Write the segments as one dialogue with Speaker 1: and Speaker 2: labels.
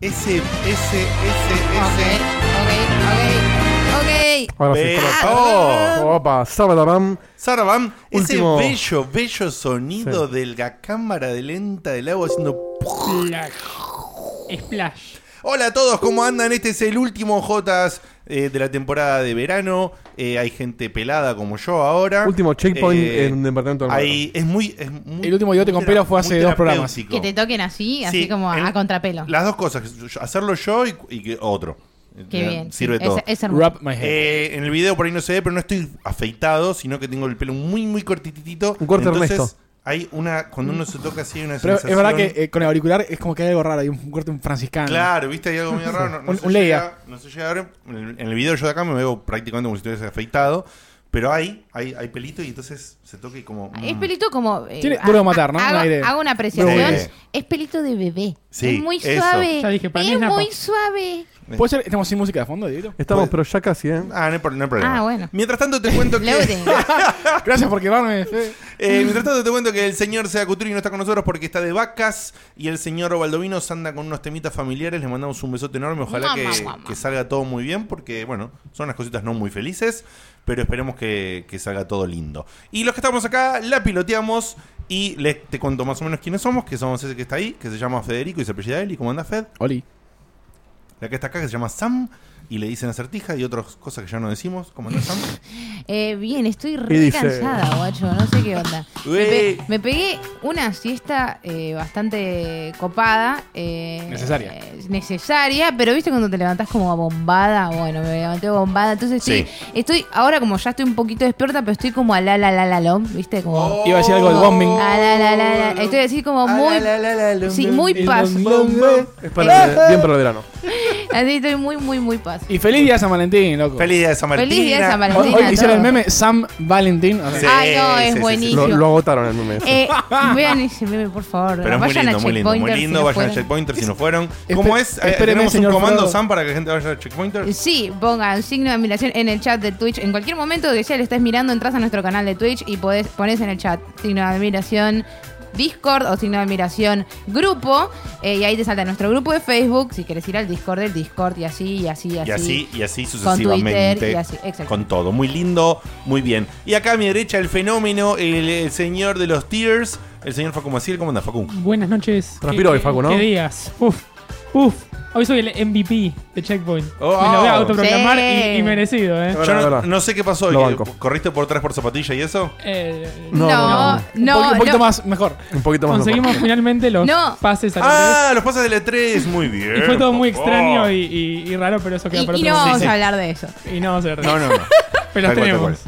Speaker 1: Ese, ese, ese, ese. Ah,
Speaker 2: Ok, ok, ok, ok.
Speaker 3: Ahora sí,
Speaker 1: Ve-
Speaker 3: corta. Oh, opa, sabadabam.
Speaker 1: Sarabam, ese
Speaker 3: Último.
Speaker 1: bello, bello sonido de la cámara de lenta del agua haciendo.
Speaker 4: Splash. Splash.
Speaker 1: Hola a todos, ¿cómo andan? Este es el último Jotas eh, de la temporada de verano. Eh, hay gente pelada como yo ahora.
Speaker 3: Último checkpoint
Speaker 1: Eh,
Speaker 3: en un departamento del
Speaker 1: ahí es muy, es muy-
Speaker 4: El último bigote con
Speaker 1: muy
Speaker 4: pelo
Speaker 1: tera-
Speaker 4: fue hace
Speaker 1: muy
Speaker 4: dos programas.
Speaker 1: terapéutico.
Speaker 2: Que te toquen así, así
Speaker 1: Sí,
Speaker 2: como a
Speaker 1: en-
Speaker 2: a contrapelo.
Speaker 1: Las dos cosas, hacerlo yo y, y que otro.
Speaker 2: Qué
Speaker 1: Eh,
Speaker 2: bien.
Speaker 1: Sirve
Speaker 2: sí,
Speaker 1: todo.
Speaker 2: Es, es hermoso.
Speaker 4: Wrap my head.
Speaker 1: Eh, en el video por ahí no se ve, pero no estoy afeitado, sino que tengo el pelo muy, muy cortitito.
Speaker 3: Un corte
Speaker 1: Entonces,
Speaker 3: Ernesto.
Speaker 1: hay una, cuando uno se toca así, hay una
Speaker 4: Pero es
Speaker 1: sensación.
Speaker 4: verdad que eh, con el auricular es como que hay algo raro. Hay un corte un franciscano.
Speaker 1: Claro, viste, hay algo medio raro. No, no
Speaker 4: Un-
Speaker 1: se
Speaker 4: un
Speaker 1: llega,
Speaker 4: Leia.
Speaker 1: no se llega a ver. En el, en el video yo de acá me veo prácticamente como si estuviese afeitado. Pero hay, hay, hay pelito y entonces se toca y como.
Speaker 2: Es
Speaker 1: mm.
Speaker 2: pelito como. eh,
Speaker 4: Tiene-
Speaker 2: ha-
Speaker 4: duro de matar, ¿no?
Speaker 2: Hago,
Speaker 4: Un aire.
Speaker 2: hago una apreciación.
Speaker 1: Sí.
Speaker 2: Es pelito de bebé.
Speaker 1: Sí,
Speaker 2: es muy
Speaker 1: eso.
Speaker 2: suave.
Speaker 4: Ya dije, para mí
Speaker 2: es
Speaker 4: es napo.
Speaker 2: muy suave.
Speaker 4: ¿Puede ser? ¿Estamos sin música de fondo, Diego?
Speaker 3: Estamos, pero ya casi, ¿eh?
Speaker 1: Ah, no hay, pro- no hay problema.
Speaker 2: Ah, bueno.
Speaker 1: Mientras tanto te cuento que.
Speaker 2: Loading.
Speaker 4: Gracias por quemarme. Fede.
Speaker 1: Eh, mientras tanto te cuento que el señor Sea Couturi no está con nosotros porque está de vacas y el señor Valdovinos anda con unos temitas familiares. Les mandamos un besote enorme. Ojalá
Speaker 2: Mamá,
Speaker 1: que,
Speaker 2: mamá.
Speaker 1: que salga todo muy bien porque, bueno, son unas cositas no muy felices, pero esperemos que, que salga todo lindo. Y los que estamos acá la piloteamos y les, te cuento más o menos quiénes somos, que somos ese que está ahí, que se llama Federico y se apellida él y cómo anda Fed.
Speaker 4: Oli.
Speaker 1: La que está acá que se llama Sam y le dicen acertija y otras cosas que ya no decimos. ¿Cómo anda Sam?
Speaker 2: Eh, bien, estoy
Speaker 3: Y
Speaker 2: re
Speaker 3: dice-
Speaker 2: cansada, guacho. No sé qué onda. Me,
Speaker 1: Ué.
Speaker 2: pe- me pegué una siesta eh, bastante copada. eh,
Speaker 4: Necesaria.
Speaker 2: eh, necesaria, pero viste cuando te levantás como bombada. Bueno, me levanté bombada. Entonces estoy, estoy. Ahora, como ya estoy un poquito despierta, pero estoy como a la la la la lom, viste, como.
Speaker 1: Oh.
Speaker 4: Iba a decir algo de bombing.
Speaker 2: A la la la la. Estoy así como muy. Sí, muy paz.
Speaker 3: Es para, bien para el verano.
Speaker 2: Así estoy muy, muy, muy paz.
Speaker 4: Y feliz día de San Valentín, loco.
Speaker 1: Feliz día de San Valentín.
Speaker 2: Feliz día de San Valentín.
Speaker 4: Hoy, hoy
Speaker 2: a
Speaker 4: hicieron el
Speaker 2: todos.
Speaker 4: meme San Valentín. O sea,
Speaker 1: Sí,
Speaker 2: Ay, no, es
Speaker 1: sí, sí, sí.
Speaker 2: buenísimo.
Speaker 3: Lo, lo agotaron el meme. ese.
Speaker 2: Eh, vean ese meme, por favor.
Speaker 1: Pero es muy
Speaker 2: vayan
Speaker 1: lindo, muy
Speaker 2: a
Speaker 1: lindo,
Speaker 2: Checkpointer.
Speaker 1: muy lindo.
Speaker 2: si no
Speaker 1: vayan a
Speaker 2: fueron.
Speaker 1: Checkpointer si no fueron. ¿Cómo es? Eh,
Speaker 4: espéreme,
Speaker 1: ¿Tenemos un
Speaker 4: señor
Speaker 1: comando
Speaker 4: Frodo.
Speaker 1: Sam para que la gente vaya a Checkpointer?
Speaker 2: Sí, pongan signo de admiración en el chat de Twitch. En cualquier momento que ya le estés mirando, entras a nuestro canal de Twitch y podés, pones en el chat signo de admiración Discord o signo de admiración grupo. eh, y ahí te salta nuestro grupo de Facebook. Si quieres ir al Discord, del Discord y así, y así, y así.
Speaker 1: Y así, y así
Speaker 2: Con
Speaker 1: sucesivamente.
Speaker 2: Twitter y así. Exacto.
Speaker 1: Con todo. Muy lindo, muy bien. Y acá a mi derecha el fenómeno, el, el señor de los tears, el señor Facu Maciel. ¿Cómo anda, Facu?
Speaker 5: Buenas noches.
Speaker 3: Transpiro
Speaker 5: ¿Qué-
Speaker 3: hoy, Facu, ¿no?
Speaker 5: ¿Qué días? Uf, uf. Hoy soy el MVP de Checkpoint.
Speaker 1: Oh.
Speaker 5: Me lo voy a autoproclamar
Speaker 2: Sí.
Speaker 5: y, y merecido, ¿eh?
Speaker 3: Bueno,
Speaker 1: Yo no,
Speaker 3: bueno.
Speaker 1: no sé qué pasó.
Speaker 3: Lo
Speaker 1: que
Speaker 3: banco.
Speaker 1: ¿Corriste por tres por zapatilla y eso?
Speaker 5: Eh,
Speaker 3: No,
Speaker 2: No,
Speaker 3: no,
Speaker 2: no,
Speaker 4: un poqu- un poquito
Speaker 2: no.
Speaker 4: más mejor.
Speaker 3: Un poquito más.
Speaker 5: Conseguimos
Speaker 3: normal.
Speaker 5: finalmente los
Speaker 2: No.
Speaker 5: pases a
Speaker 1: Ah, los pases del E3. Muy bien.
Speaker 5: Y fue todo muy
Speaker 1: papá.
Speaker 5: extraño y, y- y raro, pero eso queda para
Speaker 2: Y, y
Speaker 5: otro
Speaker 2: no vamos
Speaker 5: momento.
Speaker 2: a hablar de eso.
Speaker 5: Y no vamos a hablar.
Speaker 1: No, no, no.
Speaker 5: Pero
Speaker 1: Tal cual, tal
Speaker 5: los
Speaker 1: cual.
Speaker 5: tenemos.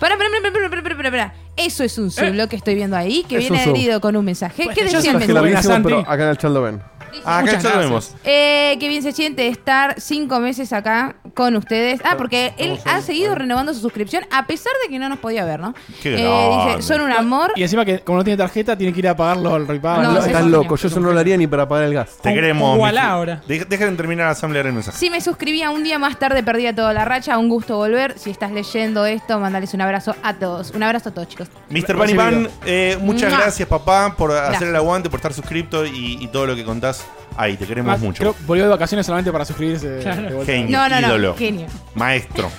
Speaker 2: Pará, pará, pará, pará, pará, pará, pará, pará. Eso es un sub, lo que estoy viendo ahí, que
Speaker 3: Es
Speaker 2: viene
Speaker 3: un sub.
Speaker 2: adherido con un mensaje. ¿Qué
Speaker 5: yo
Speaker 2: decía el
Speaker 5: soy
Speaker 3: Traje
Speaker 2: mensaje?
Speaker 5: la vida.
Speaker 3: larguísimo,
Speaker 5: Santi.
Speaker 3: pero acá en el chat lo ven.
Speaker 1: Ah, acá
Speaker 5: Muchas
Speaker 1: ya lo vemos.
Speaker 5: gracias.
Speaker 2: Eh, qué bien se siente estar cinco meses acá con ustedes. Ah, porque él
Speaker 3: Estamos
Speaker 2: ha
Speaker 3: ahí,
Speaker 2: seguido
Speaker 3: ahí.
Speaker 2: renovando su suscripción a pesar de que no nos podía ver, ¿no?
Speaker 1: Qué
Speaker 2: eh,
Speaker 1: grande.
Speaker 2: dice, son un amor.
Speaker 4: Y encima que como no tiene tarjeta, tiene que ir a pagarlo al repago.
Speaker 2: Ah, No,
Speaker 3: Lo-
Speaker 2: sí,
Speaker 3: estás
Speaker 5: sí,
Speaker 3: loco, yo
Speaker 5: sí,
Speaker 3: eso no lo haría ni para pagar el gas.
Speaker 1: Te
Speaker 5: Con-
Speaker 1: queremos.
Speaker 5: con
Speaker 1: mi-
Speaker 5: Gualá ahora.
Speaker 1: Dej- Dejen de terminar la asamblea de mensaje.
Speaker 2: Si me suscribía un día más tarde, perdía toda la racha. Un gusto volver. Si estás leyendo esto, mandales un abrazo a todos. Un abrazo a todos, chicos.
Speaker 1: Mr. Bunny
Speaker 4: Recibido.
Speaker 1: Pan, eh, muchas
Speaker 2: Mua.
Speaker 1: gracias, papá, por hacer
Speaker 2: Gracias.
Speaker 1: el aguante, por estar suscripto y, y todo lo que contás. Ahí, te queremos
Speaker 4: Ah,
Speaker 1: mucho.
Speaker 4: creo que volvió de vacaciones solamente para suscribirse.
Speaker 5: Claro.
Speaker 4: de vuelta.
Speaker 1: Genio.
Speaker 2: No, no,
Speaker 1: Ídolo.
Speaker 2: no. Genio.
Speaker 1: Maestro.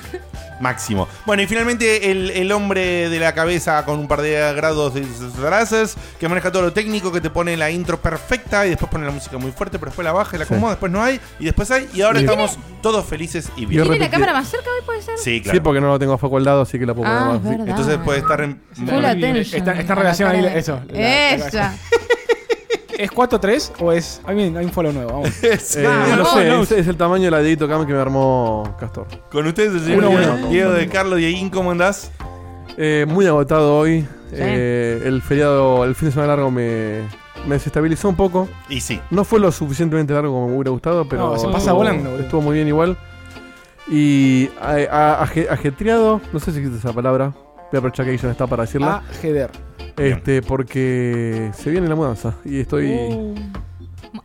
Speaker 1: Máximo. Bueno, y finalmente el, el hombre de la cabeza con un par de grados de disfraces, que maneja todo lo técnico, que te pone la intro perfecta y después pone la música muy fuerte, pero después la baja y la
Speaker 3: Sí.
Speaker 1: acomoda, después no hay, y después hay, y ahora
Speaker 3: Y-
Speaker 1: estamos todos felices y bien.
Speaker 3: Yo
Speaker 2: ¿Tiene la
Speaker 3: repetí.
Speaker 2: cámara más cerca hoy, puede ser?
Speaker 1: Sí,
Speaker 3: Sí,
Speaker 1: claro.
Speaker 3: porque no lo tengo a foco al lado, así que la puedo poner
Speaker 2: Ah,
Speaker 3: más.
Speaker 2: es verdad.
Speaker 1: Entonces puede estar en...
Speaker 2: Full attention.
Speaker 4: Está- está en relación ahí, eso, la- la
Speaker 2: Esa.
Speaker 4: cabeza. ¿Es 4-3 o es.? Hay un, hay un follow nuevo, vamos.
Speaker 3: Eh, no
Speaker 2: Vamos.
Speaker 3: sé, es, es el tamaño de la Edito Cam que me armó Castor.
Speaker 1: Con ustedes, el señor
Speaker 4: Uno,
Speaker 1: Diego,
Speaker 4: uno.
Speaker 1: Diego de Carlos y ¿cómo andás?
Speaker 3: Eh, muy agotado hoy. Eh, el feriado, el fin de semana largo me, me desestabilizó un poco.
Speaker 1: Y sí.
Speaker 3: No fue lo suficientemente largo como me hubiera gustado, pero.
Speaker 4: No, se pasa
Speaker 3: estuvo-
Speaker 4: volando, boludo.
Speaker 3: Estuvo muy bien igual. Y a- a- aje- ajetreado, no sé si existe esa palabra. Voy a aprovechar que Guillón está para
Speaker 4: A
Speaker 3: decirla.
Speaker 4: Jeder.
Speaker 3: este, porque se viene la mudanza y estoy.
Speaker 4: Uh.
Speaker 2: Uh.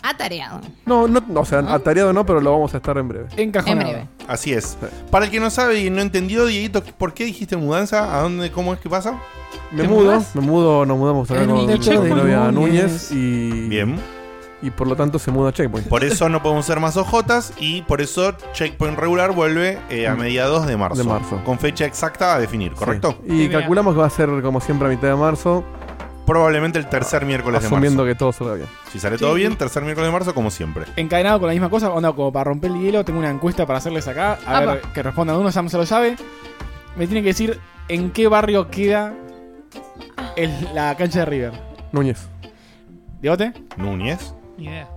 Speaker 2: Atareado.
Speaker 3: No, no, no, o
Speaker 4: Ah.
Speaker 3: sea, atareado no, pero lo vamos a estar en breve.
Speaker 2: En
Speaker 4: Encajonado.
Speaker 2: breve.
Speaker 1: Así es. Para el que no sabe y no entendió, Dieguito, ¿por qué dijiste mudanza? ¿A dónde? ¿Cómo es que pasa?
Speaker 3: Me
Speaker 5: ¿Te
Speaker 3: mudo,
Speaker 5: mudás?
Speaker 3: me mudo, nos mudamos acá
Speaker 4: En
Speaker 3: con
Speaker 4: el
Speaker 3: mi
Speaker 4: Checkpoint
Speaker 3: novia
Speaker 4: Núñez.
Speaker 3: Núñez y.
Speaker 1: Bien.
Speaker 3: y por lo tanto se muda a Checkpoint.
Speaker 1: Por eso no podemos ser más ojotas y por eso Checkpoint regular vuelve eh, a mediados de marzo,
Speaker 3: Mm. De marzo.
Speaker 1: Con fecha exacta a definir, ¿correcto?
Speaker 3: Sí. Y
Speaker 5: Sí, mira.
Speaker 3: calculamos que va a ser como siempre a mitad de marzo,
Speaker 1: Probablemente el tercer miércoles
Speaker 3: Ah, asumiendo
Speaker 1: de marzo.
Speaker 3: que todo salga bien.
Speaker 1: Si sale todo
Speaker 4: Sí.
Speaker 1: bien, tercer miércoles de marzo como siempre.
Speaker 4: Encadenado con la misma cosa, onda, como para romper el hielo, tengo una encuesta para hacerles acá. A
Speaker 2: Apa.
Speaker 4: ver, que respondan uno, Sam se lo sabe. Me tienen que decir en qué barrio queda el- la cancha de River.
Speaker 3: Núñez.
Speaker 4: ¿Digote?
Speaker 1: Núñez.
Speaker 5: Ni idea.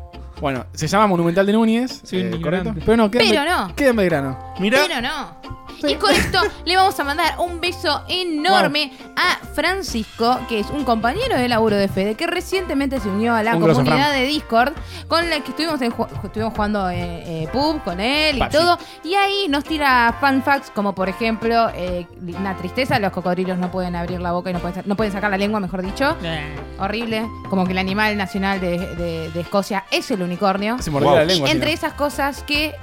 Speaker 4: Bueno, se llama Monumental de Núñez. eh,
Speaker 5: Soy un ignorante.
Speaker 4: correcto. Pero no, queda en
Speaker 2: Pero
Speaker 4: Bel-
Speaker 2: no.
Speaker 4: queda en Belgrano.
Speaker 1: Mira,
Speaker 2: Pero no. Y con esto le vamos a mandar un beso enorme a Francisco, que es un compañero de laburo de Fede, que recientemente se unió a la
Speaker 4: Un grosso,
Speaker 2: comunidad de Discord, con la que estuvimos, en ju- estuvimos jugando eh, eh, pub con él y
Speaker 4: Pachi.
Speaker 2: todo. Y ahí nos tira fan facts, como por ejemplo, eh, una tristeza, los cocodrilos no pueden abrir la boca y no pueden, sa- no pueden sacar la lengua, mejor dicho.
Speaker 5: Eh,
Speaker 2: Horrible. Como que el animal nacional de, de- de Escocia es el unicornio.
Speaker 4: Se mordió
Speaker 1: Wow.
Speaker 4: la
Speaker 2: Y
Speaker 4: lengua.
Speaker 2: entre
Speaker 4: si
Speaker 2: esas cosas que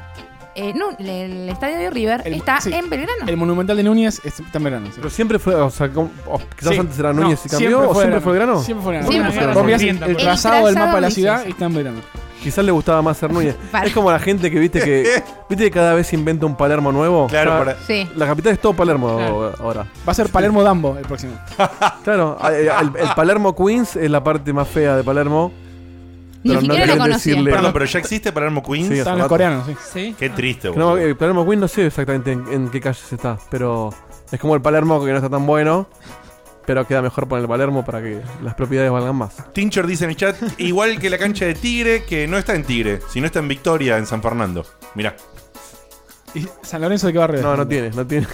Speaker 2: eh, no, el- el estadio de River
Speaker 4: El-
Speaker 2: está
Speaker 4: sí.
Speaker 2: en Belgrano.
Speaker 4: no. El Monumental de Núñez es- está en Belgrano. sí.
Speaker 3: Pero siempre fue, o sea, como- o quizás
Speaker 4: Sí.
Speaker 3: antes era
Speaker 4: No,
Speaker 3: Núñez y cambió, o siempre fue grano.
Speaker 4: Siempre fue grano.
Speaker 2: Siempre fue Grano.
Speaker 4: Vos mirás
Speaker 5: Siempre fue
Speaker 4: el
Speaker 5: Grano.
Speaker 4: trazado
Speaker 2: El
Speaker 4: del mapa de la
Speaker 2: trazado
Speaker 4: ciudad
Speaker 2: dice
Speaker 4: y está en Belgrano.
Speaker 3: Quizás le gustaba más ser Núñez.
Speaker 2: Para.
Speaker 3: Es como la gente que viste que viste que cada vez se inventa un Palermo nuevo.
Speaker 1: claro,
Speaker 3: O sea,
Speaker 1: para-
Speaker 2: Sí.
Speaker 3: La capital es todo Palermo
Speaker 5: Claro.
Speaker 3: ahora.
Speaker 4: Va a ser Palermo Dambo el próximo.
Speaker 3: Claro, eh, el, el Palermo Queens es la parte más fea de Palermo.
Speaker 2: Ni
Speaker 3: Pero no
Speaker 2: siquiera
Speaker 3: quieren
Speaker 2: lo conocía.
Speaker 3: decirle-
Speaker 1: perdón, pero ya existe Palermo Queens.
Speaker 3: Sí,
Speaker 4: Están los
Speaker 3: rato.
Speaker 4: coreanos, sí.
Speaker 5: Sí.
Speaker 1: Qué triste,
Speaker 3: Que No,
Speaker 1: boludo.
Speaker 3: el Palermo Queen no sé exactamente en, en qué calle está, pero es como el Palermo que no está tan bueno, pero queda mejor poner el Palermo para que las propiedades valgan más.
Speaker 1: Tincher dice en el chat, igual que la cancha de Tigre, que no está en Tigre, sino está en Victoria, en San Fernando. Mirá.
Speaker 4: ¿Y San Lorenzo de qué barrio?
Speaker 3: No, no tiene, no tiene.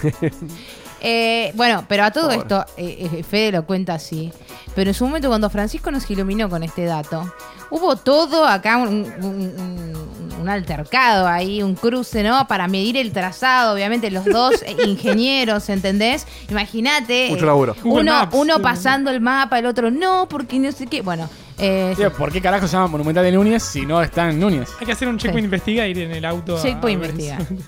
Speaker 2: Eh, bueno, pero a todo
Speaker 3: Pobre.
Speaker 2: esto, eh, eh, Fede lo cuenta así. Pero en su momento, cuando Francisco nos iluminó con este dato, hubo todo acá un, un- un- un altercado ahí, un cruce, ¿no? Para medir el trazado, obviamente, los dos eh, ingenieros, ¿entendés? Imagínate. eh,
Speaker 3: Mucho laburo.
Speaker 5: Google
Speaker 2: Uno,
Speaker 5: Maps.
Speaker 2: uno pasando el mapa, el otro no, porque no sé qué. Bueno, eh,
Speaker 4: Tío, ¿Por qué carajo se llama Monumental de Núñez si no está en Núñez?
Speaker 5: Hay que hacer un checkpoint investiga ir en el auto. a-
Speaker 2: Checkpoint
Speaker 5: a ver
Speaker 2: investiga.
Speaker 5: si-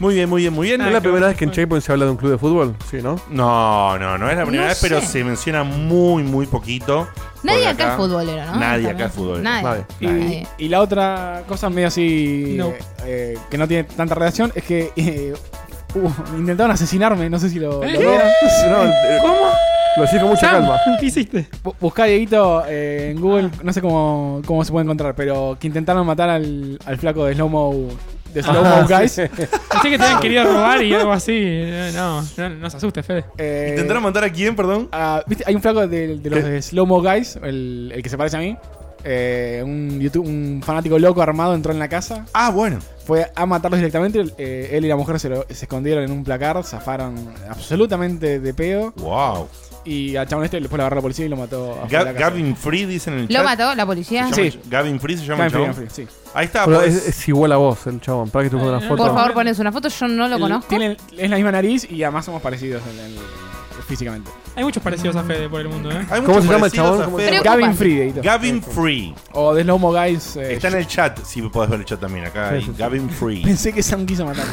Speaker 1: Muy bien, muy bien, muy bien.
Speaker 3: ¿No es la primera vez que en Checkpoint se habla de un club de fútbol? Sí, ¿no?
Speaker 1: No, no, no es la primera
Speaker 2: No
Speaker 1: vez, pero
Speaker 2: sé.
Speaker 1: se menciona muy, muy poquito.
Speaker 2: nadie
Speaker 1: Porque
Speaker 2: acá, es futbolero, ¿no?
Speaker 1: Nadie
Speaker 2: También.
Speaker 1: acá es futbolero.
Speaker 2: Nadie.
Speaker 3: Vale.
Speaker 4: Y,
Speaker 2: Nadie.
Speaker 4: y la otra cosa medio así
Speaker 5: No.
Speaker 4: eh, que no tiene tanta relación es que eh, uh, intentaron asesinarme, no sé si lo, lo
Speaker 5: ¿Eh?
Speaker 4: vieron.
Speaker 3: No, eh,
Speaker 5: ¿Cómo?
Speaker 3: lo decís con mucha
Speaker 5: Sam,
Speaker 3: calma.
Speaker 5: ¿Qué hiciste?
Speaker 4: Bu- Buscá Dieguito eh, en Google,
Speaker 1: Ah.
Speaker 4: no sé cómo, cómo se puede encontrar, pero que intentaron matar al, al flaco de Slow Mo de Slow
Speaker 1: Ah.
Speaker 4: Mo Guys. Eh,
Speaker 5: Pensé que te habían querido robar y algo así. Eh, No, no, no se asustes, Fede.
Speaker 4: Eh,
Speaker 1: ¿Intentaron matar a quién, perdón?
Speaker 4: Ah, ¿viste? Hay un flaco de, de los de Slow Mo Guys, el, el que se parece a mí. Eh, un, YouTube, un fanático loco armado entró en la casa,
Speaker 1: Ah, bueno.
Speaker 4: fue a matarlos directamente. eh, él y la mujer se, lo- se escondieron en un placar, zafaron absolutamente de pedo.
Speaker 1: Wow.
Speaker 4: Y al chabón este después lo agarró la policía y lo mató. afuera
Speaker 1: Ga-
Speaker 4: de la casa.
Speaker 1: Gavin Free dicen en el
Speaker 2: ¿Lo
Speaker 1: chat.
Speaker 2: mató la
Speaker 1: ¿Se
Speaker 2: policía?
Speaker 1: llama
Speaker 4: Sí.
Speaker 1: el ch- Gavin Free se llama
Speaker 4: Gavin
Speaker 1: el chabón?
Speaker 4: Free, Gavin Free, sí.
Speaker 1: Ahí está.
Speaker 3: Pero
Speaker 1: pues.
Speaker 3: es, es igual a vos, el chabón. Para que te ponga una
Speaker 5: Eh,
Speaker 3: foto.
Speaker 2: Por
Speaker 5: No.
Speaker 2: favor, pones una foto, yo no lo
Speaker 4: El-
Speaker 2: conozco.
Speaker 4: tiene- es la misma nariz y además somos parecidos en- en- físicamente.
Speaker 5: Hay muchos parecidos a Fede por el mundo, ¿eh?
Speaker 1: Hay
Speaker 3: ¿Cómo
Speaker 1: muchos
Speaker 3: se llama el
Speaker 1: parecidos
Speaker 3: chabón?
Speaker 1: a
Speaker 3: ¿Cómo
Speaker 1: Fede.
Speaker 2: se llama?
Speaker 4: Gavin Free, Dieguito.
Speaker 1: Gavin Free.
Speaker 4: O de Slow Mo Guys. eh,
Speaker 1: Está en el chat, si podés ver el chat también acá.
Speaker 3: Sí,
Speaker 1: ahí.
Speaker 3: sí, sí.
Speaker 1: Gavin Free.
Speaker 4: Pensé que Sam quiso matar.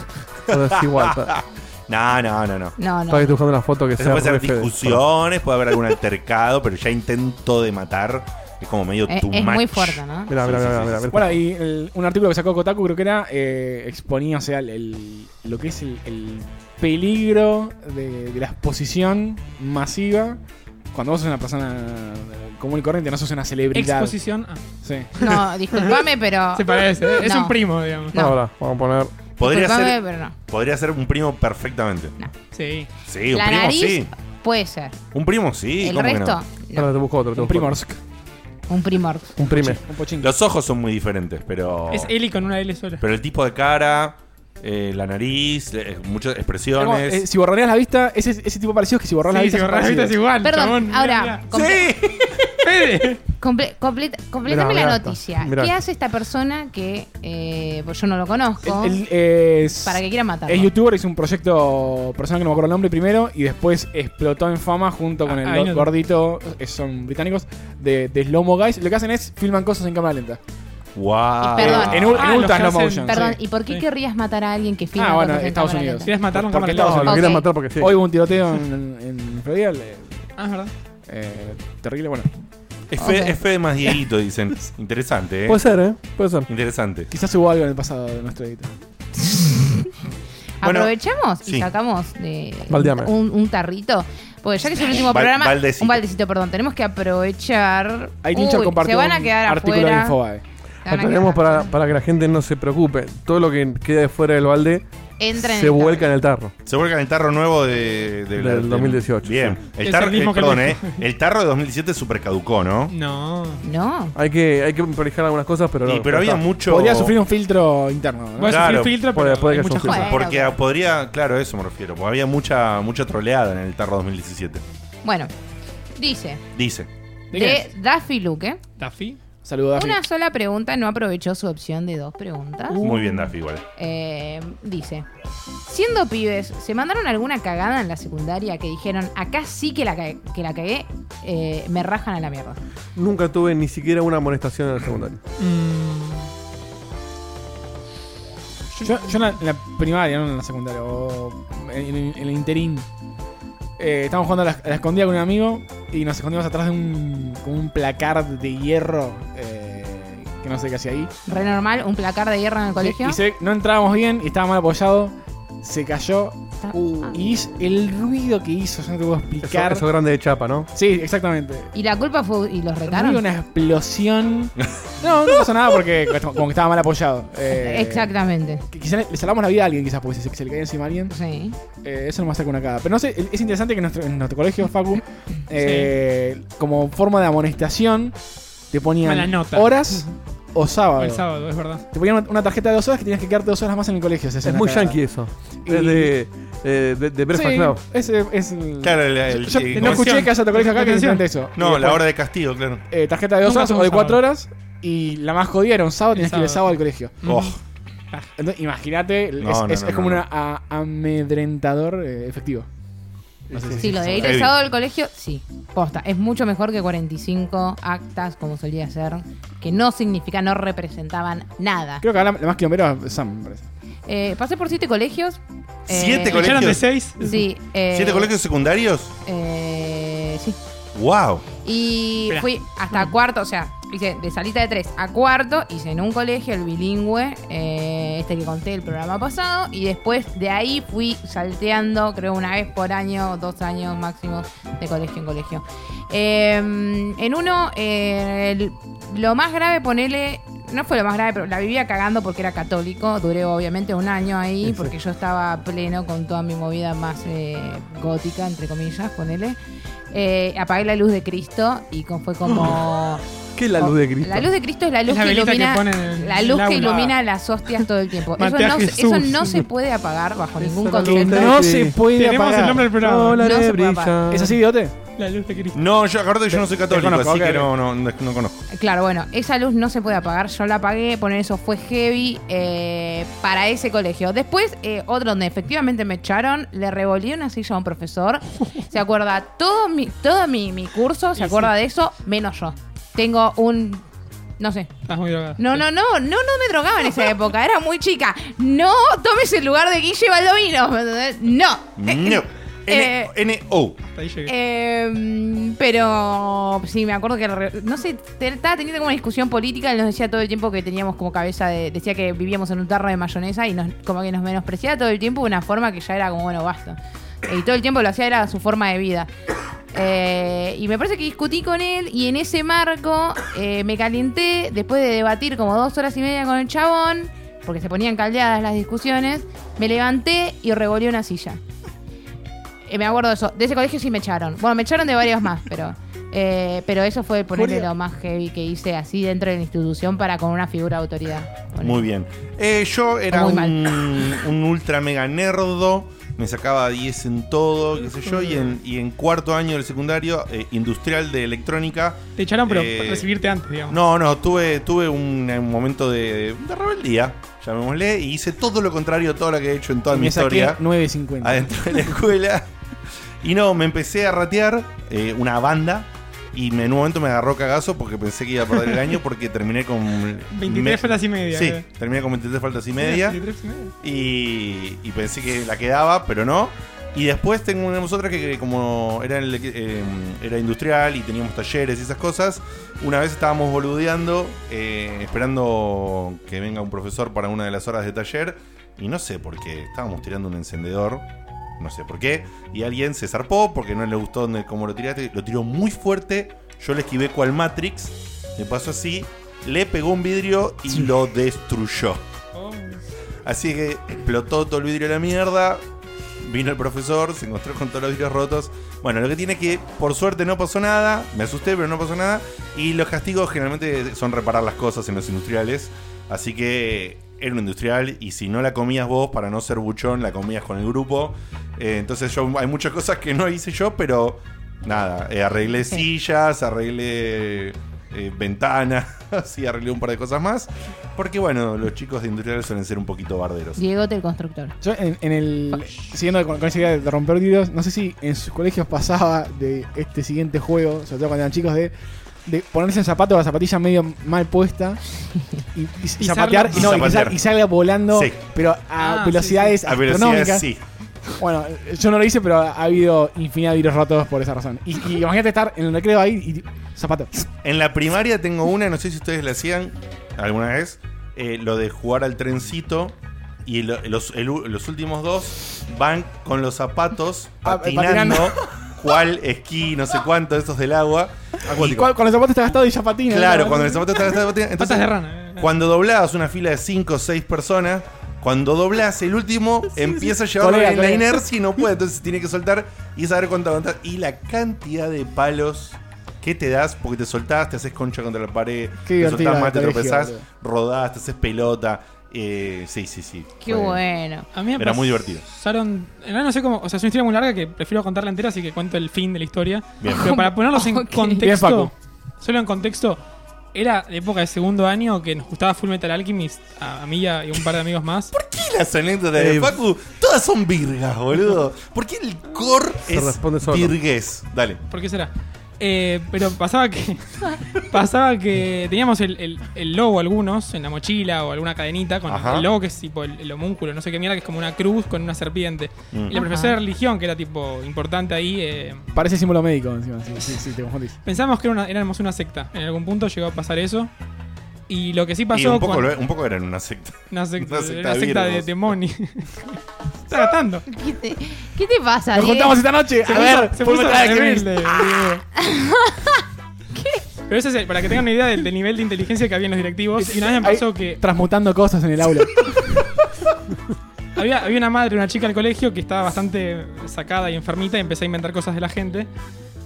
Speaker 3: Pero es igual. Para,
Speaker 1: No, no, no, no.
Speaker 2: No, no.
Speaker 3: para que te buscando una foto que
Speaker 1: Eso
Speaker 3: sea.
Speaker 1: puede ser
Speaker 3: re fea.
Speaker 1: discusiones, puede haber algún altercado, pero ya intento de matar es como medio
Speaker 2: Es,
Speaker 1: too
Speaker 2: es muy
Speaker 1: much.
Speaker 2: fuerte, ¿no?
Speaker 3: Mirá, mirá,
Speaker 1: Sí, sí,
Speaker 3: mirá,
Speaker 1: sí,
Speaker 3: mirá,
Speaker 1: sí.
Speaker 3: mirá.
Speaker 4: Bueno, y el- un artículo que sacó Kotaku creo que era eh, exponía, o sea, el- el- lo que es el, el peligro de, de la exposición masiva cuando vos sos una persona eh, común y corriente, no sos una celebridad.
Speaker 5: Exposición. Ah,
Speaker 4: Sí.
Speaker 2: No, disculpame, pero.
Speaker 5: se parece. ¿eh? Es
Speaker 2: Ah. No.
Speaker 5: un primo, digamos.
Speaker 2: No.
Speaker 3: Ahora, vamos a poner.
Speaker 1: Podría
Speaker 2: disculpame,
Speaker 1: ser,
Speaker 2: pero no.
Speaker 1: podría ser un primo perfectamente.
Speaker 5: Sí.
Speaker 1: Sí, un
Speaker 2: La
Speaker 1: primo
Speaker 2: nariz
Speaker 1: sí.
Speaker 2: puede ser.
Speaker 1: Un primo
Speaker 2: el
Speaker 1: sí. ¿cómo que no?
Speaker 2: resto, no.
Speaker 3: Ahora te busco otro. te
Speaker 4: Un
Speaker 3: busco
Speaker 4: primorsk.
Speaker 2: un primor.
Speaker 3: otro. Un prime.
Speaker 4: Un pochín.
Speaker 1: Los ojos son muy diferentes, pero.
Speaker 5: Es Eli con una L sola.
Speaker 1: Oh. Pero el tipo de cara, eh, la nariz, eh, muchas
Speaker 4: Como,
Speaker 1: expresiones.
Speaker 4: eh, si borrarías la vista, ese, ese tipo de parecidos que si borras la
Speaker 5: Sí,
Speaker 4: vista.
Speaker 5: si
Speaker 4: son
Speaker 5: borrás la vista es
Speaker 4: parecidos.
Speaker 5: igual.
Speaker 2: Perdón,
Speaker 5: chabón. Mirá,
Speaker 2: ahora,
Speaker 5: mirá.
Speaker 2: comple-
Speaker 5: Fede.
Speaker 2: comple- completa- completame
Speaker 3: Mirá,
Speaker 2: la
Speaker 3: mirá,
Speaker 2: noticia.
Speaker 3: mirá.
Speaker 2: ¿Qué hace esta persona que eh, pues yo no lo conozco?
Speaker 4: Él- él es-
Speaker 2: para que quiera matarlo.
Speaker 4: Es youtuber, hizo un proyecto personal que no me acuerdo el nombre primero y después explotó en fama junto con
Speaker 5: Ah,
Speaker 4: el
Speaker 5: ahí
Speaker 4: go-
Speaker 5: no-
Speaker 4: gordito, eh, son británicos, de, de Slow Mo Guys. Lo que hacen es filman cosas en cámara lenta. Eh,
Speaker 1: Wow.
Speaker 2: Y perdón.
Speaker 4: En, ul- en
Speaker 5: Ah, los que
Speaker 4: ultra Slow
Speaker 5: hacen-
Speaker 4: Motion.
Speaker 2: Perdón,
Speaker 5: sí,
Speaker 2: ¿y por qué
Speaker 5: sí.
Speaker 2: querrías matar a alguien que filma?
Speaker 4: Ah, bueno,
Speaker 2: cosas en
Speaker 4: Estados
Speaker 2: cámara
Speaker 4: Unidos.
Speaker 2: lenta?
Speaker 5: Querías matarlo en
Speaker 4: Porque
Speaker 5: cámara
Speaker 4: estaba
Speaker 3: No,
Speaker 5: lenta.
Speaker 3: lo
Speaker 2: Ok.
Speaker 3: quieren matar porque sí.
Speaker 4: Hoy hubo un tiroteo en, en Florida. le-
Speaker 5: Ah, es verdad.
Speaker 4: eh, terrible, bueno.
Speaker 1: Es fe,
Speaker 2: Ok.
Speaker 1: es fe de más Dieguito, dicen. Interesante, ¿eh?
Speaker 3: Puede ser, ¿eh? Puede ser.
Speaker 1: Interesante.
Speaker 4: Quizás hubo algo en el pasado de nuestro editor.
Speaker 1: Bueno,
Speaker 2: Aprovechamos y
Speaker 1: sí.
Speaker 2: sacamos de
Speaker 3: Baldeame.
Speaker 2: un, un tarrito. Porque ya que es el último
Speaker 1: Bal-
Speaker 2: programa.
Speaker 1: baldecito.
Speaker 2: Un baldecito, perdón. Tenemos que aprovechar.
Speaker 4: Ahí Tincho
Speaker 2: Uy,
Speaker 4: compartió
Speaker 2: Se van a
Speaker 4: un
Speaker 2: quedar
Speaker 4: artículo
Speaker 2: afuera.
Speaker 4: de Infobae.
Speaker 2: se van a
Speaker 3: Aclaremos
Speaker 2: quedar
Speaker 3: para,
Speaker 2: afuera.
Speaker 3: para que la gente no se preocupe. Todo lo que quede fuera del balde
Speaker 2: Entra en
Speaker 3: se
Speaker 2: el
Speaker 3: vuelca
Speaker 2: tarro.
Speaker 3: en el tarro.
Speaker 1: Se vuelcan el tarro nuevo de, de-
Speaker 3: Del
Speaker 1: de-
Speaker 3: 2018,
Speaker 1: Bien. El
Speaker 5: Es
Speaker 1: tarro,
Speaker 5: el mismo
Speaker 1: eh,
Speaker 5: que
Speaker 1: perdón,
Speaker 5: el-
Speaker 1: ¿eh? El tarro de 2017 super caducó, ¿no?
Speaker 5: No.
Speaker 2: No.
Speaker 3: Hay que, hay que prolijar algunas cosas, pero
Speaker 1: Y,
Speaker 3: no,
Speaker 1: pero
Speaker 3: ya
Speaker 1: había
Speaker 3: está.
Speaker 1: mucho.
Speaker 4: Podría sufrir un filtro interno. ¿no?
Speaker 5: Bueno,
Speaker 1: Claro.
Speaker 5: claro. filtro,
Speaker 3: Puede-
Speaker 5: pero
Speaker 3: puede
Speaker 5: hay
Speaker 3: que
Speaker 5: muchas
Speaker 3: haya un
Speaker 5: cosas.
Speaker 2: filtro.
Speaker 1: Porque podría, claro, a eso me refiero. Porque había mucha, mucha troleada en el tarro 2017.
Speaker 2: Bueno. Dice.
Speaker 1: Dice.
Speaker 4: ¿De qué
Speaker 2: De Daffy Luke.
Speaker 5: Taffy.
Speaker 4: Saludos a
Speaker 2: Una sola pregunta no aprovechó su opción de dos preguntas.
Speaker 4: Uh.
Speaker 1: Muy bien, Daffy, igual.
Speaker 2: Eh, dice, siendo pibes, ¿se mandaron alguna cagada en la secundaria que dijeron, acá sí que la, ca- que la cagué, eh, me rajan a la mierda?
Speaker 3: Nunca tuve ni siquiera una amonestación en el secundario.
Speaker 5: Mm,
Speaker 4: Yo, yo en, la, en la primaria, no en la secundaria, o en, en- en el interín. Eh, estábamos jugando a la, a la escondida con un amigo y nos escondimos atrás de un, como un placar de hierro eh, que no sé qué hacía ahí.
Speaker 2: Re normal, un placar de guerra en el colegio.
Speaker 4: Y, y se- no entrábamos bien y estaba mal apoyado. Se cayó
Speaker 2: Está- ah.
Speaker 4: y hizo- el ruido que hizo, yo no te puedo
Speaker 3: Eso,
Speaker 4: explicar.
Speaker 3: eso grande de chapa, ¿no?
Speaker 4: Sí, exactamente.
Speaker 2: Y la culpa fue, y los
Speaker 4: Hubo
Speaker 2: retaron.
Speaker 4: una explosión. No, no pasó nada porque como que estaba mal apoyado. Eh,
Speaker 2: Exactamente.
Speaker 4: que Quizás le- le salvamos la vida a alguien, quizás, porque se, se le caía encima a alguien.
Speaker 2: Sí.
Speaker 4: Eh, eso no me saca una cagada. Pero no sé, es interesante que en nuestro, en nuestro colegio, Facu, eh, como forma de amonestación, te
Speaker 5: Mala
Speaker 4: ponían
Speaker 5: nota.
Speaker 4: horas o sábado.
Speaker 5: El sábado, es verdad.
Speaker 4: Te ponían una- una tarjeta de dos horas que tenías que quedarte dos horas más en el colegio.
Speaker 3: Es muy yankee eso.
Speaker 4: Y-
Speaker 3: Es de, eh, de, de Breakfast Club.
Speaker 4: Es, es, el-
Speaker 1: Claro, el- el-
Speaker 4: yo
Speaker 1: el-
Speaker 4: no escuché que haya otro colegio acá que
Speaker 5: Atención.
Speaker 4: exactamente eso.
Speaker 1: No,
Speaker 4: Y
Speaker 1: la
Speaker 4: después,
Speaker 1: hora de castigo, claro.
Speaker 4: eh, tarjeta de dos
Speaker 5: Nunca
Speaker 4: horas o
Speaker 5: fue
Speaker 4: de
Speaker 5: un
Speaker 4: cuatro
Speaker 5: sábado.
Speaker 4: horas. Y la más jodida era un sábado, tenías que ir el sábado
Speaker 5: sábado.
Speaker 4: al colegio.
Speaker 1: Oh,
Speaker 4: Entonces, imagínate,
Speaker 1: No,
Speaker 4: es,
Speaker 1: no,
Speaker 4: es-
Speaker 1: no,
Speaker 4: es como
Speaker 1: no,
Speaker 4: un amedrentador eh, efectivo. No sé si-
Speaker 2: Sí, lo de ir
Speaker 1: Heavy.
Speaker 2: el sábado al colegio, sí. Posta, es mucho mejor que 45 actas, como solía ser, que no significa, no representaban nada.
Speaker 4: Creo que ahora la más quilombera es Sam, me parece.
Speaker 2: Eh, pasé por siete colegios. eh,
Speaker 1: Siete
Speaker 5: ¿Lo echaron
Speaker 1: Colegios.
Speaker 5: de seis?
Speaker 2: Sí. eh,
Speaker 1: ¿Siete colegios secundarios?
Speaker 2: eh, sí.
Speaker 1: ¡Wow!
Speaker 2: Y
Speaker 5: Esperá.
Speaker 2: fui
Speaker 3: Mm.
Speaker 2: hasta cuarto, o sea, hice de salita de tres a cuarto, hice en un colegio, el bilingüe, eh, este que conté el programa pasado, y después de ahí fui salteando, creo una vez por año, dos años máximo, de colegio en colegio. Eh, en uno, eh, el- lo más grave, ponele, no fue lo más grave, pero la vivía cagando porque era católico, duré obviamente un año ahí,
Speaker 3: Sí.
Speaker 2: porque yo estaba pleno con toda mi movida más eh, gótica, entre comillas, ponele. Eh, apagué la luz de Cristo y con- fue como.
Speaker 3: ¿Qué es la luz de Cristo?
Speaker 2: Oh, La luz de Cristo es la luz
Speaker 5: la
Speaker 2: que
Speaker 5: velita que
Speaker 2: ilumina.
Speaker 5: ponen en
Speaker 2: la
Speaker 5: el
Speaker 2: luz que
Speaker 5: aula.
Speaker 2: ilumina las hostias todo el tiempo. Eso
Speaker 5: Mate a
Speaker 2: no, se- eso
Speaker 5: Jesús.
Speaker 2: no se puede apagar bajo
Speaker 3: Esa
Speaker 2: ningún
Speaker 3: es la luz
Speaker 2: concepto.
Speaker 3: de-
Speaker 4: No
Speaker 3: sí.
Speaker 4: se puede
Speaker 5: Tenemos
Speaker 4: apagar.
Speaker 5: el nombre del programa.
Speaker 3: Hola,
Speaker 2: No se puede
Speaker 3: brilla.
Speaker 4: ¿Es así, idiote?
Speaker 5: La luz de Cristo.
Speaker 1: No, yo acuérdate que yo no soy católico,
Speaker 4: conozco,
Speaker 1: así
Speaker 4: ok,
Speaker 1: que
Speaker 4: ok.
Speaker 1: no, no, no, no conozco.
Speaker 2: Claro, bueno, esa luz no se puede apagar. Yo la apagué, poner eso fue heavy eh, para ese colegio. Después, eh, otro donde efectivamente me echaron, le revolví una silla a un profesor. Se acuerda todo mi, todo mi, mi curso, se
Speaker 5: Y
Speaker 2: acuerda
Speaker 5: sí.
Speaker 2: de eso, menos yo. Tengo un. No sé.
Speaker 5: Estás muy drogada.
Speaker 2: No, no, no, no, no me drogaba en esa época, era muy chica. No tomes el lugar de Guille Baldovino. ¿me entendés? No.
Speaker 1: No.
Speaker 2: eh,
Speaker 1: N- NO.
Speaker 5: Hasta ahí llegué.
Speaker 2: Eh, pero sí, me acuerdo que re- no sé, te- estaba teniendo como una discusión política, él nos decía todo el tiempo que teníamos como cabeza de, decía que vivíamos en un tarro de mayonesa y nos, como que nos menospreciaba todo el tiempo de una forma que ya era como, bueno, basta. Y todo el tiempo lo hacía, era su forma de vida. Eh, y me parece que discutí con él y en ese marco eh, me calenté después de debatir como dos horas y media con el chabón, porque se ponían caldeadas las discusiones, me levanté y revolé una silla. Eh, me acuerdo de eso. De ese colegio sí me echaron. Bueno, me echaron de varios más, pero. eh, pero eso fue ponerle
Speaker 4: Julia.
Speaker 2: lo más heavy que hice así dentro de la institución para con una figura de autoridad. Ponele.
Speaker 1: Muy bien. Eh, yo era
Speaker 2: Muy
Speaker 1: un,
Speaker 2: mal.
Speaker 1: un ultra mega nerdo. Me sacaba 10 en todo, qué sé yo. Y en, y en cuarto año del secundario, eh, industrial de electrónica.
Speaker 5: Te echaron, pero
Speaker 1: eh,
Speaker 5: para recibirte antes, digamos.
Speaker 1: No, no, tuve, tuve un, eh, momento de, de rebeldía, llamémosle. Y hice todo lo contrario a todo lo que he hecho en toda Ah, mi
Speaker 4: me saqué
Speaker 1: historia.
Speaker 4: 9.50.
Speaker 1: adentro de la escuela. Y no, me empecé a ratear eh, una banda. Y me- en un momento me agarró cagazo porque pensé que iba a perder el año porque terminé con...
Speaker 5: 23
Speaker 1: me-
Speaker 5: faltas y media.
Speaker 1: Sí,
Speaker 5: eh.
Speaker 1: terminé con 23 faltas y media.
Speaker 5: 23 y media.
Speaker 1: Y, y pensé que la quedaba, pero no. Y después tenemos otra que, que como era, en el- eh, era industrial y teníamos talleres y esas cosas, una vez estábamos boludeando, eh, esperando que venga un profesor para una de las horas de taller, y no sé por qué, estábamos tirando un encendedor, no sé por qué, y alguien se zarpó porque no le gustó donde, cómo lo tiraste, lo tiró muy fuerte, yo le esquivé cual Matrix, me pasó así, le pegó un vidrio y lo destruyó.
Speaker 5: Oh,
Speaker 1: Así que explotó todo el vidrio de la mierda. Vino el profesor, se encontró con todos los vidrios rotos. Bueno, lo que tiene es que, por suerte, no pasó nada. Me asusté, pero no pasó nada. Y los castigos generalmente son reparar las cosas en los industriales. Así que era un industrial y si no la comías vos, para no ser buchón, la comías con el grupo. Eh, entonces yo hay muchas cosas que no hice yo, pero nada, eh, arreglé
Speaker 2: Sí.
Speaker 1: sillas, arreglé eh, ventanas y arreglé un par de cosas más. Porque bueno, los chicos de industriales suelen ser un poquito barderos.
Speaker 2: Diegote el constructor.
Speaker 4: Yo en, en el. Siguiendo con, con esa idea de romper vidrios, no sé si en sus colegios pasaba de este siguiente juego, sobre todo cuando eran chicos, de, de ponerse el zapato la zapatilla medio mal puesta y, y zapatear,
Speaker 5: Pisarla.
Speaker 4: y, no, y,
Speaker 1: Zapatear.
Speaker 4: pisar- y salga volando,
Speaker 1: Sí.
Speaker 4: pero a
Speaker 5: Ah,
Speaker 4: velocidades
Speaker 1: A velocidades
Speaker 4: astronómicas.
Speaker 1: sí.
Speaker 4: Bueno, yo no lo hice, pero ha habido infinidad de vidrios rotos por esa razón. Y, y imagínate estar en el recreo ahí y. zapato.
Speaker 1: En la primaria tengo una, no sé si ustedes la hacían alguna vez, eh, lo de jugar al trencito. Y lo- los, el u- los últimos dos van con los zapatos
Speaker 4: Ah,
Speaker 1: patinando,
Speaker 4: patinando.
Speaker 1: cuál esquí, no sé cuánto, esos del agua.
Speaker 4: Y cuál- cuando el zapato está gastado y ya patina.
Speaker 1: Claro,
Speaker 4: ¿no?
Speaker 1: cuando el zapato está está patinando.
Speaker 5: Patas
Speaker 1: Entonces,
Speaker 5: de rana. eh.
Speaker 1: cuando doblabas una fila de 5 o 6 personas, cuando doblas el último, empieza a llevarlo
Speaker 4: Colega,
Speaker 1: en la
Speaker 4: colega.
Speaker 1: inercia y no puede, entonces tiene que soltar y saber cuánto aguantar. Y la cantidad de palos que te das, porque te soltás, te haces concha contra la pared, te
Speaker 4: divertido
Speaker 1: soltás
Speaker 4: el
Speaker 1: más, te
Speaker 4: colegio,
Speaker 1: tropezás,
Speaker 4: boludo.
Speaker 1: rodás, te haces pelota. Eh, sí, sí, sí.
Speaker 2: Qué
Speaker 1: Fue-
Speaker 2: bueno.
Speaker 5: A mí me
Speaker 1: Era muy divertido.
Speaker 5: Pasaron, en realidad no sé cómo, o sea, es una historia muy larga que prefiero contarla entera, así que cuento el fin de la historia.
Speaker 1: Bien.
Speaker 5: Pero para ponerlos en
Speaker 2: Ok.
Speaker 4: Bien,
Speaker 5: contexto,
Speaker 4: Facu.
Speaker 5: solo en contexto, era de época de segundo año que nos gustaba Full Metal Alchemist a, a mí y a- y a un par de amigos más.
Speaker 1: Y las anécdotas de
Speaker 3: Eh,
Speaker 1: Facu, todas son virgas, boludo. ¿Por qué el core
Speaker 3: Se
Speaker 1: es
Speaker 3: responde solo.
Speaker 1: virgués? Dale.
Speaker 5: ¿Por qué será? Eh, pero pasaba que pasaba que teníamos el, el- el logo algunos en la mochila o alguna cadenita con
Speaker 1: Ajá.
Speaker 5: el logo que es tipo el, el homúnculo, no sé qué mierda, que es como una cruz con una serpiente.
Speaker 1: Mm.
Speaker 5: Y la profesora
Speaker 2: Ajá.
Speaker 5: de religión, que era tipo importante ahí, eh,
Speaker 4: Parece símbolo médico encima, sí, sí, sí, te confundís.
Speaker 5: Pensábamos que era una- éramos una secta. En algún punto llegó a pasar eso. Y lo que sí pasó
Speaker 1: Y un poco,
Speaker 5: con-
Speaker 1: lo- un poco eran una secta.
Speaker 5: una secta,
Speaker 1: una secta
Speaker 5: una secta de
Speaker 1: virgos.
Speaker 5: demonios. Está gastando.
Speaker 2: ¿Qué te, qué te pasa,
Speaker 4: Nos
Speaker 2: Diego?
Speaker 4: juntamos esta noche.
Speaker 5: Se
Speaker 4: A
Speaker 5: puso-
Speaker 4: ver, Ah,
Speaker 5: se
Speaker 4: Full
Speaker 5: puso
Speaker 4: Metal Alchemist.
Speaker 5: rebelde, Diego. Pero eso es, el- para que tengan una idea del, del nivel de inteligencia que había en los directivos. Y una vez me
Speaker 4: Ahí-
Speaker 5: pasó que
Speaker 4: transmutando cosas en el aula.
Speaker 5: había, había una madre, una chica al colegio que estaba bastante sacada y enfermita y empecé a inventar cosas de la gente.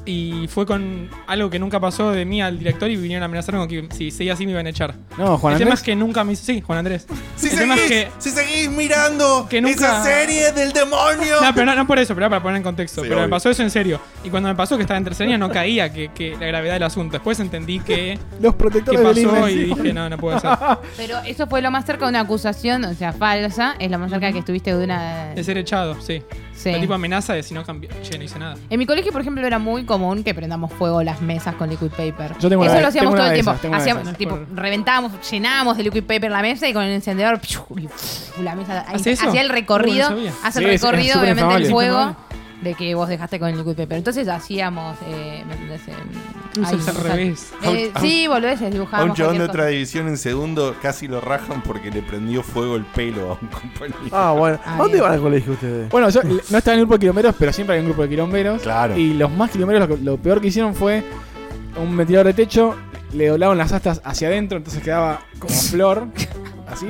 Speaker 5: Y fue con algo que nunca pasó de mí al director y vinieron a amenazarme con que si seguía así me iban a echar.
Speaker 4: No, Juan
Speaker 5: el tema es
Speaker 4: Andrés.
Speaker 5: que nunca me hizo. Sí, Juan Andrés.
Speaker 1: Si
Speaker 5: el tema
Speaker 1: seguís,
Speaker 5: es que
Speaker 1: si seguís mirando
Speaker 5: que nunca-
Speaker 1: esa serie del demonio.
Speaker 5: No, pero no, no por eso, pero era para poner en contexto.
Speaker 1: Sí,
Speaker 5: pero
Speaker 1: obvio.
Speaker 5: me pasó eso en serio. Y cuando me pasó que estaba en tercer año no caía que, que la gravedad del asunto. Después entendí que,
Speaker 4: Los
Speaker 5: que
Speaker 4: protectores del
Speaker 5: pasó y
Speaker 4: INE.
Speaker 5: dije, no, no puede ser.
Speaker 2: Pero eso fue lo más cerca de una acusación, o sea, falsa. Es lo más cerca que estuviste de una.
Speaker 5: De ser echado, sí.
Speaker 2: Sí.
Speaker 5: La tipo amenaza de si no cambia. Che, no hice nada.
Speaker 2: En mi colegio, por ejemplo, era muy común que prendamos fuego las mesas con liquid paper.
Speaker 4: Yo tengo una
Speaker 2: Eso
Speaker 4: de-
Speaker 2: lo hacíamos
Speaker 4: tengo
Speaker 2: todo
Speaker 4: una
Speaker 2: el
Speaker 4: de
Speaker 2: tiempo.
Speaker 4: esas, tengo una de
Speaker 2: hacíamos,
Speaker 5: esas.
Speaker 2: tipo,
Speaker 5: No es por-
Speaker 2: reventábamos, llenábamos de liquid paper la mesa y con el encendedor ¡piu! y ¡piu! la mesa ahí
Speaker 5: ¿Hace eso?
Speaker 2: hacía el recorrido,
Speaker 5: Uh, no sabía.
Speaker 2: hace
Speaker 4: Sí,
Speaker 2: el
Speaker 4: es- es
Speaker 2: recorrido,
Speaker 4: súper
Speaker 2: obviamente, el
Speaker 4: infamable.
Speaker 2: fuego
Speaker 5: Infamable.
Speaker 2: de que vos dejaste con el liquid paper. Entonces hacíamos, eh, ¿me entendés? Eh,
Speaker 5: Luces
Speaker 2: ahí,
Speaker 5: al
Speaker 2: o sea,
Speaker 5: revés.
Speaker 2: eh,
Speaker 1: A un-
Speaker 2: sí, boludeces,
Speaker 1: A un
Speaker 2: dibujábamos.
Speaker 1: chabón de
Speaker 2: cualquier
Speaker 1: otra
Speaker 2: cosa.
Speaker 1: división en segundo casi lo rajan porque le prendió fuego el pelo a un compañero.
Speaker 3: Ah, bueno. ¿A
Speaker 2: Ah,
Speaker 3: dónde
Speaker 2: bien.
Speaker 3: van al colegio ustedes?
Speaker 4: Bueno, yo l- no estaba en el grupo de quilomberos, pero siempre había un grupo de quilomberos.
Speaker 1: Claro.
Speaker 4: Y los más quilomberos, lo, que- lo peor que hicieron fue un ventilador de techo, le doblaban las astas hacia adentro, entonces quedaba como flor, así.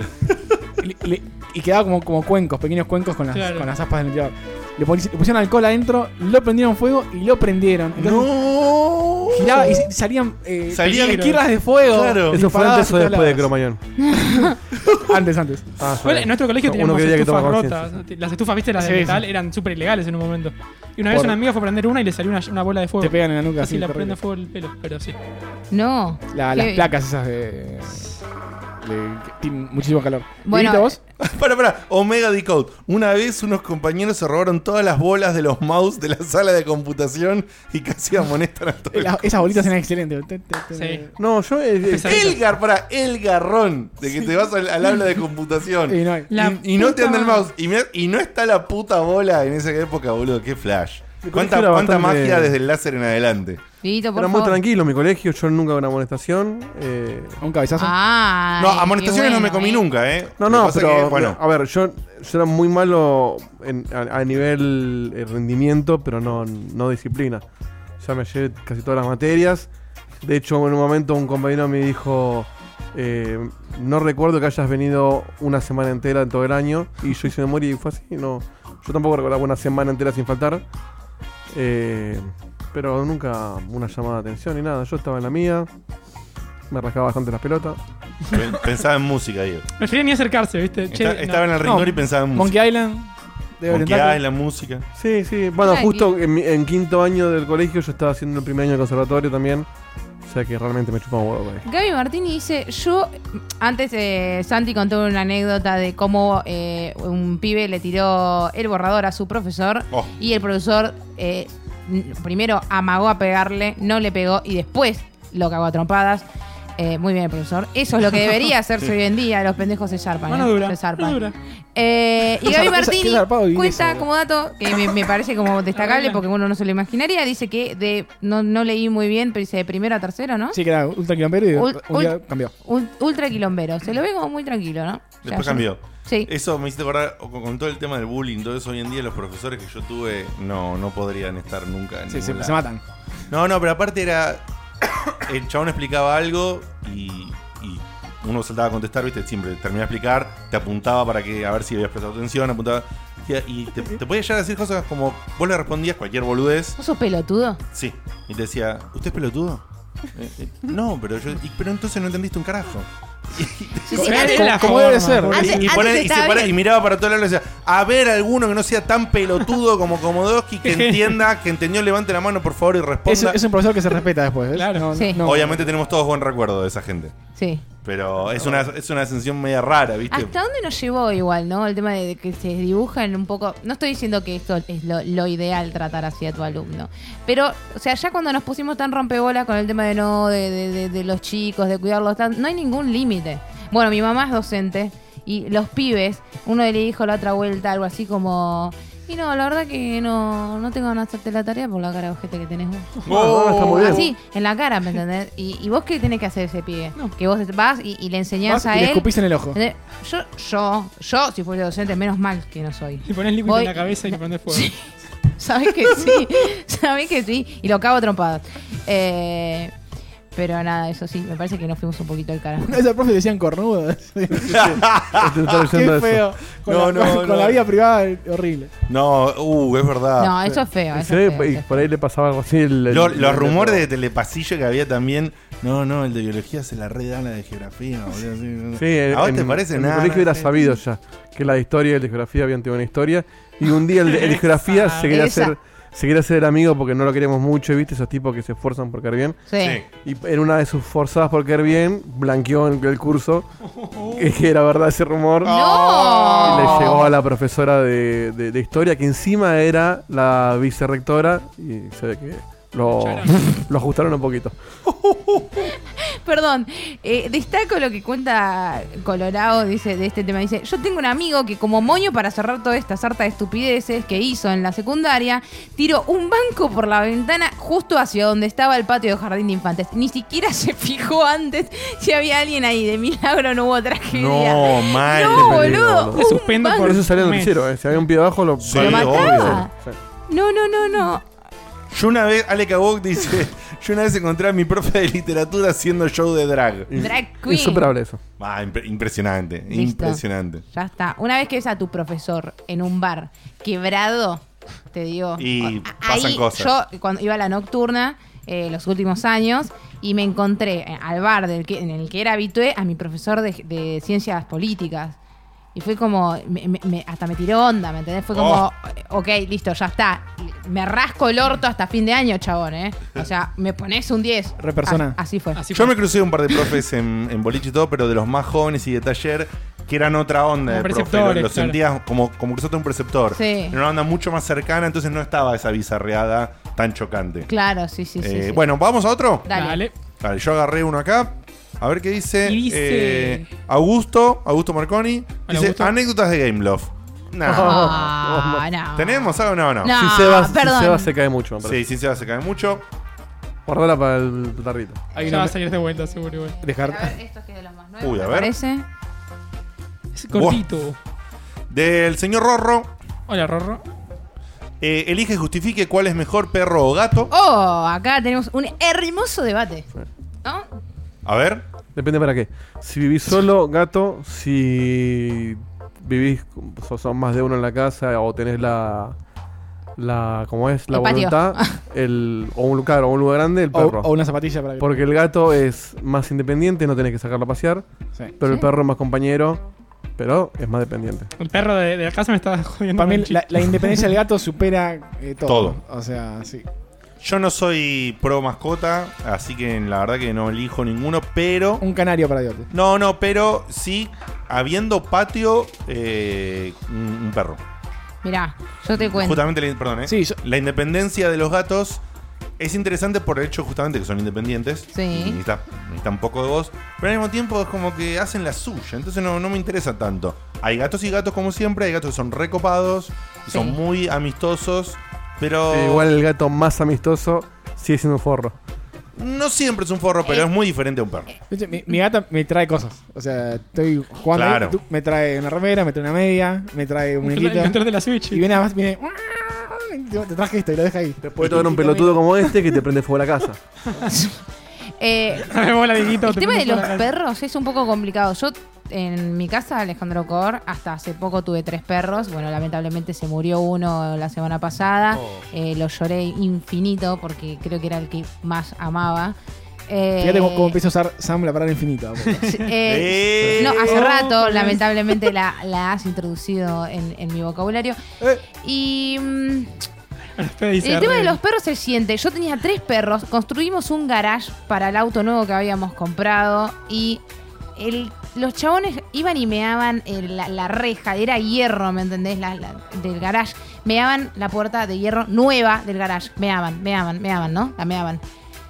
Speaker 4: Y, le- le- y quedaba como, como cuencos, pequeños cuencos con las,
Speaker 5: Claro.
Speaker 4: con las aspas del ventilador. Le, poni- le pusieron alcohol adentro, lo prendieron fuego y lo prendieron. Entonces,
Speaker 1: ¡No!
Speaker 4: Giraba y se- salían, eh,
Speaker 1: Salían-
Speaker 4: esquirlas de fuego.
Speaker 1: Claro.
Speaker 3: ¿Eso fue
Speaker 4: disparadas
Speaker 3: antes o
Speaker 4: a todos
Speaker 3: después de
Speaker 4: lados.
Speaker 3: Cromañón?
Speaker 4: Antes, antes.
Speaker 3: Ah,
Speaker 5: Bueno, en nuestro colegio
Speaker 3: Uno
Speaker 5: teníamos
Speaker 3: quería que
Speaker 5: estufas
Speaker 3: toma
Speaker 5: rotas. Las estufas, viste, las de
Speaker 4: Sí,
Speaker 5: metal
Speaker 4: sí.
Speaker 5: eran súper ilegales en un momento. Y una vez
Speaker 4: Por-
Speaker 5: una amiga fue a prender una y le salió una, una bola de fuego.
Speaker 4: Te pegan en la nuca,
Speaker 5: Casi
Speaker 4: así.
Speaker 5: la
Speaker 4: terrible.
Speaker 5: prende fuego el pelo, pero sí.
Speaker 2: No.
Speaker 4: La- las
Speaker 2: Qué-
Speaker 4: placas esas de. de- que tiene muchísimo calor.
Speaker 2: Bueno,
Speaker 4: Dieguito, vos?
Speaker 1: Para, para, Omega Decode. Una vez unos compañeros se robaron todas las bolas de los mouse de la sala de computación y casi amonestan a todo. el-
Speaker 4: La- esas bolitas eran excelentes.
Speaker 5: Sí.
Speaker 3: No, yo. eh, eh,
Speaker 5: Pesa-
Speaker 1: Elgar, para, el garrón de que te vas al, al habla de computación.
Speaker 4: Y no hay.
Speaker 5: La
Speaker 1: y, y no te
Speaker 5: puta
Speaker 1: anda el
Speaker 5: madre.
Speaker 1: mouse. Y, mirá- y no está la puta bola en esa época, boludo. Qué flash.
Speaker 3: Mi colegio
Speaker 1: ¿Cuánta,
Speaker 3: era
Speaker 1: cuánta
Speaker 3: bastante-
Speaker 1: magia desde el láser en adelante?
Speaker 2: Dieguito, por
Speaker 3: era muy
Speaker 2: favor.
Speaker 3: tranquilo mi colegio, yo nunca una amonestación. eh,
Speaker 4: Un cabezazo.
Speaker 2: Ay,
Speaker 1: No,
Speaker 2: qué
Speaker 1: amonestaciones no me
Speaker 2: bueno,
Speaker 1: comí
Speaker 2: eh.
Speaker 1: nunca, ¿eh?
Speaker 3: No,
Speaker 1: Lo que
Speaker 3: no,
Speaker 1: pasa
Speaker 3: pero
Speaker 1: que, bueno,
Speaker 3: a ver, yo, yo era muy malo en- a, a nivel eh, rendimiento, pero no, no disciplina. Ya me llevé casi todas las materias. De hecho, en un momento un compañero me dijo, eh, no recuerdo que hayas venido una semana entera en todo el año. Y yo hice memoria y fue así. No, yo tampoco recordaba una semana entera sin faltar. Eh, pero nunca una llamada de atención ni nada. Yo estaba en la mía. Me rascaba bastante las pelotas.
Speaker 1: pe- pensaba en música, Diego.
Speaker 5: Prefería ni acercarse, ¿viste? Che,
Speaker 1: Está-
Speaker 5: no.
Speaker 1: estaba en el rincón
Speaker 4: No,
Speaker 1: y pensaba en música.
Speaker 4: Monkey Island.
Speaker 2: ¿Ah?
Speaker 4: de
Speaker 1: Monkey
Speaker 4: Oriental.
Speaker 1: Island, música.
Speaker 3: Sí, sí. Bueno,
Speaker 2: Tranqui.
Speaker 3: justo en, mi- en quinto año del colegio yo estaba haciendo el primer año de conservatorio también. O sea que realmente me chupaba un huevo, güey.
Speaker 2: Gaby Martini dice, yo, antes eh, Santi contó una anécdota de cómo eh, un pibe le tiró el borrador a su profesor
Speaker 1: Oh.
Speaker 2: y el profesor eh, n- primero amagó a pegarle, no le pegó y después lo cagó a trompadas. Eh, muy bien, profesor. Eso es lo que debería hacerse hoy en día. Los pendejos se zarpan.
Speaker 5: Mano
Speaker 2: eh,
Speaker 5: dura,
Speaker 2: se zarpan.
Speaker 5: mano dura.
Speaker 2: Eh, y Gaby
Speaker 4: Qué
Speaker 2: Martini
Speaker 4: zarpado vivir eso, ¿eh?
Speaker 2: cuenta
Speaker 4: boludo.
Speaker 2: como dato que me, me parece como destacable
Speaker 5: verdad.
Speaker 2: porque uno no se lo imaginaría. Dice que de no, no leí muy bien, pero dice de primero a tercero, ¿no?
Speaker 4: Sí, que era ultra quilombero y
Speaker 2: Ul-
Speaker 4: un día
Speaker 2: ul-
Speaker 4: cambió.
Speaker 2: Un- ultra quilombero. Se lo ve como muy tranquilo, ¿no? O sea,
Speaker 1: Después
Speaker 2: yo-
Speaker 1: cambió.
Speaker 2: Sí.
Speaker 1: Eso me hiciste acordar o con, con todo el tema del bullying, todo eso hoy en día los profesores que yo tuve no, no podrían estar nunca en
Speaker 4: Sí,
Speaker 1: ningún
Speaker 4: se, se
Speaker 1: lado.
Speaker 4: matan.
Speaker 1: No, no, pero aparte era. El chabón explicaba algo y, y uno saltaba a contestar, viste, siempre terminaba de explicar, te apuntaba para que a ver si habías prestado atención, apuntaba. Y, y te, te podía llegar a decir cosas como vos le respondías cualquier boludez.
Speaker 2: ¿Vos sos pelotudo?
Speaker 1: Sí. Y te decía, ¿usted es pelotudo? Eh, eh, no, pero yo. y- pero entonces no entendiste un carajo.
Speaker 2: Sí,
Speaker 5: Como-
Speaker 2: sí, antes-
Speaker 5: como-
Speaker 4: eh, como debe ser.
Speaker 1: Y-
Speaker 2: Antes-
Speaker 1: y,
Speaker 2: antes
Speaker 1: poner- y
Speaker 2: estaba
Speaker 1: se paraba-
Speaker 2: bien.
Speaker 1: y miraba para todos lados y decía, a ver alguno que no sea tan pelotudo como Komodowski, que entienda, que entendió, levante la mano por favor y
Speaker 4: Es,
Speaker 1: responda.
Speaker 4: es un profesor que se respeta después. ¿ves?
Speaker 5: Claro.
Speaker 4: No,
Speaker 2: Sí.
Speaker 4: no.
Speaker 1: Obviamente tenemos todos buen recuerdo de esa gente.
Speaker 2: Sí.
Speaker 1: Pero es una, es una ascensión media rara, ¿viste?
Speaker 2: ¿Hasta dónde nos llevó igual, no? El tema de que se dibujan un poco... No estoy diciendo que esto es lo, lo ideal tratar así a tu alumno. Pero, o sea, ya cuando nos pusimos tan rompebolas con el tema de no, de, de- de- de los chicos, de cuidarlos, tan, no hay ningún límite. Bueno, mi mamá es docente y los pibes, uno le dijo la otra vuelta algo así como... Y no, la verdad que no, no tengo ganas de hacerte la tarea por la cara de ojete que tenés vos.
Speaker 3: No, no, está muy bien.
Speaker 2: Así, en la cara, ¿me entendés? Y, y vos qué tenés que hacer ese pibe? Que vos vas y, y le enseñás
Speaker 4: Vas
Speaker 2: a
Speaker 4: y le
Speaker 2: él.
Speaker 4: escupís en el ojo.
Speaker 2: ¿entendés? Eh, Yo, yo, yo, si fuese docente, menos mal que no soy.
Speaker 5: Le pones líquido
Speaker 2: Voy-
Speaker 5: en la cabeza y le pones fuego.
Speaker 2: Sabés que sí, sabés que sí. Y lo cago a trompadas. Eh, pero nada, eso sí, me parece que nos fuimos un poquito al carajo.
Speaker 4: Una vez al profe le decían cornudo. Sí, sí.
Speaker 1: Ah,
Speaker 3: Estoy leyendo
Speaker 4: Qué
Speaker 3: eso.
Speaker 4: feo. Con,
Speaker 1: No,
Speaker 4: la,
Speaker 1: no,
Speaker 4: con
Speaker 1: no.
Speaker 4: la vida privada, horrible.
Speaker 1: No, uh, es verdad.
Speaker 2: No, eso es feo.
Speaker 3: Y
Speaker 2: Eso
Speaker 3: se ve-
Speaker 2: es feo,
Speaker 3: y
Speaker 2: eso es
Speaker 3: por ahí le pasaba algo así. el- el-
Speaker 1: Lo-
Speaker 3: el-
Speaker 1: los
Speaker 3: el-
Speaker 1: rumores de telepasillo que había también. No, no, el de biología se la redana de geografía. boludo, así, no.
Speaker 3: Sí, en-
Speaker 1: ¿A vos
Speaker 3: en-
Speaker 1: te parece
Speaker 3: en
Speaker 1: nada?
Speaker 3: mi colegio era
Speaker 1: Sí.
Speaker 3: sabido ya que la historia y la geografía habían tenido una historia. Y un día el, el de geografía se quería
Speaker 2: Esa.
Speaker 3: hacer. Se quería hacer el amigo porque no lo queríamos mucho, ¿viste? Esos tipos que se esfuerzan por caer bien.
Speaker 2: feo. Sí.
Speaker 1: Sí.
Speaker 3: Y en una de sus forzadas por caer bien, blanqueó en el curso. Que, que era verdad ese rumor.
Speaker 2: ¡No!
Speaker 3: Y le llegó a la profesora de, de- de historia, que encima era la vicerrectora, y se ve que lo, lo ajustaron un poquito.
Speaker 2: Perdón, eh, destaco lo que cuenta Colorado dice de este tema. Dice, yo tengo un amigo que como moño para cerrar toda esta sarta de estupideces que hizo en la secundaria, tiró un banco por la ventana justo hacia donde estaba el patio de jardín de infantes. Ni siquiera se fijó antes si había alguien ahí. De milagro no hubo tragedia.
Speaker 1: No, mal.
Speaker 2: No,
Speaker 3: Qué peligro,
Speaker 2: boludo.
Speaker 3: boludo.
Speaker 5: Te
Speaker 2: un
Speaker 5: suspendo
Speaker 2: banco.
Speaker 5: Por
Speaker 3: Eso salió en el
Speaker 5: mes.
Speaker 3: noticiero, eh. si había un pie abajo lo...
Speaker 1: Sí,
Speaker 2: ¿Lo
Speaker 1: obvio.
Speaker 2: mataba? No, no, no, no. eh.
Speaker 1: Yo una vez, Ale Cabok dice, yo una vez encontré a mi profe de literatura haciendo show de drag.
Speaker 2: Drag queen.
Speaker 3: Insuperable eso.
Speaker 1: Ah, impre- impresionante,
Speaker 2: Listo.
Speaker 1: impresionante.
Speaker 2: Ya está. Una vez que ves a tu profesor en un bar quebrado, te digo.
Speaker 1: Y
Speaker 2: o- a-
Speaker 1: pasan
Speaker 2: ahí
Speaker 1: cosas.
Speaker 2: Yo, cuando iba a la nocturna, eh, los últimos años, y me encontré eh, al bar del que, en el que era habitué a mi profesor de, de ciencias políticas. Y fue como, me- me- me- hasta me tiró onda, ¿me entendés? Fue como, eh,
Speaker 1: Oh.
Speaker 2: ok, listo, ya está. Me rasco el orto hasta fin de año, chabón, ¿eh? O sea, me pones un 10.
Speaker 4: Re persona.
Speaker 2: A- así fue.
Speaker 5: Así
Speaker 1: Yo
Speaker 5: fue.
Speaker 1: me crucé un par de profes en, en boliche y todo, pero de los más jóvenes y de taller, que eran otra onda de
Speaker 5: Como
Speaker 1: profe. Lo,
Speaker 5: preceptores,
Speaker 1: lo
Speaker 5: claro.
Speaker 1: sentías como, como cruzarte un preceptor.
Speaker 2: Sí.
Speaker 1: Era una onda mucho más cercana, entonces no estaba esa bizarreada tan chocante.
Speaker 2: Claro, sí, sí, sí.
Speaker 1: Eh,
Speaker 2: sí.
Speaker 1: Bueno, ¿vamos a otro?
Speaker 2: Dale.
Speaker 1: Vale, yo agarré uno acá. A ver qué dice.
Speaker 5: Y dice-
Speaker 1: eh, Augusto, Augusto Marconi.
Speaker 5: Hola,
Speaker 1: dice
Speaker 5: Augusto.
Speaker 1: anécdotas de Game Love. Nah.
Speaker 2: Ah, no.
Speaker 1: ¿Tenemos algo? No, no.
Speaker 2: No.
Speaker 3: si
Speaker 2: Ah,
Speaker 3: Sebas, si
Speaker 2: perdón.
Speaker 3: Sebas se cae mucho, me
Speaker 1: Sí,
Speaker 3: parece.
Speaker 1: sin se se cae mucho.
Speaker 3: Guardala para el tarrito.
Speaker 4: Hay
Speaker 5: ya va
Speaker 4: una
Speaker 5: a salir de vuelta, seguro. Igual.
Speaker 4: dejar.
Speaker 2: A ver, esto es que es de los más nuevos.
Speaker 1: Uy, a
Speaker 2: me
Speaker 1: ver.
Speaker 2: Parece.
Speaker 5: Es cortito.
Speaker 1: Del señor Rorro.
Speaker 5: Hola, Rorro.
Speaker 1: eh, elige y justifique cuál es mejor perro o gato.
Speaker 2: Oh, acá tenemos un hermoso debate. ¿No?
Speaker 1: A ver.
Speaker 3: Depende para qué. Si vivís solo, gato. Si vivís, son- son más de uno en la casa o tenés la. la ¿Cómo es? La
Speaker 2: El patio.
Speaker 3: voluntad. El, o un lugar, o un lugar grande, el
Speaker 4: O,
Speaker 3: perro.
Speaker 4: o una zapatilla para que.
Speaker 3: Porque el gato es más independiente, no tenés que sacarlo a pasear.
Speaker 4: Sí.
Speaker 3: Pero el
Speaker 2: Sí.
Speaker 3: perro es más compañero, pero es más dependiente.
Speaker 5: El perro de, de la casa me está jodiendo.
Speaker 4: Para mí,
Speaker 5: con el
Speaker 4: la,
Speaker 5: chiste.
Speaker 4: la independencia del gato supera eh, todo.
Speaker 1: Todo.
Speaker 4: O sea, sí.
Speaker 1: Yo no soy pro mascota, así que la verdad que no elijo ninguno, pero.
Speaker 4: Un canario para Diote.
Speaker 1: No, no, pero sí, habiendo patio, eh, un un perro.
Speaker 2: Mirá, yo te cuento.
Speaker 1: Justamente, la, perdón, ¿eh?
Speaker 4: Sí, yo-
Speaker 1: la independencia de los gatos es interesante por el hecho justamente que son independientes.
Speaker 2: Sí.
Speaker 1: Y necesita- necesitan poco de voz. Pero al mismo tiempo es como que hacen la suya. Entonces no, no me interesa tanto. Hay gatos y gatos como siempre. Hay gatos que son recopados. Y Son
Speaker 2: Sí.
Speaker 1: muy amistosos. Pero
Speaker 3: Eh, igual el gato más amistoso sigue siendo un forro.
Speaker 1: no siempre es un forro,
Speaker 4: Eh,
Speaker 1: pero es muy diferente a un perro.
Speaker 4: De hecho, Mi, mi gata me trae cosas. O sea, estoy jugando. ahí,
Speaker 1: Claro.
Speaker 4: tú- me trae una remera, me trae una media, me trae un
Speaker 5: El
Speaker 4: muñequito.
Speaker 5: control de la Switch.
Speaker 4: Y viene además, viene. "Yo Te traje esto y lo deja ahí.
Speaker 3: Puede tocar un pelotudo como este que te prende fuego a la casa.
Speaker 2: Eh,
Speaker 5: Me bola, Dieguito,
Speaker 2: el
Speaker 5: te
Speaker 2: tema de
Speaker 5: prendí
Speaker 2: los
Speaker 5: por la cara.
Speaker 2: perros es un poco complicado. Yo, en mi casa, Alejandro Cor, hasta hace poco tuve tres perros. Bueno, lamentablemente se murió uno la semana pasada. Eh, lo lloré infinito porque creo que era el que más amaba. Eh,
Speaker 4: Fíjate cómo, cómo empieza a usar Sam la palabra infinita.
Speaker 2: eh,
Speaker 1: ¡Eh!
Speaker 2: No, hace
Speaker 5: Oh,
Speaker 2: rato,
Speaker 5: Julián.
Speaker 2: lamentablemente, la, la has introducido en, en mi vocabulario. Y mm,
Speaker 5: Fede dice,
Speaker 2: el tema de
Speaker 5: "Arre".
Speaker 2: los perros se siente. Yo tenía tres perros, construimos un garage para el auto nuevo que habíamos comprado y el- los chabones iban y meaban el- la, la reja, era hierro, ¿me entendés? La, la- del garage. Meaban la puerta de hierro nueva del garage. Meaban, meaban, meaban, ¿no? La meaban.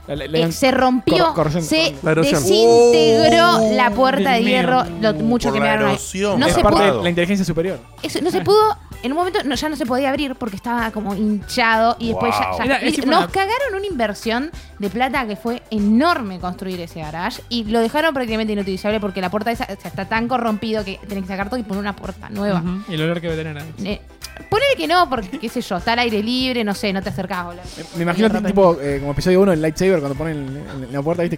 Speaker 4: La- la-
Speaker 2: Eh,
Speaker 4: la-
Speaker 2: se rompió,
Speaker 4: Cor- corrección.
Speaker 2: se
Speaker 3: La erosión.
Speaker 2: desintegró la puerta de
Speaker 5: Dios
Speaker 2: hierro,
Speaker 5: mío.
Speaker 2: lo mucho
Speaker 1: Por
Speaker 2: que
Speaker 1: la
Speaker 2: me arma.
Speaker 1: erosión,
Speaker 2: No
Speaker 4: es
Speaker 2: se
Speaker 4: parte
Speaker 1: puede-
Speaker 4: de la inteligencia superior.
Speaker 2: eso, no se pudo, en un momento no, ya no se podía abrir porque estaba como hinchado y después ya-
Speaker 1: Wow.
Speaker 2: ya,
Speaker 5: Era- es
Speaker 2: y
Speaker 5: tipo
Speaker 2: nos
Speaker 5: una-
Speaker 2: cagaron una inversión de plata que fue enorme construir ese garage y lo dejaron prácticamente inutilizable porque la puerta esa o sea, está tan corrompido que tenés que sacar todo y poner una puerta nueva.
Speaker 5: Ujú, Y el olor que va a tener. ahí.
Speaker 2: Eh, ponele que no, porque qué sé yo, está al aire libre, no sé, no te acercás, boludo.
Speaker 4: Me imagino
Speaker 2: Y de repente-
Speaker 4: tipo eh, como episodio 1 el lightsaber cuando ponen en- en la puerta, viste,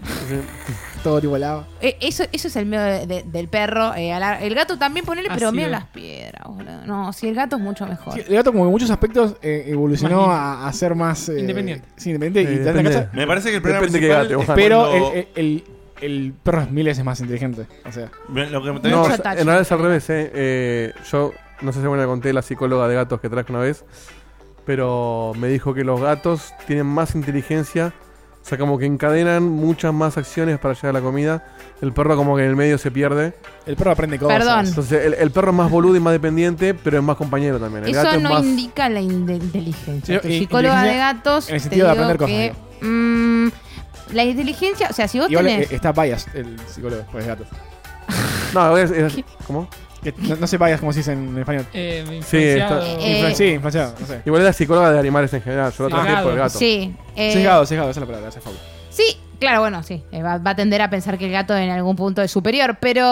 Speaker 4: todo tipo lava.
Speaker 2: Eh, eso, eso es el miedo de- de- del perro. eh, a la- el gato también ponele, pero
Speaker 5: Así
Speaker 2: mira
Speaker 5: es.
Speaker 2: las piedras, boludo. No, si el gato es mucho mejor.
Speaker 4: Sí, el gato como en muchos aspectos eh, evolucionó
Speaker 5: Más
Speaker 4: a, a ser más... eh,
Speaker 5: Independiente.
Speaker 4: Sí, independiente.
Speaker 3: Eh,
Speaker 4: y tener la
Speaker 3: depende.
Speaker 4: casa,
Speaker 1: Me parece que el problema
Speaker 3: Depende qué
Speaker 1: principal
Speaker 3: gato,
Speaker 1: es
Speaker 3: ojalá.
Speaker 4: pero
Speaker 1: cuando-
Speaker 4: el, el, el- el perro es mil veces más inteligente. O sea,
Speaker 1: lo que también
Speaker 3: No,
Speaker 2: Mucho
Speaker 3: en
Speaker 2: touch.
Speaker 3: realidad es al revés, eh. Eh, yo no sé si bueno le conté la psicóloga de gatos que traje una vez, pero me dijo que los gatos tienen más inteligencia, o sea, como que encadenan muchas más acciones para llegar a la comida. El perro como que en el medio se pierde.
Speaker 4: el perro aprende cosas.
Speaker 2: Perdón.
Speaker 3: Entonces, el, el perro es más boludo y más dependiente, pero es más compañero también. El gato
Speaker 2: Eso
Speaker 3: es
Speaker 2: no
Speaker 3: más...
Speaker 2: indica la inde- inteligencia.
Speaker 4: Sí,
Speaker 2: Tu
Speaker 4: y-
Speaker 2: psicóloga de
Speaker 4: inteligencia
Speaker 2: gatos.
Speaker 4: en el
Speaker 2: te
Speaker 4: sentido de
Speaker 2: digo
Speaker 4: aprender cosas,
Speaker 2: que, mm, la inteligencia, o sea, si vos
Speaker 4: Igual eh,
Speaker 2: tenés.
Speaker 4: está bias el psicólogo con los gatos.
Speaker 3: No, es, es- ¿Cómo?
Speaker 4: Que no, no sé bias como se dice en español.
Speaker 5: Eh,
Speaker 3: Sí, está-
Speaker 5: influenciado.
Speaker 2: Eh,
Speaker 4: Influen- sí, influenciado, no sé.
Speaker 3: Igual es la psicóloga de animales en general, yo la traje
Speaker 5: Sesgado.
Speaker 3: por el gato.
Speaker 2: sí. eh,
Speaker 4: Sesgado, sesgado, esa es la palabra, esa es Fabio.
Speaker 2: sí, claro, bueno, sí. eh, Va, va a tender a pensar que el gato en algún punto es superior, pero.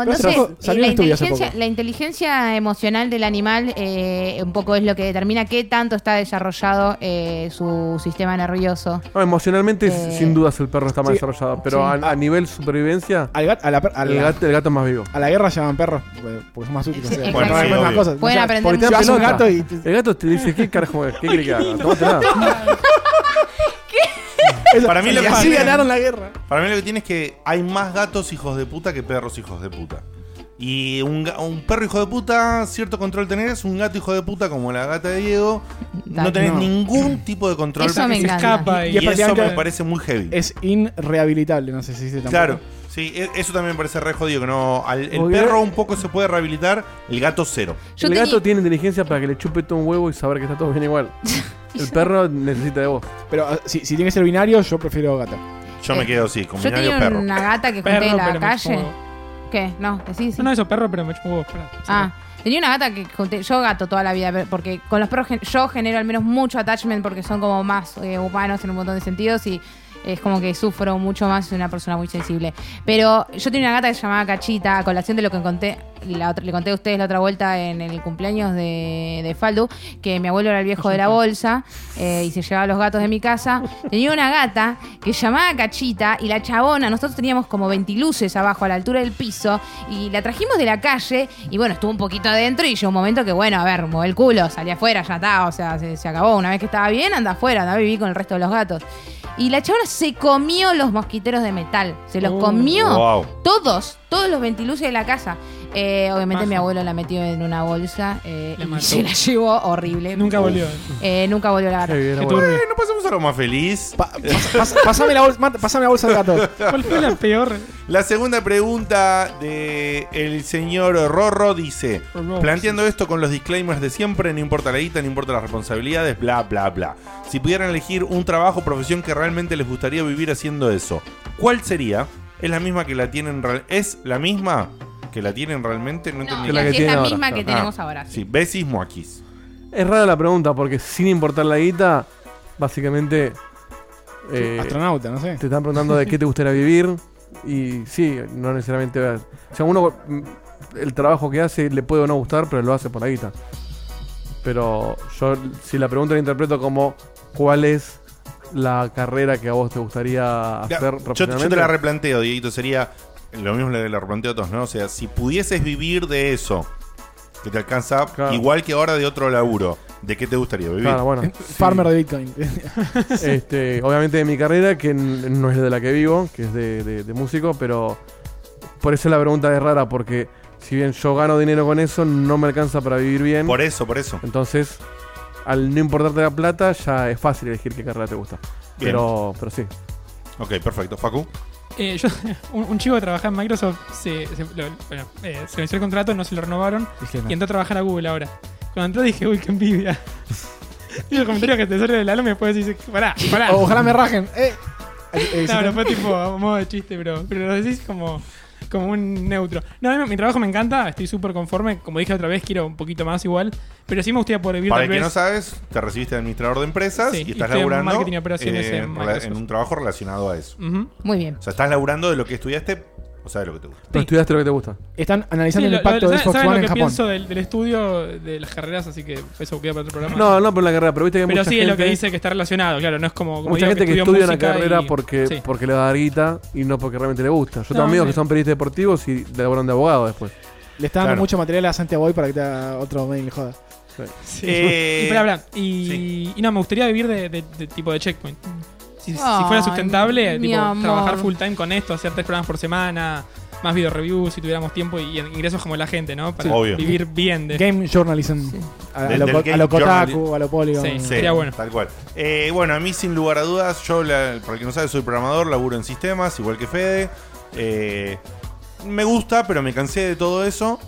Speaker 4: Pero
Speaker 2: no sé.
Speaker 4: salió-
Speaker 2: eh,
Speaker 4: salió
Speaker 2: la,
Speaker 4: un estudio hace
Speaker 2: inteligencia,
Speaker 4: poco.
Speaker 2: la inteligencia emocional del animal eh, un poco es lo que determina qué tanto está desarrollado eh, su sistema nervioso.
Speaker 3: No, emocionalmente,
Speaker 2: Eh,
Speaker 3: sin dudas, el perro está más
Speaker 4: sí.
Speaker 3: desarrollado, pero
Speaker 2: Sí.
Speaker 3: a, a nivel supervivencia,
Speaker 4: Al gato, a la, per- a
Speaker 3: el
Speaker 4: la-
Speaker 3: gato, el gato es más vivo.
Speaker 4: a la guerra llaman perros porque, porque son más útiles.
Speaker 2: Sí,
Speaker 4: o sea,
Speaker 2: es
Speaker 4: pueden
Speaker 2: verdad.
Speaker 4: aprender
Speaker 1: Sí,
Speaker 4: más
Speaker 1: obvio.
Speaker 4: cosas.
Speaker 2: Pueden
Speaker 4: O sea,
Speaker 2: aprender
Speaker 4: porque te
Speaker 2: mucho.
Speaker 4: vas a un gato y
Speaker 3: El gato te dice, ¿qué carajo es? ¿Qué crees que haga? Tómatela.
Speaker 4: Eso,
Speaker 1: Para mí
Speaker 4: y
Speaker 1: lo que
Speaker 4: así
Speaker 1: pasa-
Speaker 4: ganaron la guerra.
Speaker 1: Para mí lo que tiene es que hay más gatos hijos de puta que perros hijos de puta. Y un, ga- un perro hijo de puta, cierto control tenés. Un gato hijo de puta, como la gata de Diego, no tenés
Speaker 4: No.
Speaker 1: ningún tipo de control.
Speaker 2: Eso me
Speaker 5: se
Speaker 2: encanta.
Speaker 5: escapa y,
Speaker 1: Y eso me
Speaker 4: prácticamente-
Speaker 1: parece muy heavy.
Speaker 4: Es inrehabilitable, no sé si existe tampoco.
Speaker 1: Claro. Sí, e- eso también me parece re jodido. Que no, al- el
Speaker 3: Porque-
Speaker 1: perro un poco se puede rehabilitar, el gato cero.
Speaker 2: Yo
Speaker 3: el
Speaker 2: tenía-
Speaker 3: gato tiene inteligencia para que le chupe todo un huevo y saber que está todo bien igual. El perro necesita de vos.
Speaker 4: Pero ah, si, si tiene que ser binario, yo prefiero gato.
Speaker 1: Yo
Speaker 2: Eh,
Speaker 1: me quedo así, con
Speaker 2: Yo
Speaker 1: binario
Speaker 2: tenía
Speaker 1: perro.
Speaker 2: una gata que
Speaker 5: Perro,
Speaker 2: junté en la
Speaker 5: pero me
Speaker 2: calle.
Speaker 5: chupo huevo.
Speaker 2: ¿Qué? No, decís.
Speaker 5: No, no, eso perro, pero me chupo huevo. pará.
Speaker 2: Ah, tenía una gata que junté- yo gato toda la vida, pero- porque con los perros gen- yo genero al menos mucho attachment porque son como más eh, humanos en un montón de sentidos y es como que sufro mucho más, soy una persona muy sensible. Pero yo tenía una gata que se llamaba Cachita, a colación de lo que conté, la otra- le conté a ustedes la otra vuelta en el cumpleaños de, de Faldu, que mi abuelo era el viejo de la bolsa eh, y se llevaba los gatos de mi casa. Tenía una gata que se llamaba Cachita y la chabona, nosotros teníamos como 20 luces abajo a la altura del piso y la trajimos de la calle y bueno, estuvo un poquito adentro y llegó un momento que bueno, a ver, moví el culo, salí afuera, ya está, o sea, se, se acabó. Una vez que estaba bien, anda afuera, anda a vivir con el resto de los gatos. Y la chabona se comió los mosquiteros de metal, se los
Speaker 5: Oh.
Speaker 2: comió
Speaker 1: Wow.
Speaker 2: todos, todos los ventiluces de la casa. Eh, obviamente
Speaker 5: Paja.
Speaker 2: mi abuelo la metió en una bolsa eh,
Speaker 5: La
Speaker 2: y
Speaker 5: mató.
Speaker 2: se la llevó horrible.
Speaker 5: Nunca volvió.
Speaker 2: Eh, nunca volvió a la gata.
Speaker 3: Qué bien,
Speaker 5: Qué
Speaker 3: abuelo.
Speaker 5: turbio.
Speaker 1: Bueno, Eh, pasemos a lo más feliz.
Speaker 4: Pa- pas- pas- pasame, la bolsa, Marta, pasame la bolsa de gato.
Speaker 5: ¿Cuál fue la peor?
Speaker 1: La segunda pregunta de el señor Rorro dice:
Speaker 5: Rorro,
Speaker 1: Planteando esto con los disclaimers de siempre, no importa la guita, no importa las responsabilidades, bla, bla, bla. Si pudieran elegir un trabajo, profesión que realmente les gustaría vivir haciendo eso, ¿cuál sería? ¿Es la misma que la tienen real- ¿Es la misma que la tienen realmente? No,
Speaker 2: No,
Speaker 1: entendí.
Speaker 3: la
Speaker 2: la
Speaker 3: que
Speaker 2: que es
Speaker 3: tiene
Speaker 2: la
Speaker 3: ahora,
Speaker 2: misma que
Speaker 1: Ah,
Speaker 2: tenemos ahora. sí.
Speaker 1: Sí, Besis Moakis.
Speaker 3: Es rara la pregunta porque sin importar la guita, básicamente eh,
Speaker 4: Astronauta, no sé.
Speaker 3: te están preguntando de qué te gustaría vivir y sí, no necesariamente... vas- O sea, uno mm, el trabajo que hace le puede o no gustar, pero lo hace por la guita. Pero yo si la pregunta la interpreto como ¿cuál es la carrera que a vos te gustaría
Speaker 1: Ya, Yo,
Speaker 3: hacer
Speaker 1: yo te la
Speaker 3: profesionalmente?
Speaker 1: replanteo, Dieguito. Sería lo mismo que la replanteo a todos, ¿no? O sea, si pudieses vivir de eso, que te alcanza
Speaker 3: Claro.
Speaker 1: igual que ahora de otro laburo, ¿de qué te gustaría vivir?
Speaker 3: Claro, bueno.
Speaker 4: Farmer de Bitcoin.
Speaker 3: Este, obviamente de mi carrera, que n- no es de la que vivo, que es de, de- de músico, pero por eso la pregunta es rara, porque si bien yo gano dinero con eso, no me alcanza para vivir bien.
Speaker 1: Por eso, por eso.
Speaker 3: Entonces, al no importarte la plata, ya es fácil elegir qué carrera te gusta.
Speaker 1: Bien.
Speaker 3: Pero, pero sí.
Speaker 1: Ok, perfecto. Facu.
Speaker 5: Eh, yo- un, un chico que trabajaba en Microsoft se, se, lo- bueno, eh, se venció el contrato, no se lo renovaron
Speaker 4: Dije,
Speaker 5: y
Speaker 4: no.
Speaker 5: entró a trabajar a Google ahora. Cuando entró dije, uy, qué envidia. y el comentario que te sale del alma y después dices, pará, pará.
Speaker 3: Oh,
Speaker 4: O- Ojalá me rajen. Eh. Eh, eh,
Speaker 5: No, pero fue tipo a modo de chiste, pero, pero lo decís como, como un neutro. No, a mí mi trabajo me encanta, estoy súper conforme. Como dije otra vez, quiero un poquito más igual. Pero sí me gustaría poder vivir
Speaker 1: Para
Speaker 5: tal
Speaker 1: el que
Speaker 5: vez.
Speaker 1: no sabes, te recibiste de administrador de empresas
Speaker 5: Sí,
Speaker 1: y
Speaker 5: y
Speaker 1: estás
Speaker 5: estoy en
Speaker 1: laburando
Speaker 5: marketing y operaciones en
Speaker 1: rela-
Speaker 5: Microsoft.
Speaker 1: en un trabajo relacionado a eso.
Speaker 5: Ujú.
Speaker 2: Muy bien.
Speaker 1: O sea, estás laburando de lo que estudiaste, o sea, de lo que te gusta.
Speaker 3: Pero estudiaste lo que te gusta.
Speaker 4: Están
Speaker 5: Sí,
Speaker 4: analizando
Speaker 5: lo-
Speaker 4: el impacto
Speaker 5: lo-
Speaker 4: de
Speaker 5: ¿saben-
Speaker 4: Xbox
Speaker 5: saben
Speaker 4: One
Speaker 5: lo
Speaker 4: en
Speaker 5: que
Speaker 4: Japón.
Speaker 5: pienso del, del estudio de las carreras? Así que eso queda para otro programa.
Speaker 3: No, no por la carrera, pero viste que hay
Speaker 5: pero
Speaker 3: mucha
Speaker 5: sí es
Speaker 3: gente,
Speaker 5: lo que dice que está relacionado, claro. No es como. como
Speaker 3: mucha
Speaker 5: digo,
Speaker 3: gente que,
Speaker 5: estudio
Speaker 3: estudia una
Speaker 5: música
Speaker 3: carrera
Speaker 5: y-
Speaker 3: porque,
Speaker 5: sí.
Speaker 3: porque le da guita y no porque realmente le gusta. Yo
Speaker 5: No,
Speaker 3: tengo amigos que
Speaker 5: sí.
Speaker 3: son periodistas deportivos y laboran de abogado después.
Speaker 4: Le está dando
Speaker 1: Claro.
Speaker 4: mucho material a Santiago Boy para que te haga otro mail, joda.
Speaker 5: Sí.
Speaker 1: Eh,
Speaker 5: y, pará, pará, y,
Speaker 1: sí.
Speaker 5: y no, me gustaría vivir de, de- de tipo de checkpoint. Si, si
Speaker 2: Ay,
Speaker 5: fuera sustentable,
Speaker 2: mi
Speaker 5: tipo,
Speaker 2: amor.
Speaker 5: trabajar full time con esto, hacer tres programas por semana, más video reviews si tuviéramos tiempo y ingresos como la gente, ¿no? Para
Speaker 1: Sí. Obvio.
Speaker 5: vivir bien de.
Speaker 4: Game journalism. A, a
Speaker 1: Del-
Speaker 4: lo,
Speaker 1: del
Speaker 4: co- a
Speaker 1: game
Speaker 4: lo Kotaku,
Speaker 1: journalism.
Speaker 4: a lo Polygon.
Speaker 5: Sí.
Speaker 1: Sí,
Speaker 5: Sería bueno.
Speaker 1: Tal cual. Eh, bueno, a mí sin lugar a dudas, yo, la- para el que no sabe, soy programador, laburo en sistemas, igual que Fede. Eh, me gusta, pero me cansé de todo eso.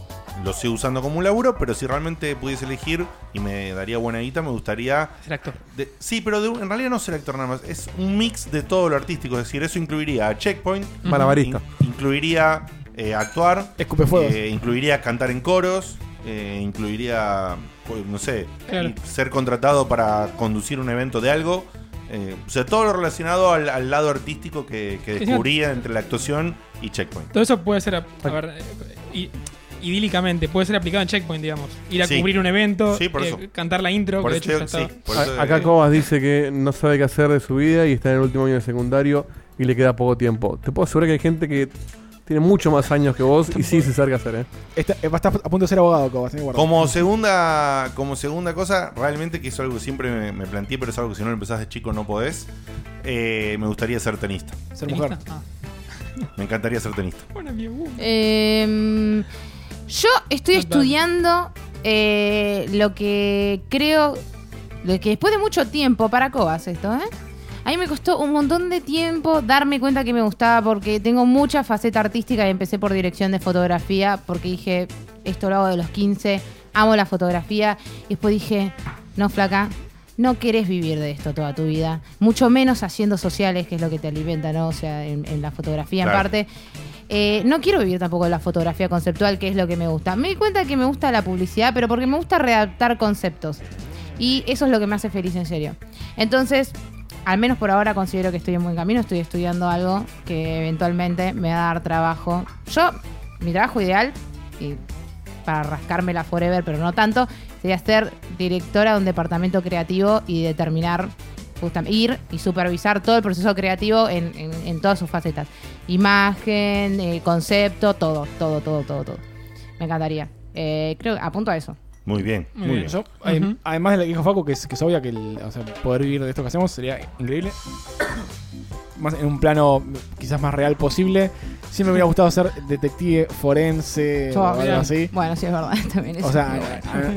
Speaker 1: Lo sigo usando como un laburo, pero si realmente pudiese elegir y me daría buena guita, me gustaría
Speaker 5: ser actor.
Speaker 1: de- sí, pero de un- en realidad no ser actor nada más. Es un mix de todo lo artístico. Es decir, eso incluiría a Checkpoint.
Speaker 3: Malabarista.
Speaker 1: in- incluiría eh, actuar.
Speaker 4: Escupe fuegos.
Speaker 1: eh, incluiría cantar en coros. eh, incluiría, pues, no sé,
Speaker 5: Claro.
Speaker 1: y ser contratado para conducir un evento de algo. eh, o sea, todo lo relacionado al, al lado artístico que, que
Speaker 5: Sí,
Speaker 1: descubría entre la actuación y Checkpoint.
Speaker 5: Todo eso puede ser, a, a ver, eh, i- idílicamente, puede ser aplicado en checkpoint, digamos. Ir a
Speaker 1: Sí.
Speaker 5: cubrir un evento, eh,
Speaker 1: Sí, por eso.
Speaker 5: cantar la intro,
Speaker 1: Por
Speaker 5: que de
Speaker 1: eso
Speaker 5: hecho ya
Speaker 1: te- sí,
Speaker 5: está.
Speaker 1: por
Speaker 3: A-
Speaker 1: eso-
Speaker 3: Acá Cobas dice que no sabe qué hacer de su vida y está en el último año de secundario y le queda poco tiempo. Te puedo asegurar que hay gente que tiene mucho más años que vos y sí se sabe qué hacer, ¿eh?
Speaker 4: Está, eh, va a estar a punto de ser abogado, Cobas. eh, guarda.
Speaker 1: Como segunda, como segunda cosa, realmente que es algo que siempre me, me planteé, pero es algo que si no lo empezás de chico no podés. eh, me gustaría ser tenista.
Speaker 4: Ser mujer.
Speaker 5: Ah.
Speaker 1: Me encantaría ser tenista.
Speaker 5: Bueno, bien, uh.
Speaker 2: Eh, yo estoy
Speaker 5: Not bad.
Speaker 2: estudiando eh, lo que creo, lo que después de mucho tiempo, para Cobas esto, ¿eh? A mí me costó un montón de tiempo darme cuenta que me gustaba porque tengo mucha faceta artística y empecé por dirección de fotografía porque dije, esto lo hago de los 15, amo la fotografía. Y después dije, no, flaca, no querés vivir de esto toda tu vida. Mucho menos haciendo sociales, que es lo que te alimenta, ¿no? O sea, en, en la fotografía
Speaker 1: Claro.
Speaker 2: en parte. Eh, no quiero vivir tampoco de la fotografía conceptual, que es lo que me gusta. Me di cuenta que me gusta la publicidad, pero porque me gusta redactar conceptos. Y eso es lo que me hace feliz, en serio. Entonces, al menos por ahora considero que estoy en buen camino. Estoy estudiando algo que eventualmente me va a dar trabajo. Yo, mi trabajo ideal, y para rascármela forever, pero no tanto, sería ser directora de un departamento creativo y determinar, justam- ir y supervisar todo el proceso creativo en, en- en todas sus facetas. Imagen, eh, concepto, todo, todo, todo, todo, todo. Me encantaría. Eh, creo que apunto a eso.
Speaker 1: Muy bien, muy, bien.
Speaker 4: Yo, eh,
Speaker 5: Ujú.
Speaker 4: Además de lo que dijo Facu, que es, que es obvio que el- o sea, poder vivir de esto que hacemos sería increíble. Más en un plano quizás más real posible. Siempre me hubiera gustado ser detective forense
Speaker 2: Yo-
Speaker 4: o algo así.
Speaker 2: Bueno, sí, es verdad. También es
Speaker 4: O sea,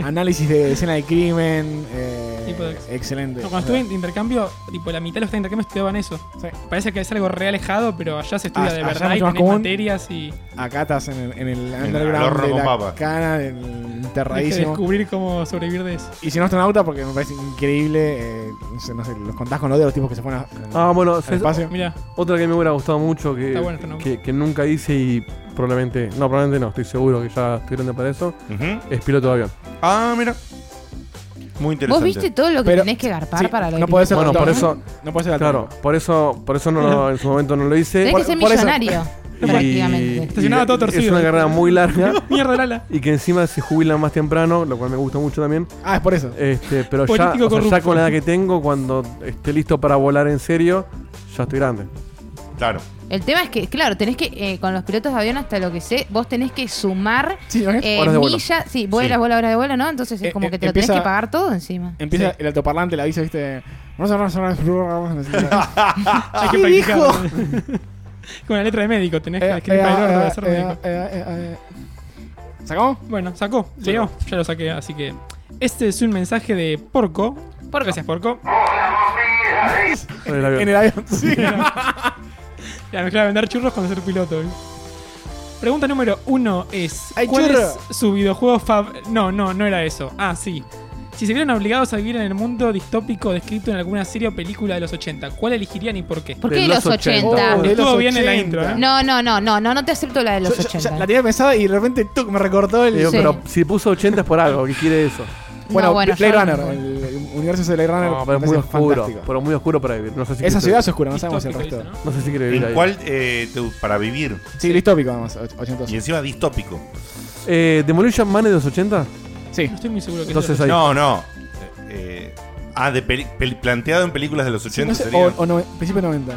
Speaker 4: a- análisis de escena de crimen. eh,
Speaker 5: Tipo de-
Speaker 4: excelente.
Speaker 5: No, cuando estuve en intercambio, tipo la mitad de los de intercambio estudiaban eso.
Speaker 4: Sí.
Speaker 5: Parece que es algo re alejado, pero allá se estudia
Speaker 4: Ah,
Speaker 5: de
Speaker 4: allá
Speaker 5: verdad y
Speaker 4: es mucho más
Speaker 5: tenés
Speaker 4: común.
Speaker 5: materias y
Speaker 4: Acá estás en el, en el
Speaker 1: el
Speaker 4: underground
Speaker 1: horno
Speaker 4: de
Speaker 1: con
Speaker 4: la
Speaker 1: papa.
Speaker 4: cana, en el
Speaker 5: hay que
Speaker 4: enterradísimo.
Speaker 5: descubrir cómo sobrevivir de eso.
Speaker 4: Y si no astronauta, porque me parece increíble. eh, no, sé, no sé, los contás con lo de los tipos que se ponen
Speaker 3: Ah, bueno,
Speaker 4: al
Speaker 3: ¿sabes?
Speaker 4: espacio.
Speaker 5: Mirá,
Speaker 3: otra que me hubiera gustado mucho que,
Speaker 5: Está bueno, este está bueno.
Speaker 3: que, que nunca hice y probablemente, no, probablemente no, estoy seguro que ya estoy grande para eso,
Speaker 1: Ujú.
Speaker 3: es piloto de avión.
Speaker 1: Ah, mira. Muy
Speaker 2: Vos
Speaker 1: interesante.
Speaker 2: viste todo lo que
Speaker 4: Pero-
Speaker 2: tenés que garpar
Speaker 4: sí,
Speaker 2: para lo
Speaker 4: no
Speaker 2: que-
Speaker 4: podés ser
Speaker 3: Bueno, por
Speaker 4: doctor,
Speaker 3: eso,
Speaker 4: No puede ser la
Speaker 3: claro, por eso, por eso no lo- en su momento no lo hice.
Speaker 2: Tenés
Speaker 4: por-
Speaker 2: que ser
Speaker 4: por eso-
Speaker 2: millonario,
Speaker 3: Y-
Speaker 2: prácticamente.
Speaker 5: Estacionaba todo torcido.
Speaker 3: Es una carrera muy larga
Speaker 5: mierda Lala.
Speaker 3: y que encima se jubila más temprano, lo cual me gusta mucho también.
Speaker 4: Ah, es por eso.
Speaker 3: Este, pero ya,
Speaker 5: Político
Speaker 3: o sea, ya
Speaker 5: corrupto.
Speaker 3: con la edad que tengo, cuando esté listo para volar en serio, ya estoy grande.
Speaker 1: Claro.
Speaker 2: El tema es que, claro, tenés que, eh, con los pilotos de avión, hasta lo que sé, vos tenés que sumar
Speaker 4: Sí, ¿no es?
Speaker 2: eh,
Speaker 3: Horas de vuelo.
Speaker 2: millas, sí, vuelas,
Speaker 1: Sí.
Speaker 2: vuelas, horas de vuelo, ¿no? Entonces es
Speaker 4: Eh,
Speaker 2: como
Speaker 4: eh,
Speaker 2: que te lo
Speaker 4: empieza-
Speaker 2: tenés que pagar todo encima.
Speaker 4: Empieza el altoparlante, la dice, viste. Ah,
Speaker 5: Hay que practicar. Con la letra de médico, tenés
Speaker 4: Eh,
Speaker 5: que escribir para el órgano de ser médico.
Speaker 4: ¿Sacamos?
Speaker 5: Bueno, sacó, leo, ya lo saqué, así que. Este es un mensaje de Porco. Gracias, Porco.
Speaker 3: En el
Speaker 4: En
Speaker 3: avión.
Speaker 4: el avión. Sí.
Speaker 5: La mezcla de vender churros con ser piloto. ¿eh? Pregunta número uno es:
Speaker 4: Ay,
Speaker 5: ¿Cuál
Speaker 4: churro.
Speaker 5: es su videojuego fav.? No, no, no era eso. Ah, sí. Si se vieran obligados a vivir en el mundo distópico descrito en alguna serie o película de los 80, ¿cuál elegirían y por qué?
Speaker 2: ¿Por
Speaker 3: de
Speaker 2: qué
Speaker 3: los
Speaker 2: los
Speaker 3: 80?
Speaker 2: 80?
Speaker 4: Oh, de
Speaker 5: Estuvo
Speaker 4: los
Speaker 5: bien en la
Speaker 4: 80.
Speaker 5: intro, ¿eh?
Speaker 2: No, no, no, no, no, no te acepto la de los
Speaker 4: Yo- yo-
Speaker 2: 80.
Speaker 4: yo la tenía pensada y de repente tuc, me recortó el.
Speaker 3: Le digo,
Speaker 2: Sí.
Speaker 3: Eh, Pero si puso 80 es por algo, ¿qué quiere eso?
Speaker 4: Bueno,
Speaker 2: No, bueno,
Speaker 4: Blade
Speaker 2: yo-
Speaker 4: Runner. El, el universo de Blade Runner.
Speaker 3: No, pero es muy
Speaker 4: me parece
Speaker 3: oscuro,
Speaker 4: fantástico.
Speaker 3: pero muy oscuro para vivir. No sé si
Speaker 4: Esa
Speaker 3: quiere-
Speaker 4: ciudad es oscura, no sabemos el
Speaker 5: Distópico,
Speaker 4: resto.
Speaker 5: dice, ¿no?
Speaker 3: No sé si quiere vivir
Speaker 1: ¿En
Speaker 3: ahí.
Speaker 1: cuál eh, te- para vivir?
Speaker 4: Sí, distópico además, och- ochentoso.
Speaker 1: Y encima distópico.
Speaker 3: Eh, ¿Demolition Man es de los 80?
Speaker 4: Sí.
Speaker 5: No estoy muy seguro que
Speaker 3: Entonces
Speaker 5: sea.
Speaker 3: ahí.
Speaker 1: No, no. Eh, eh, ah, de peli- pel- planteado en películas de los 80
Speaker 4: No sé,
Speaker 1: sería.
Speaker 4: o, o no- principio 90.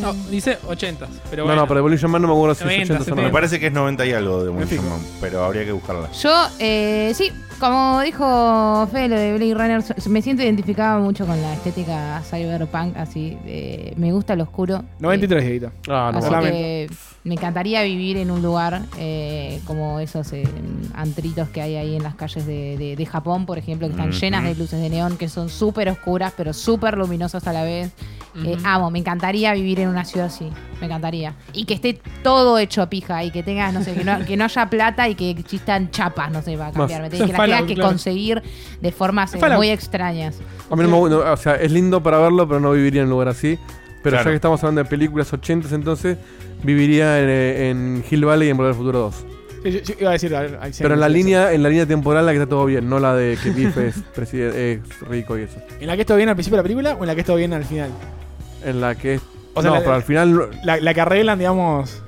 Speaker 5: No, dice 80, pero
Speaker 3: No,
Speaker 5: bueno.
Speaker 3: no, pero Demolition Man no me acuerdo si
Speaker 5: 90,
Speaker 3: es 80 o
Speaker 1: Me
Speaker 5: 70.
Speaker 3: 90.
Speaker 1: parece que es 90 y algo de Demolition
Speaker 4: fijo.
Speaker 1: Man, pero habría que buscarla.
Speaker 2: Yo, eh, sí, como dijo Fede, lo de Blade Runner, so- me siento identificada mucho con la estética cyberpunk, así, eh, me gusta lo oscuro.
Speaker 4: 93, Dieguito.
Speaker 3: Ah, no.
Speaker 2: Así
Speaker 3: va.
Speaker 4: Solamente.
Speaker 2: que me encantaría vivir en un lugar eh, como esos eh, antritos que hay ahí en las calles de, de- de Japón, por ejemplo, que están
Speaker 1: Ujú.
Speaker 2: llenas de luces de neón, que son súper oscuras, pero súper luminosas a la vez. Eh,
Speaker 5: Ujú.
Speaker 2: amo, me encantaría vivir en una ciudad así, me encantaría. Y que esté todo hecho pija y que tengas, no sé, que no, que no haya plata y que existan chapas, no sé, para cambiar. Me
Speaker 5: Eso
Speaker 2: tenés que las
Speaker 5: es
Speaker 2: tengas
Speaker 5: Fallout,
Speaker 2: que
Speaker 5: claro.
Speaker 2: conseguir de formas eh,
Speaker 5: Fallout.
Speaker 2: muy extrañas.
Speaker 3: A mí no me gusta- o sea, es lindo para verlo, pero no viviría en un lugar así. Pero
Speaker 1: Claro.
Speaker 3: ya que estamos hablando de películas 80 entonces, viviría en, eh, en Hill Valley y en Volver al Futuro 2.
Speaker 4: Sí, Yo, yo iba a decir. a ver, ahí sí,
Speaker 3: Pero en la
Speaker 4: sí,
Speaker 3: línea, en la línea temporal la que está todo bien, no la de que Biff es, preside- es rico y eso.
Speaker 4: sí. ¿En la que estuvo bien al principio de la película o en la que estuvo bien al final?
Speaker 3: En la que es.
Speaker 4: O sea,
Speaker 3: no,
Speaker 4: la-
Speaker 3: pero al final. no-
Speaker 4: La, la que arreglan, digamos.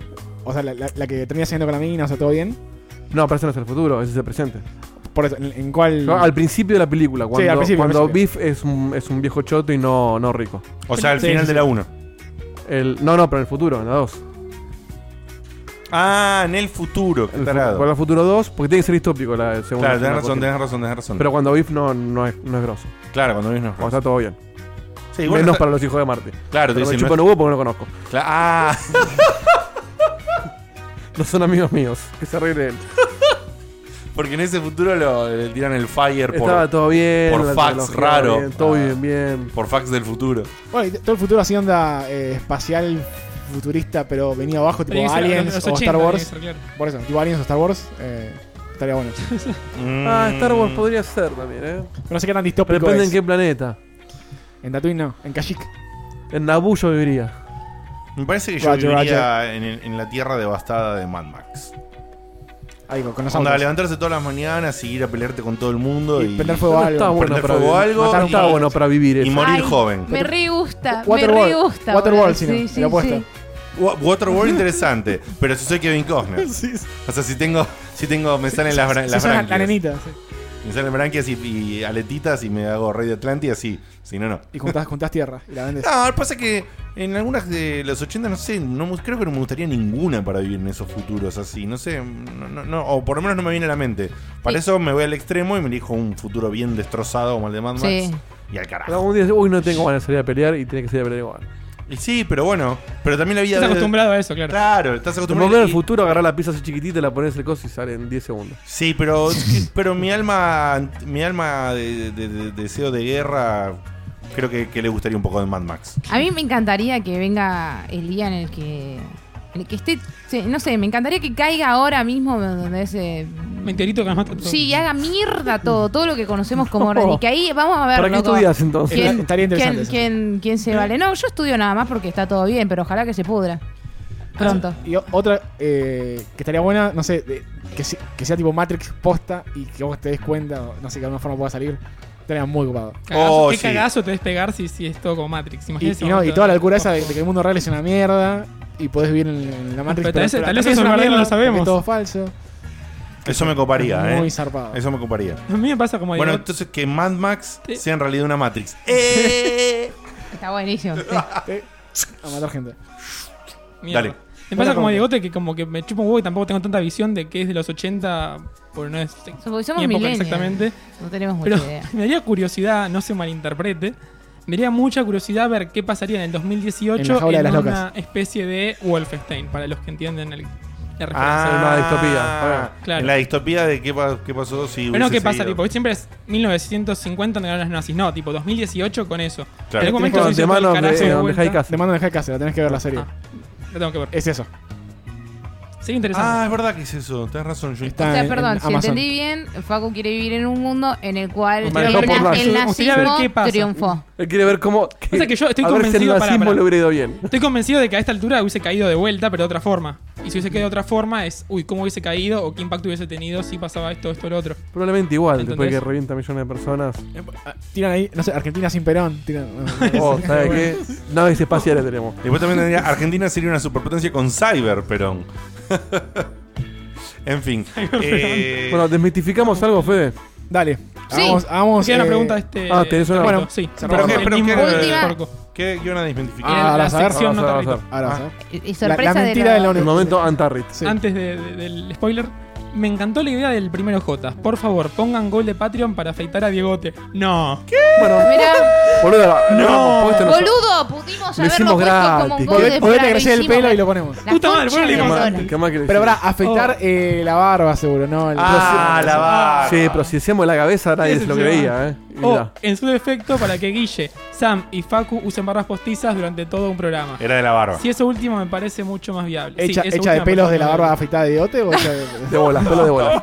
Speaker 4: O sea, la, la- la que termina siendo con la mina, o sea, todo bien.
Speaker 3: No, pero ese no es el futuro, ese es el presente.
Speaker 4: Por eso, ¿en, en cuál?
Speaker 3: Yo, al principio de la película, cuando,
Speaker 4: Mm. al principio,
Speaker 3: cuando
Speaker 4: al
Speaker 3: Biff es un, es un viejo choto y no, no rico.
Speaker 1: O sea, al
Speaker 5: Sí,
Speaker 1: final
Speaker 5: sí,
Speaker 1: de la 1.
Speaker 3: El, no, no, pero en el futuro, en la 2.
Speaker 1: Ah, en el futuro. Qué
Speaker 3: En el
Speaker 1: tarado.
Speaker 3: fu- Volver al futuro 2, porque tiene que ser distópico la segunda.
Speaker 1: Claro, tenés
Speaker 3: segunda
Speaker 1: razón,
Speaker 3: cortina.
Speaker 1: tenés razón, tenés razón.
Speaker 3: Pero cuando Biff no, no, es, no es grosso.
Speaker 1: claro, cuando vienes
Speaker 3: Cuando está todo bien.
Speaker 1: Sí, bueno,
Speaker 3: Menos
Speaker 1: está-
Speaker 3: para los hijos de Marte.
Speaker 1: Claro, te
Speaker 3: Pero me
Speaker 1: dicen.
Speaker 3: chupan
Speaker 1: no
Speaker 3: huevo porque no conozco.
Speaker 1: es- Cla- Ah,
Speaker 3: no son amigos míos. Que se arreglen.
Speaker 1: Porque en ese futuro lo, le tiran el fire
Speaker 3: Estaba
Speaker 1: por,
Speaker 3: todo bien.
Speaker 1: por
Speaker 3: la
Speaker 1: fax
Speaker 3: tecnología
Speaker 1: raro.
Speaker 3: bien, todo
Speaker 1: Ah.
Speaker 3: bien, bien.
Speaker 1: por fax del futuro.
Speaker 4: Bueno, y todo el futuro así onda eh, espacial futurista, pero venía abajo, tipo
Speaker 5: Tiene que ser
Speaker 4: Aliens
Speaker 5: los
Speaker 4: o
Speaker 5: 80,
Speaker 4: Star Wars.
Speaker 5: tiene que ser, claro.
Speaker 4: Por eso, tipo Aliens o Star Wars, eh, estaría bueno. Pero
Speaker 3: Ah, Star Wars
Speaker 1: Mm.
Speaker 3: podría ser también, ¿eh?
Speaker 4: no sé qué tan
Speaker 3: Pero
Speaker 4: distópico
Speaker 3: depende
Speaker 4: es.
Speaker 3: en qué planeta.
Speaker 4: En Tatooine no, en Kashyyyk.
Speaker 3: En Naboo yo viviría.
Speaker 1: Me parece que yo
Speaker 4: Roger,
Speaker 1: viviría en, el- en la tierra devastada de Mad Max.
Speaker 4: Ahí con, con los
Speaker 1: Onda,
Speaker 4: autos.
Speaker 1: levantarse todas las mañanas y ir a pelearte con todo el mundo y,
Speaker 4: Y prender fuego
Speaker 3: No
Speaker 4: a
Speaker 3: está
Speaker 4: algo.
Speaker 3: bueno
Speaker 1: prender
Speaker 3: para
Speaker 1: fuego
Speaker 3: vivir.
Speaker 1: algo
Speaker 3: Matar-
Speaker 1: y-
Speaker 3: está bueno para vivir
Speaker 1: y
Speaker 3: eso.
Speaker 1: morir
Speaker 2: Ay,
Speaker 1: joven.
Speaker 2: Me re gusta.
Speaker 4: Waterworld.
Speaker 2: me re gusta.
Speaker 4: Waterworld,
Speaker 2: boludo.
Speaker 4: si no, la apuesta.
Speaker 1: Wa- Waterworld interesante, pero si soy Kevin Costner.
Speaker 4: Sí, sí.
Speaker 1: O sea, si tengo, si tengo, me salen las, bran-
Speaker 4: Si
Speaker 1: las
Speaker 4: sos la, la
Speaker 1: branquias.
Speaker 4: nenita. sí.
Speaker 1: Me salen branquias y, y aletitas y me hago rey de Atlántida, sí. Si no, no.
Speaker 4: Y juntás, juntás tierra y la vendes.
Speaker 1: No, lo que pasa es que en algunas de los 80, no sé, no, mu- creo que no me gustaría ninguna para vivir en esos futuros así. No sé, no, no, no, o por lo menos no me viene a la mente. Para
Speaker 2: Sí.
Speaker 1: eso me voy al extremo y me elijo un futuro bien destrozado como el de Mad Max.
Speaker 2: Sí.
Speaker 1: Y al
Speaker 3: Pero
Speaker 1: carajo.
Speaker 3: algún día, uy, no tengo ganas de salir a pelear y tiene que salir a pelear igual.
Speaker 1: Y sí, pero bueno, pero también la vida.
Speaker 5: Estás
Speaker 1: de-
Speaker 5: acostumbrado a eso, claro.
Speaker 1: Claro, estás
Speaker 3: Te
Speaker 1: acostumbrado.
Speaker 3: volver al
Speaker 1: Y-
Speaker 3: futuro, agarrar la pizza así chiquitita, la pones el coso y sale en 10 segundos.
Speaker 1: Sí, pero, pero mi alma mi alma de, de- de- de deseo de guerra creo que, que le gustaría un poco de Mad Max.
Speaker 2: A mí me encantaría que venga el día en el que. en el que esté. se- No sé, me encantaría que caiga ahora mismo donde ese.
Speaker 5: Meteorito que nos mata todo.
Speaker 2: Sí, y haga mierda todo, todo lo que conocemos
Speaker 4: Oh.
Speaker 2: como realidad. Y que ahí vamos a ver.
Speaker 3: ¿Para qué
Speaker 2: loco,
Speaker 3: estudias entonces?
Speaker 4: ¿Quién?
Speaker 2: ¿Quién,
Speaker 4: Estaría interesante
Speaker 2: quién-
Speaker 4: eso.
Speaker 2: quién- quién se vale? No, yo estudio nada más porque está todo bien, pero ojalá que se pudra. Pronto.
Speaker 4: Y o- otra eh, que estaría buena, no sé, de- que, se- que sea tipo Matrix posta y que vos te des cuenta, o no sé, que de alguna forma pueda salir. Estaría muy ocupado.
Speaker 5: Cagazo,
Speaker 1: Oh,
Speaker 5: qué
Speaker 1: sí.
Speaker 5: cagazo te despegar si, si es todo como Matrix.
Speaker 4: Y,
Speaker 5: Imagínate
Speaker 4: y no, y toda la locura esa de, de que el mundo real es una mierda y podés vivir en, en la Matrix.
Speaker 5: Pero tal vez- tal vez
Speaker 4: también
Speaker 5: eso en realidad no lo
Speaker 4: mierda, porque
Speaker 5: sabemos.
Speaker 4: Es todo falso.
Speaker 1: Eso me coparía,
Speaker 4: muy
Speaker 1: ¿eh?
Speaker 4: zarpado.
Speaker 1: Eso me coparía.
Speaker 5: A mí me pasa como
Speaker 1: Bueno,
Speaker 5: digo,
Speaker 1: entonces que Mad Max
Speaker 5: Sí.
Speaker 1: sea en realidad una Matrix. ¡Eh!
Speaker 2: Está buenísimo. sí.
Speaker 4: Eh, A matar gente.
Speaker 5: mierda.
Speaker 1: dale.
Speaker 5: Me
Speaker 4: Buena
Speaker 5: pasa como
Speaker 4: pregunta.
Speaker 5: Diegote que como que me chupa un huevo y tampoco tengo tanta visión de qué es de los 80, porque no es
Speaker 2: Porque somos
Speaker 5: tiempo
Speaker 2: millennials.
Speaker 5: exactamente.
Speaker 2: No tenemos mucha
Speaker 5: Pero
Speaker 2: idea.
Speaker 5: me daría curiosidad, no se malinterprete, me daría mucha curiosidad ver qué pasaría en el 2018
Speaker 4: En la jaula de las
Speaker 5: una
Speaker 4: locas.
Speaker 5: especie de Wolfenstein, para los que entienden el- la referencia.
Speaker 1: Ah,
Speaker 3: una distopía. Bueno,
Speaker 5: claro.
Speaker 1: En la distopía de qué, pa- qué pasó si
Speaker 5: Pero no,
Speaker 1: hubiese
Speaker 5: ¿qué pasa?
Speaker 1: seguido.
Speaker 5: Tipo, siempre es 1950 donde ganaron los nazis. No, tipo 2018 con eso.
Speaker 1: Claro.
Speaker 5: algún
Speaker 4: Tipo,
Speaker 5: se hizo
Speaker 3: de
Speaker 5: todo el
Speaker 3: manos de-
Speaker 5: carajo
Speaker 3: donde
Speaker 5: vuelta.
Speaker 3: hay casa.
Speaker 4: Te mando a dejar casa, la tenés que ver la serie.
Speaker 5: Ah, lo tengo que ver.
Speaker 4: Es eso.
Speaker 5: Sería interesante.
Speaker 1: Ah, es verdad que es eso. Tenés razón, yo.
Speaker 4: Está
Speaker 2: O sea,
Speaker 4: en-
Speaker 2: perdón,
Speaker 4: en
Speaker 2: si
Speaker 4: Amazon.
Speaker 2: entendí bien, Facu quiere vivir en un mundo en el cual el,
Speaker 3: Manejado por
Speaker 2: na-
Speaker 3: Marx.
Speaker 2: el
Speaker 5: Me gustaría ver
Speaker 2: nazismo
Speaker 5: qué pasa.
Speaker 2: triunfó.
Speaker 3: Él quiere ver cómo.
Speaker 5: O sea que yo estoy
Speaker 3: a ver si el
Speaker 5: convencido, pará,
Speaker 3: nazismo
Speaker 5: pará.
Speaker 3: le hubiera ido bien.
Speaker 5: Estoy convencido de que a esta altura hubiese caído de vuelta, pero de otra forma. Y si hubiese caído de otra forma, es, uy, ¿cómo hubiese caído? ¿O qué impacto hubiese tenido si pasaba esto, esto, lo otro?
Speaker 3: Probablemente igual, después
Speaker 5: ¿Entendés?
Speaker 3: que revienta millones de personas.
Speaker 4: Ah, Tiran ahí, no sé, Argentina sin Perón. Tiran,
Speaker 3: Oh, ¿sabes qué? Naves espaciales tenemos.
Speaker 1: Después también tendría. Argentina sería una superpotencia con Cyber, Perón. en fin. Eh,
Speaker 3: Bueno, desmitificamos algo, Fede.
Speaker 4: Dale.
Speaker 2: Sí.
Speaker 4: Hagamos, hagamos,
Speaker 5: Me queda una
Speaker 4: eh,
Speaker 5: pregunta este.
Speaker 3: ah, ¿tenés una?
Speaker 5: Bueno, sí.
Speaker 4: Cerramos.
Speaker 5: El
Speaker 1: Pero qué- Ah,
Speaker 5: mismo
Speaker 1: pero
Speaker 2: qué-
Speaker 5: del
Speaker 2: Última.
Speaker 5: porco.
Speaker 1: ¿Qué, qué una desmentificación?
Speaker 4: Ah,
Speaker 5: Era
Speaker 4: ahora
Speaker 5: la
Speaker 4: vas a ver,
Speaker 5: sección
Speaker 3: ahora
Speaker 5: no
Speaker 3: vas a ver.
Speaker 5: territorio.
Speaker 4: Ahora vas a ver.
Speaker 2: Y- y
Speaker 4: La,
Speaker 2: sorpresa
Speaker 4: la
Speaker 2: de,
Speaker 4: mentira
Speaker 2: los-
Speaker 4: de la
Speaker 3: En
Speaker 4: ONU.
Speaker 3: el momento Antarrit.
Speaker 4: Sí.
Speaker 5: Ah. Antes de- de- del spoiler, me encantó la idea del primero J. Por favor, pongan gol de Patreon para afeitar a Diegote. No. ¿Qué?
Speaker 3: Bueno,
Speaker 2: Mira,
Speaker 3: boludo, no, no,
Speaker 2: boludo, pudimos
Speaker 3: Lo
Speaker 2: haberlo
Speaker 3: hicimos
Speaker 2: puesto como un
Speaker 3: gratis.
Speaker 2: gol de
Speaker 4: Podés podés
Speaker 2: Fran,
Speaker 4: crecer el
Speaker 2: hicimos
Speaker 4: pelo y lo
Speaker 2: gratis.
Speaker 4: ponemos.
Speaker 2: La
Speaker 5: Puta madre,
Speaker 2: concha
Speaker 5: ponele
Speaker 2: de la
Speaker 5: más
Speaker 2: lora.
Speaker 5: antes.
Speaker 3: ¿Qué más querés
Speaker 4: Pero
Speaker 3: decir?
Speaker 4: pará, afeitar eh, la barba seguro, ¿no? El-
Speaker 1: Oh. Ah, la barba.
Speaker 3: Sí, pero si decíamos la cabeza, nadie se lo creía, ¿eh? Y
Speaker 5: O,
Speaker 3: mirá.
Speaker 5: en su defecto, para que Guille, Sam y Facu usen barras postizas durante todo un programa.
Speaker 1: Era de la barba.
Speaker 5: Si eso último me parece mucho más viable. Sí,
Speaker 4: hecha,
Speaker 5: eso
Speaker 4: hecha de
Speaker 5: último me
Speaker 4: pelos
Speaker 5: parece
Speaker 4: de la
Speaker 5: más
Speaker 4: barba
Speaker 5: viable.
Speaker 4: afeitada de Diegote o hecha de-
Speaker 3: De bolas, pelo de bolas.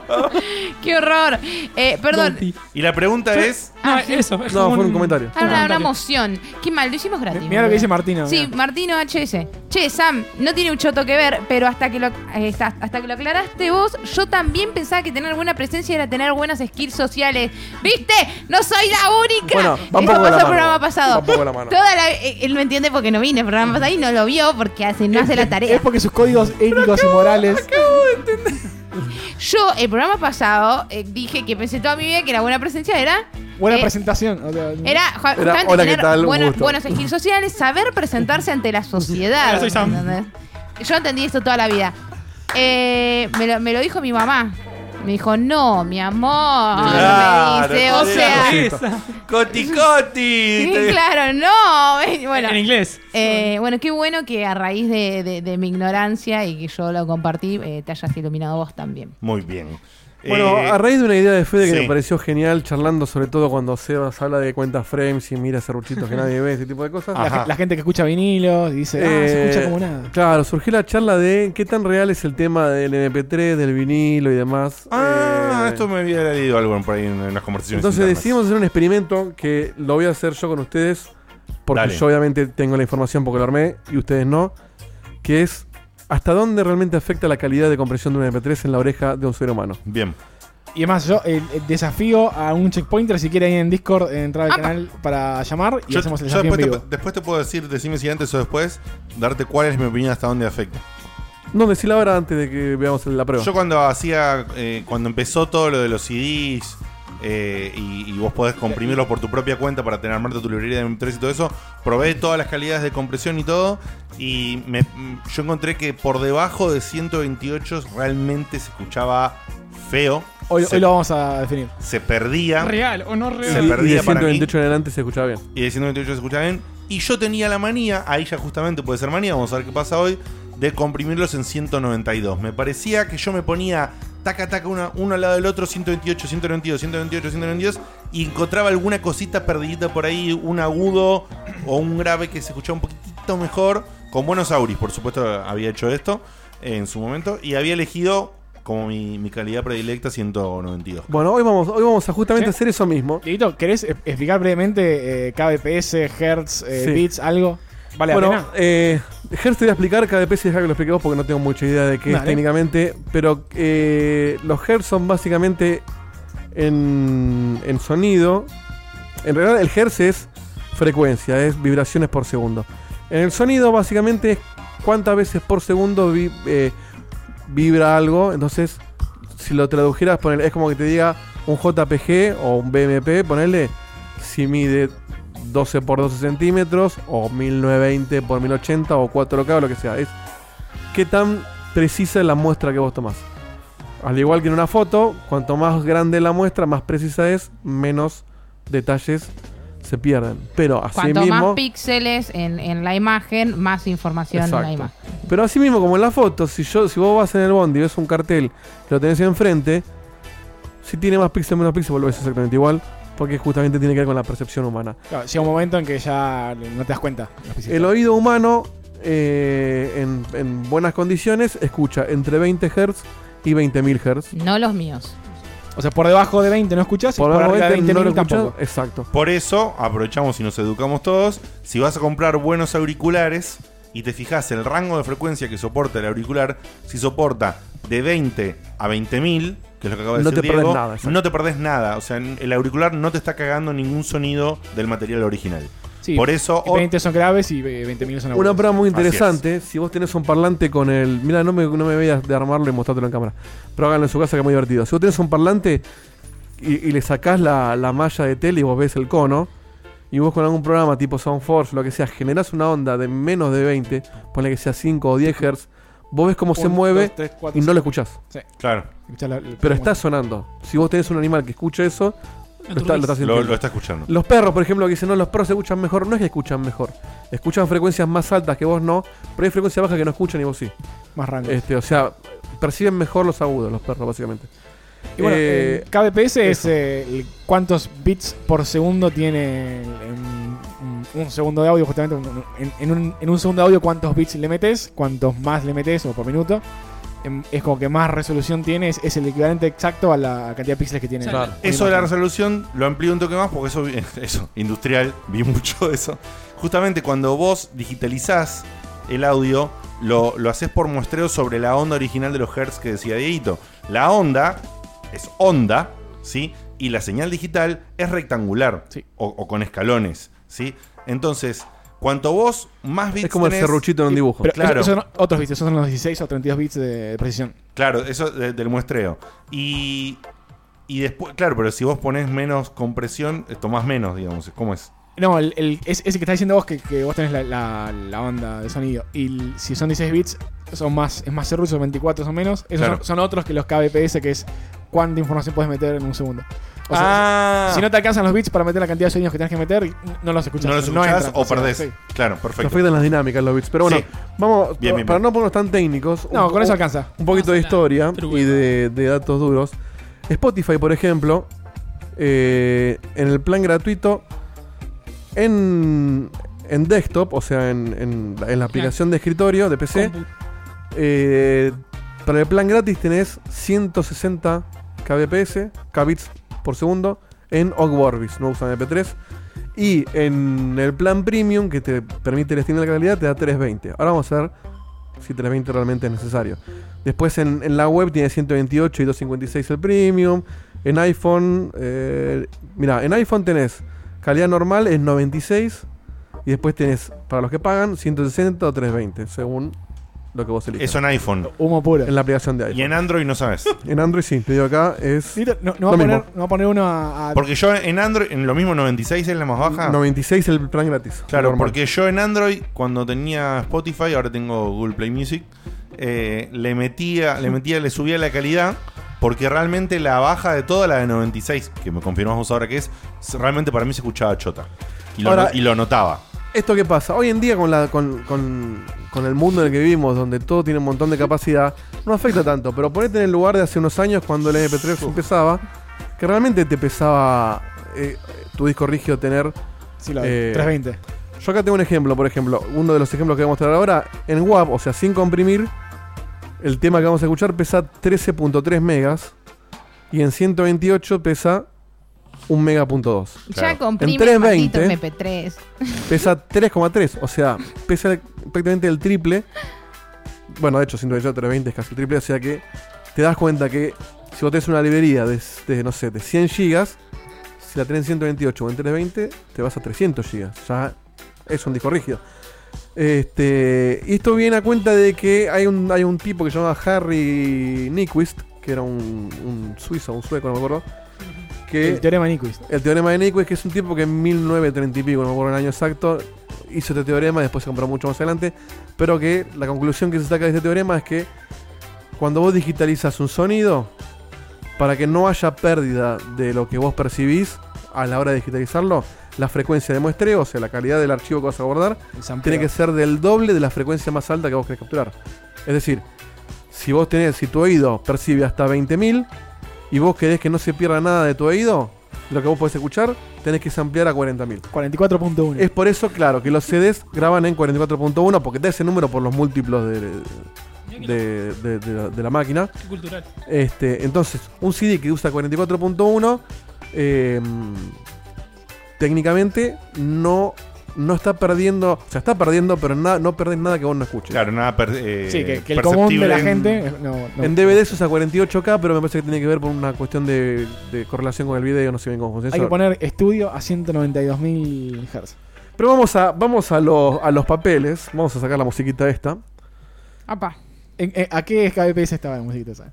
Speaker 2: Qué horror. Eh, perdón,
Speaker 5: Tonti.
Speaker 1: Y la pregunta es.
Speaker 5: No,
Speaker 2: Ah, sí.
Speaker 5: eso. es
Speaker 3: No,
Speaker 5: como
Speaker 3: fue un comentario.
Speaker 2: Ah, una, una
Speaker 5: comentario.
Speaker 2: moción. Qué mal, lo hicimos gratis.
Speaker 4: Mirá lo
Speaker 2: boludo.
Speaker 4: que dice Martino.
Speaker 2: Sí,
Speaker 4: mirá.
Speaker 2: Martino HS. Che, Sam, no tiene un choto que ver, pero hasta que lo, eh, está- hasta que lo aclaraste vos, yo también pensaba que tener buena presencia era tener buenas skills sociales. ¿Viste? ¡No soy la única!
Speaker 3: Bueno, va un
Speaker 2: Eso
Speaker 3: poco de
Speaker 2: pasó
Speaker 3: la
Speaker 2: el
Speaker 3: mano.
Speaker 2: programa
Speaker 3: Va
Speaker 2: pasado.
Speaker 3: un poco de la mano.
Speaker 2: Toda la- eh, él no entiende porque no vine el programa pasado y no lo vio porque hace, no hace la tarea.
Speaker 4: Es porque sus códigos étnicos y morales.
Speaker 2: Yo, el programa pasado, eh, dije que pensé toda mi vida que la buena presencia era
Speaker 4: Buena
Speaker 2: Eh,
Speaker 4: presentación. o sea,
Speaker 2: Era, ju-
Speaker 3: Era,
Speaker 2: justamente
Speaker 3: "Hola, ¿qué
Speaker 2: tener
Speaker 3: tal? Un
Speaker 2: buena-
Speaker 3: gusto".
Speaker 2: buenos skills sociales, saber presentarse ante la sociedad.
Speaker 5: Hola, soy Sam.
Speaker 2: ¿entendés? Yo entendí esto toda la vida. Eh, me, lo, me lo dijo mi mamá. Me dijo, no, mi amor.
Speaker 1: Claro,
Speaker 2: me dice, o
Speaker 1: sí.
Speaker 2: sea,
Speaker 5: ¿qué es?
Speaker 1: Coti Coti.
Speaker 2: sí, claro, no. Bueno,
Speaker 5: En inglés.
Speaker 2: eh, bueno, qué bueno que a raíz de, de- de mi ignorancia y que yo lo compartí, eh, te hayas iluminado vos también.
Speaker 1: Muy bien.
Speaker 3: Bueno,
Speaker 1: Eh,
Speaker 3: a raíz de una idea de Fede que
Speaker 1: sí.
Speaker 3: me pareció genial, charlando sobre todo cuando Sebas habla de cuentas frames y mira cerruchitos que nadie ve, ese tipo de cosas.
Speaker 4: La,
Speaker 1: Ajá.
Speaker 4: gen- la gente que escucha vinilos y dice, ah, se
Speaker 3: Eh,
Speaker 4: escucha como nada.
Speaker 3: Claro, surgió la charla de qué tan real es el tema del MP3, del vinilo y demás.
Speaker 1: Ah,
Speaker 3: Eh,
Speaker 1: esto me había leído algo por ahí en, en las conversaciones.
Speaker 3: Entonces
Speaker 1: internas.
Speaker 3: decidimos hacer un experimento que lo voy a hacer yo con ustedes, porque
Speaker 1: Dale.
Speaker 3: yo obviamente tengo la información porque lo armé y ustedes no, que es hasta dónde realmente afecta la calidad de compresión de un MP3 en la oreja de un ser humano.
Speaker 1: Bien.
Speaker 4: Y además, yo eh, eh, desafío a un checkpointer si quiere ahí en Discord eh, entrar al
Speaker 2: Apa.
Speaker 4: canal para llamar y
Speaker 1: Yo,
Speaker 4: hacemos el
Speaker 1: yo
Speaker 4: desafío
Speaker 1: después,
Speaker 4: en
Speaker 1: te,
Speaker 4: vivo.
Speaker 1: después te puedo decir, decime si antes o después, darte cuál es mi opinión hasta dónde afecta.
Speaker 3: No, decíla ahora antes de que veamos la prueba.
Speaker 1: Yo cuando hacía, eh, cuando empezó todo lo de los CDs eh, y, y vos podés comprimirlos por tu propia cuenta para tener armarte tu librería de MP3 y todo eso, probé todas las calidades de compresión y todo y me- mm, yo encontré que por debajo de 128 realmente se escuchaba feo,
Speaker 4: Hoy,
Speaker 1: se,
Speaker 4: hoy lo vamos a definir.
Speaker 1: se perdía
Speaker 5: Real o no real.
Speaker 1: Se
Speaker 3: Y- y,
Speaker 1: perdía
Speaker 3: de
Speaker 1: para mí.
Speaker 3: 128 en adelante se escuchaba bien.
Speaker 1: y de 128 se escuchaba bien y yo tenía la manía, ahí ya justamente puede ser manía, vamos a ver qué pasa hoy, de comprimirlos en 192. Me parecía que yo me ponía taca, taca, una- uno al lado del otro, 128, 192, 128, 192, y encontraba alguna cosita perdidita por ahí, un agudo o un grave que se escuchaba un poquitito mejor, con buenos auris, por supuesto había hecho esto eh, en su momento, y había elegido como mi, mi calidad predilecta 192.
Speaker 3: Bueno, hoy vamos, hoy vamos a justamente
Speaker 4: Sí.
Speaker 3: hacer eso mismo.
Speaker 4: Dieguito, ¿querés e- explicar brevemente eh, KBPS, Hertz, eh,
Speaker 3: Sí.
Speaker 4: bits, algo? Vale, la
Speaker 3: bueno,
Speaker 4: pena?
Speaker 3: eh, Hertz te voy a explicar, cada vez deja que lo explique vos porque no tengo mucha idea de qué es
Speaker 4: Dale.
Speaker 3: técnicamente, pero eh, los Hertz son básicamente en, en sonido. En realidad el Hertz es frecuencia, es vibraciones por segundo. En el sonido básicamente es cuántas veces por segundo vi- eh, vibra algo, entonces si lo tradujeras, ponele, es como que te diga un JPG o un BMP, ponele, si mide 12 por 12 centímetros o 1920 por 1080 o 4K o lo que sea. Es qué tan precisa es la muestra que vos tomás. Al igual que en una foto, cuanto más grande la muestra, más precisa es, menos detalles se pierden. Pero así
Speaker 2: Cuanto más
Speaker 3: mismo,
Speaker 2: píxeles en, en la imagen, más información en la
Speaker 3: Exacto.
Speaker 2: imagen.
Speaker 3: pero así mismo como en la foto, si yo si vos vas en el bondi y ves un cartel que lo tenés enfrente, si tiene más píxeles menos píxeles, vos lo ves exactamente igual, porque justamente tiene que ver con la percepción humana.
Speaker 4: Claro, llega un momento en que ya no te das cuenta. los píxeles.
Speaker 3: El oído humano, eh, en, en buenas condiciones, escucha entre 20 Hz y 20.000 Hz.
Speaker 2: No los míos.
Speaker 4: O sea, por debajo de 20 no escuchas y por, arriba de 20
Speaker 3: no lo
Speaker 4: mil
Speaker 3: escucha.
Speaker 4: tampoco.
Speaker 3: Exacto.
Speaker 1: Por eso aprovechamos y nos educamos todos. Si vas a comprar buenos auriculares y te fijas el rango de frecuencia que soporta el auricular, si soporta de 20 a 20.000, que es lo que acaba de
Speaker 3: No
Speaker 1: decir
Speaker 3: te perdés
Speaker 1: Diego,
Speaker 3: nada, exacto.
Speaker 1: no te perdés nada. O sea, el auricular no te está cagando ningún sonido del material original.
Speaker 4: Sí,
Speaker 1: Por eso, o-
Speaker 4: 20 son graves y eh, 20.000 son
Speaker 3: Una
Speaker 4: agudos.
Speaker 3: prueba muy
Speaker 1: Así es.
Speaker 3: interesante, si vos tenés un parlante con el... Mira, no me, no me veas de armarlo y mostrártelo en cámara, pero háganlo en su casa que es muy divertido. Si vos tenés un parlante y, y le sacás la, la malla de tele y vos ves el cono, y vos con algún programa tipo Soundforce, lo que sea, generás una onda de menos de 20, ponle que sea 5 o 10 Hz, vos ves cómo se
Speaker 4: Un,
Speaker 3: mueve
Speaker 4: dos, tres, cuatro,
Speaker 3: y no lo escuchás.
Speaker 1: claro,
Speaker 4: Escuchá la- la-
Speaker 3: Pero
Speaker 4: cómo
Speaker 3: está sonando. Si vos tenés un animal que escucha eso, lo está, lo está
Speaker 1: lo,
Speaker 3: sintiendo.
Speaker 1: lo está escuchando.
Speaker 3: Los perros, por ejemplo, que dicen, no, los perros escuchan mejor. No es que escuchan mejor. Escuchan frecuencias más altas que vos no, pero hay frecuencias bajas que no escuchan y vos sí.
Speaker 4: Más rango.
Speaker 3: Este, o sea, perciben mejor los agudos los perros, básicamente.
Speaker 4: y bueno,
Speaker 3: eh,
Speaker 4: eh, KBPS es
Speaker 3: eso.
Speaker 4: eh, el- cuántos bits por segundo tiene en- en un segundo de audio, justamente. un- en, en un, en un segundo de audio, cuántos bits le metes, cuántos más le metes o por minuto. Em, Es como que más resolución tiene, es, es el equivalente exacto a la cantidad de píxeles que tiene.
Speaker 5: Claro.
Speaker 4: una
Speaker 1: Eso de la
Speaker 4: imagen.
Speaker 1: resolución lo amplío un toque más porque eso, vi- eso industrial, vi mucho de eso. Justamente cuando vos digitalizás el audio, lo, lo haces por muestreo sobre la onda original de los hertz que decía Dieguito. La onda es onda, ¿sí? Y la señal digital es rectangular
Speaker 4: Sí.
Speaker 1: o, o con escalones, ¿sí? Entonces, cuanto vos más bits
Speaker 3: Es como el
Speaker 1: tenés-
Speaker 3: serruchito en un dibujo.
Speaker 4: Pero
Speaker 1: Claro.
Speaker 4: esos, esos son otros bits, esos son los 16 o 32 bits de precisión.
Speaker 1: Claro, eso de- del muestreo. Y, y después, claro, pero si vos ponés menos compresión, eh, tomás menos, digamos. ¿Cómo es?
Speaker 4: No, el, el- es- ese que estás diciendo vos, que, que vos tenés la, la, la onda de sonido. Y el- si son 16 bits, son más, es más cerrucho, 24 son menos. Esos
Speaker 1: Claro.
Speaker 4: son, son otros que los KBPS, que es cuánta información puedes meter en un segundo. O sea,
Speaker 1: ah,
Speaker 4: si no te alcanzan los bits para meter la cantidad de sonidos que tienes que meter, no los escuchas.
Speaker 1: no los escuchás
Speaker 4: entran.
Speaker 1: o
Speaker 4: sea,
Speaker 1: perdés.
Speaker 4: sí.
Speaker 1: Claro,
Speaker 3: Se
Speaker 1: perfecto.
Speaker 3: afectan las dinámicas los bits. Pero bueno,
Speaker 1: Sí.
Speaker 3: vamos,
Speaker 1: Bien, bien,
Speaker 3: para
Speaker 1: bien.
Speaker 3: no ponernos tan técnicos.
Speaker 4: No,
Speaker 3: un-
Speaker 4: con eso
Speaker 3: un-
Speaker 4: alcanza.
Speaker 3: un poquito de historia y de, de datos duros. Spotify, por ejemplo, eh, en el plan gratuito, en, en desktop, o sea, en, en la- en la aplicación de escritorio de PC,
Speaker 5: Compu-
Speaker 3: eh, para el plan gratis tenés 160 kbps, kbits por segundo, en Ogvorbis, no usan MP3. Y en el plan premium, que te permite el destinar la calidad, te da 320. Ahora vamos a ver si 320 realmente es necesario. Después en, en la web tiene 128 y 256 el premium. En iPhone, eh, mira, en iPhone tenés calidad normal es 96 y después tenés para los que pagan 160 o 320 según lo que vos elijas.
Speaker 1: Eso en iPhone.
Speaker 4: Humo puro.
Speaker 3: En la aplicación de
Speaker 1: Y
Speaker 3: iPhone.
Speaker 1: en Android no sabes.
Speaker 3: En, Android sí, te digo acá es
Speaker 4: Sí, No, no va a
Speaker 3: Lo
Speaker 4: poner,
Speaker 3: mismo.
Speaker 4: no va a poner uno a. a-
Speaker 1: Porque yo en Android, en lo mismo 96 es la más baja.
Speaker 3: 96 el plan gratis.
Speaker 1: ah. Claro,
Speaker 3: normal.
Speaker 1: porque yo en Android, cuando tenía Spotify, ahora tengo Google Play Music, eh, le metía, le metía, le subía la calidad, porque realmente la baja de toda la de 96, que me confirmás vos ahora que es, s- realmente para mí se escuchaba chota. Y lo,
Speaker 3: Ahora-
Speaker 1: no- y lo notaba.
Speaker 3: ¿Esto qué pasa? Hoy en día con, la, con, con- con el mundo en el que vivimos, donde todo tiene un montón de capacidad, no afecta tanto, pero ponete en el lugar de hace unos años cuando el MP3 empezaba, que realmente te pesaba eh, tu disco rígido tener...
Speaker 4: sí, lo-
Speaker 3: eh,
Speaker 4: 320.
Speaker 3: Yo acá tengo un ejemplo, por ejemplo, uno de los ejemplos que voy a mostrar ahora, en WAP, o sea, sin comprimir, el tema que vamos a escuchar pesa 13.3 megas y en 128 pesa 1 mega.2.
Speaker 2: Ya
Speaker 1: Claro.
Speaker 2: comprime
Speaker 3: En 320.
Speaker 2: el maldito MP3.
Speaker 3: Pesa 3,3, o sea, pesa prácticamente el triple. Bueno, de hecho, 128 320 es casi el triple, o sea que te das cuenta que si vos tenés una librería de, de, no sé, de 100 gigas, si la tenés en 128 o en 320, te vas a 300 gigas. Ya es un disco rígido. Este, y esto viene a cuenta de que hay un, hay un tipo que se llama Harry Nyquist, que era un, un suizo, un sueco, no me acuerdo, que
Speaker 4: El teorema Nyquist.
Speaker 3: el teorema de Nyquist, que es un tipo que en 1930 y pico, no me acuerdo el año exacto, hizo este teorema, después se compró mucho más adelante, pero que la conclusión que se saca de este teorema es que cuando vos digitalizas un sonido, para que no haya pérdida de lo que vos percibís a la hora de digitalizarlo, la frecuencia de muestreo, o sea, la calidad del archivo que vas a guardar,
Speaker 4: el sampleo.
Speaker 3: tiene que ser del doble de la frecuencia más alta que vos querés capturar. Es decir, si vos tenés, si tu oído percibe hasta 20.000 y vos querés que no se pierda nada de tu oído, lo que vos podés escuchar, tenés que ampliar a 40.000.
Speaker 4: 44.1.
Speaker 3: Es por eso, claro, que los CDs graban en 44.1 porque te da ese número por los múltiplos de, de- de- de la- de la máquina.
Speaker 5: Qué cultural.
Speaker 3: Este, entonces, un CD que usa 44.1 eh, técnicamente no, no está perdiendo, o sea, está perdiendo, pero na- no perdés nada que vos no escuches.
Speaker 1: Claro, nada per- eh,
Speaker 4: sí, que, que el común de la
Speaker 1: perceptible en-
Speaker 4: gente. eh, No, no.
Speaker 3: En DVD se usa 48K, pero me parece que tiene que ver por una cuestión de, de correlación con el video, no sé bien cómo funciona.
Speaker 4: Hay que
Speaker 3: eso.
Speaker 4: poner estudio a 192.000 Hz.
Speaker 3: Pero vamos a, vamos a los, a los papeles, vamos a sacar la musiquita esta.
Speaker 2: Apa.
Speaker 4: ¿En- en- ¿A qué KBPS estaba la musiquita esa?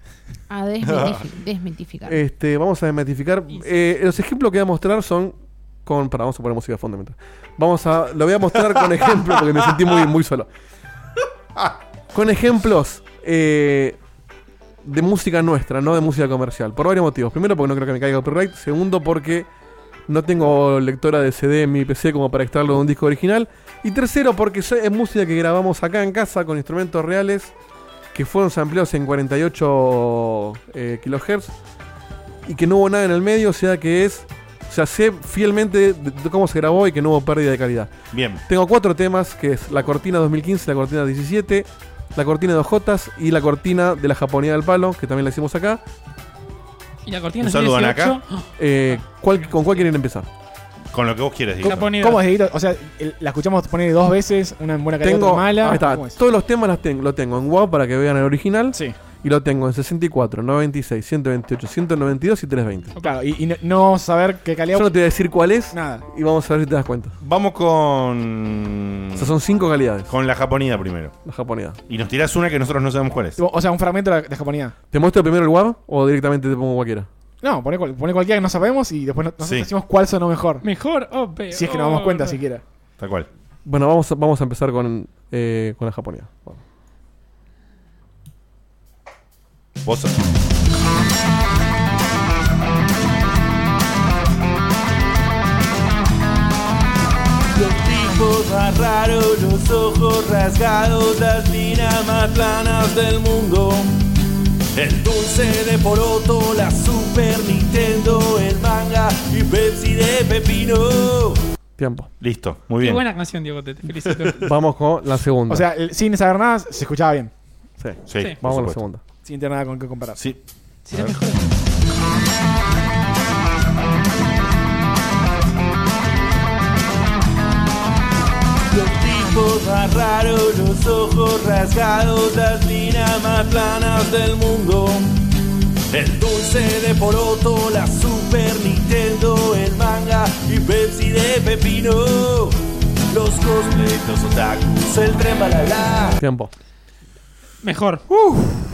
Speaker 2: A desmitifi- desmitificar.
Speaker 3: Este, vamos a desmitificar. Eh, los ejemplos que voy a mostrar son con. Para, vamos a poner música de fondo mientras. Vamos a. Lo voy a mostrar con ejemplos porque me sentí muy, muy solo. Con ejemplos eh, de música nuestra, no de música comercial. Por varios motivos. Primero, porque no creo que me caiga copyright. Segundo, porque no tengo lectora de CD en mi PC como para extraerlo de un disco original. Y tercero, porque so- es música que grabamos acá en casa con instrumentos reales que fueron sampleados en 48 eh, kilohertz y que no hubo nada en el medio, o sea que es. O sea, sé fielmente de- de cómo se grabó y que no hubo pérdida de calidad.
Speaker 1: Bien.
Speaker 3: Tengo cuatro temas, que es la cortina 2015, la cortina 17, la cortina de Ojotas y la cortina de la japonía del palo, que también la hicimos acá.
Speaker 5: Y la cortina
Speaker 1: Un
Speaker 5: es
Speaker 1: saludo a
Speaker 5: 18.
Speaker 1: Naka.
Speaker 3: Eh, ¿cuál- ¿Con cuál quieren empezar?
Speaker 1: Con lo que vos quieres, digo.
Speaker 5: Japonés.
Speaker 4: ¿Cómo es, Dieguito? O sea, el- la escuchamos poner dos veces, una en buena calidad, otra
Speaker 3: Tengo,
Speaker 4: en mala.
Speaker 3: ahí está,
Speaker 4: ¿Cómo es?
Speaker 3: todos los temas las tengo, lo tengo en WoW para que vean el original
Speaker 4: Sí,
Speaker 3: y lo tengo en 64, 96, 128, 192 y 320.
Speaker 4: claro. Y, y no, no saber qué
Speaker 3: Yo
Speaker 4: calidad.
Speaker 3: no te voy a decir cuál es
Speaker 4: Nada.
Speaker 3: y vamos a ver si te das cuenta.
Speaker 1: Vamos con.
Speaker 3: O sea, son cinco calidades,
Speaker 1: Con la japonía primero.
Speaker 3: la japonía.
Speaker 1: Y nos tirás una que nosotros no sabemos cuál es.
Speaker 4: O sea, un fragmento de, la- de japonía.
Speaker 3: ¿Te muestro primero el WAV o directamente te pongo cualquiera?
Speaker 4: No, pone, cual- pone cualquiera que no sabemos y después no- nosotros
Speaker 1: Sí.
Speaker 4: decimos cuál sonó mejor.
Speaker 5: Mejor oh, o peor.
Speaker 4: Si es que nos damos cuenta siquiera.
Speaker 1: Tal cual.
Speaker 3: Bueno, vamos a, vamos a empezar con, eh, con la japonía. Bueno.
Speaker 1: Vos.
Speaker 6: claros, los ojos rasgados, las líneas más planas del mundo. El dulce de poroto, la Super Nintendo, el manga y Pepsi de pepino.
Speaker 3: Tiempo.
Speaker 1: Listo, muy
Speaker 5: Qué
Speaker 1: bien.
Speaker 5: buena canción, Diego, te, te felicito.
Speaker 3: Vamos con la segunda.
Speaker 4: O sea, el- sin saber nada, se escuchaba bien.
Speaker 3: Sí.
Speaker 1: Sí,
Speaker 5: sí.
Speaker 1: por
Speaker 3: Vamos con la
Speaker 1: supuesto.
Speaker 3: segunda.
Speaker 4: Sin tener nada con qué comparar.
Speaker 1: Sí.
Speaker 5: Será mejor.
Speaker 6: Los tipos más raros, los ojos rasgados, las líneas más planas del mundo. El dulce de poroto, la Super Nintendo, el manga y Pepsi de pepino. Los cosplays, los otakus, el tren balala.
Speaker 3: Tiempo.
Speaker 5: Mejor.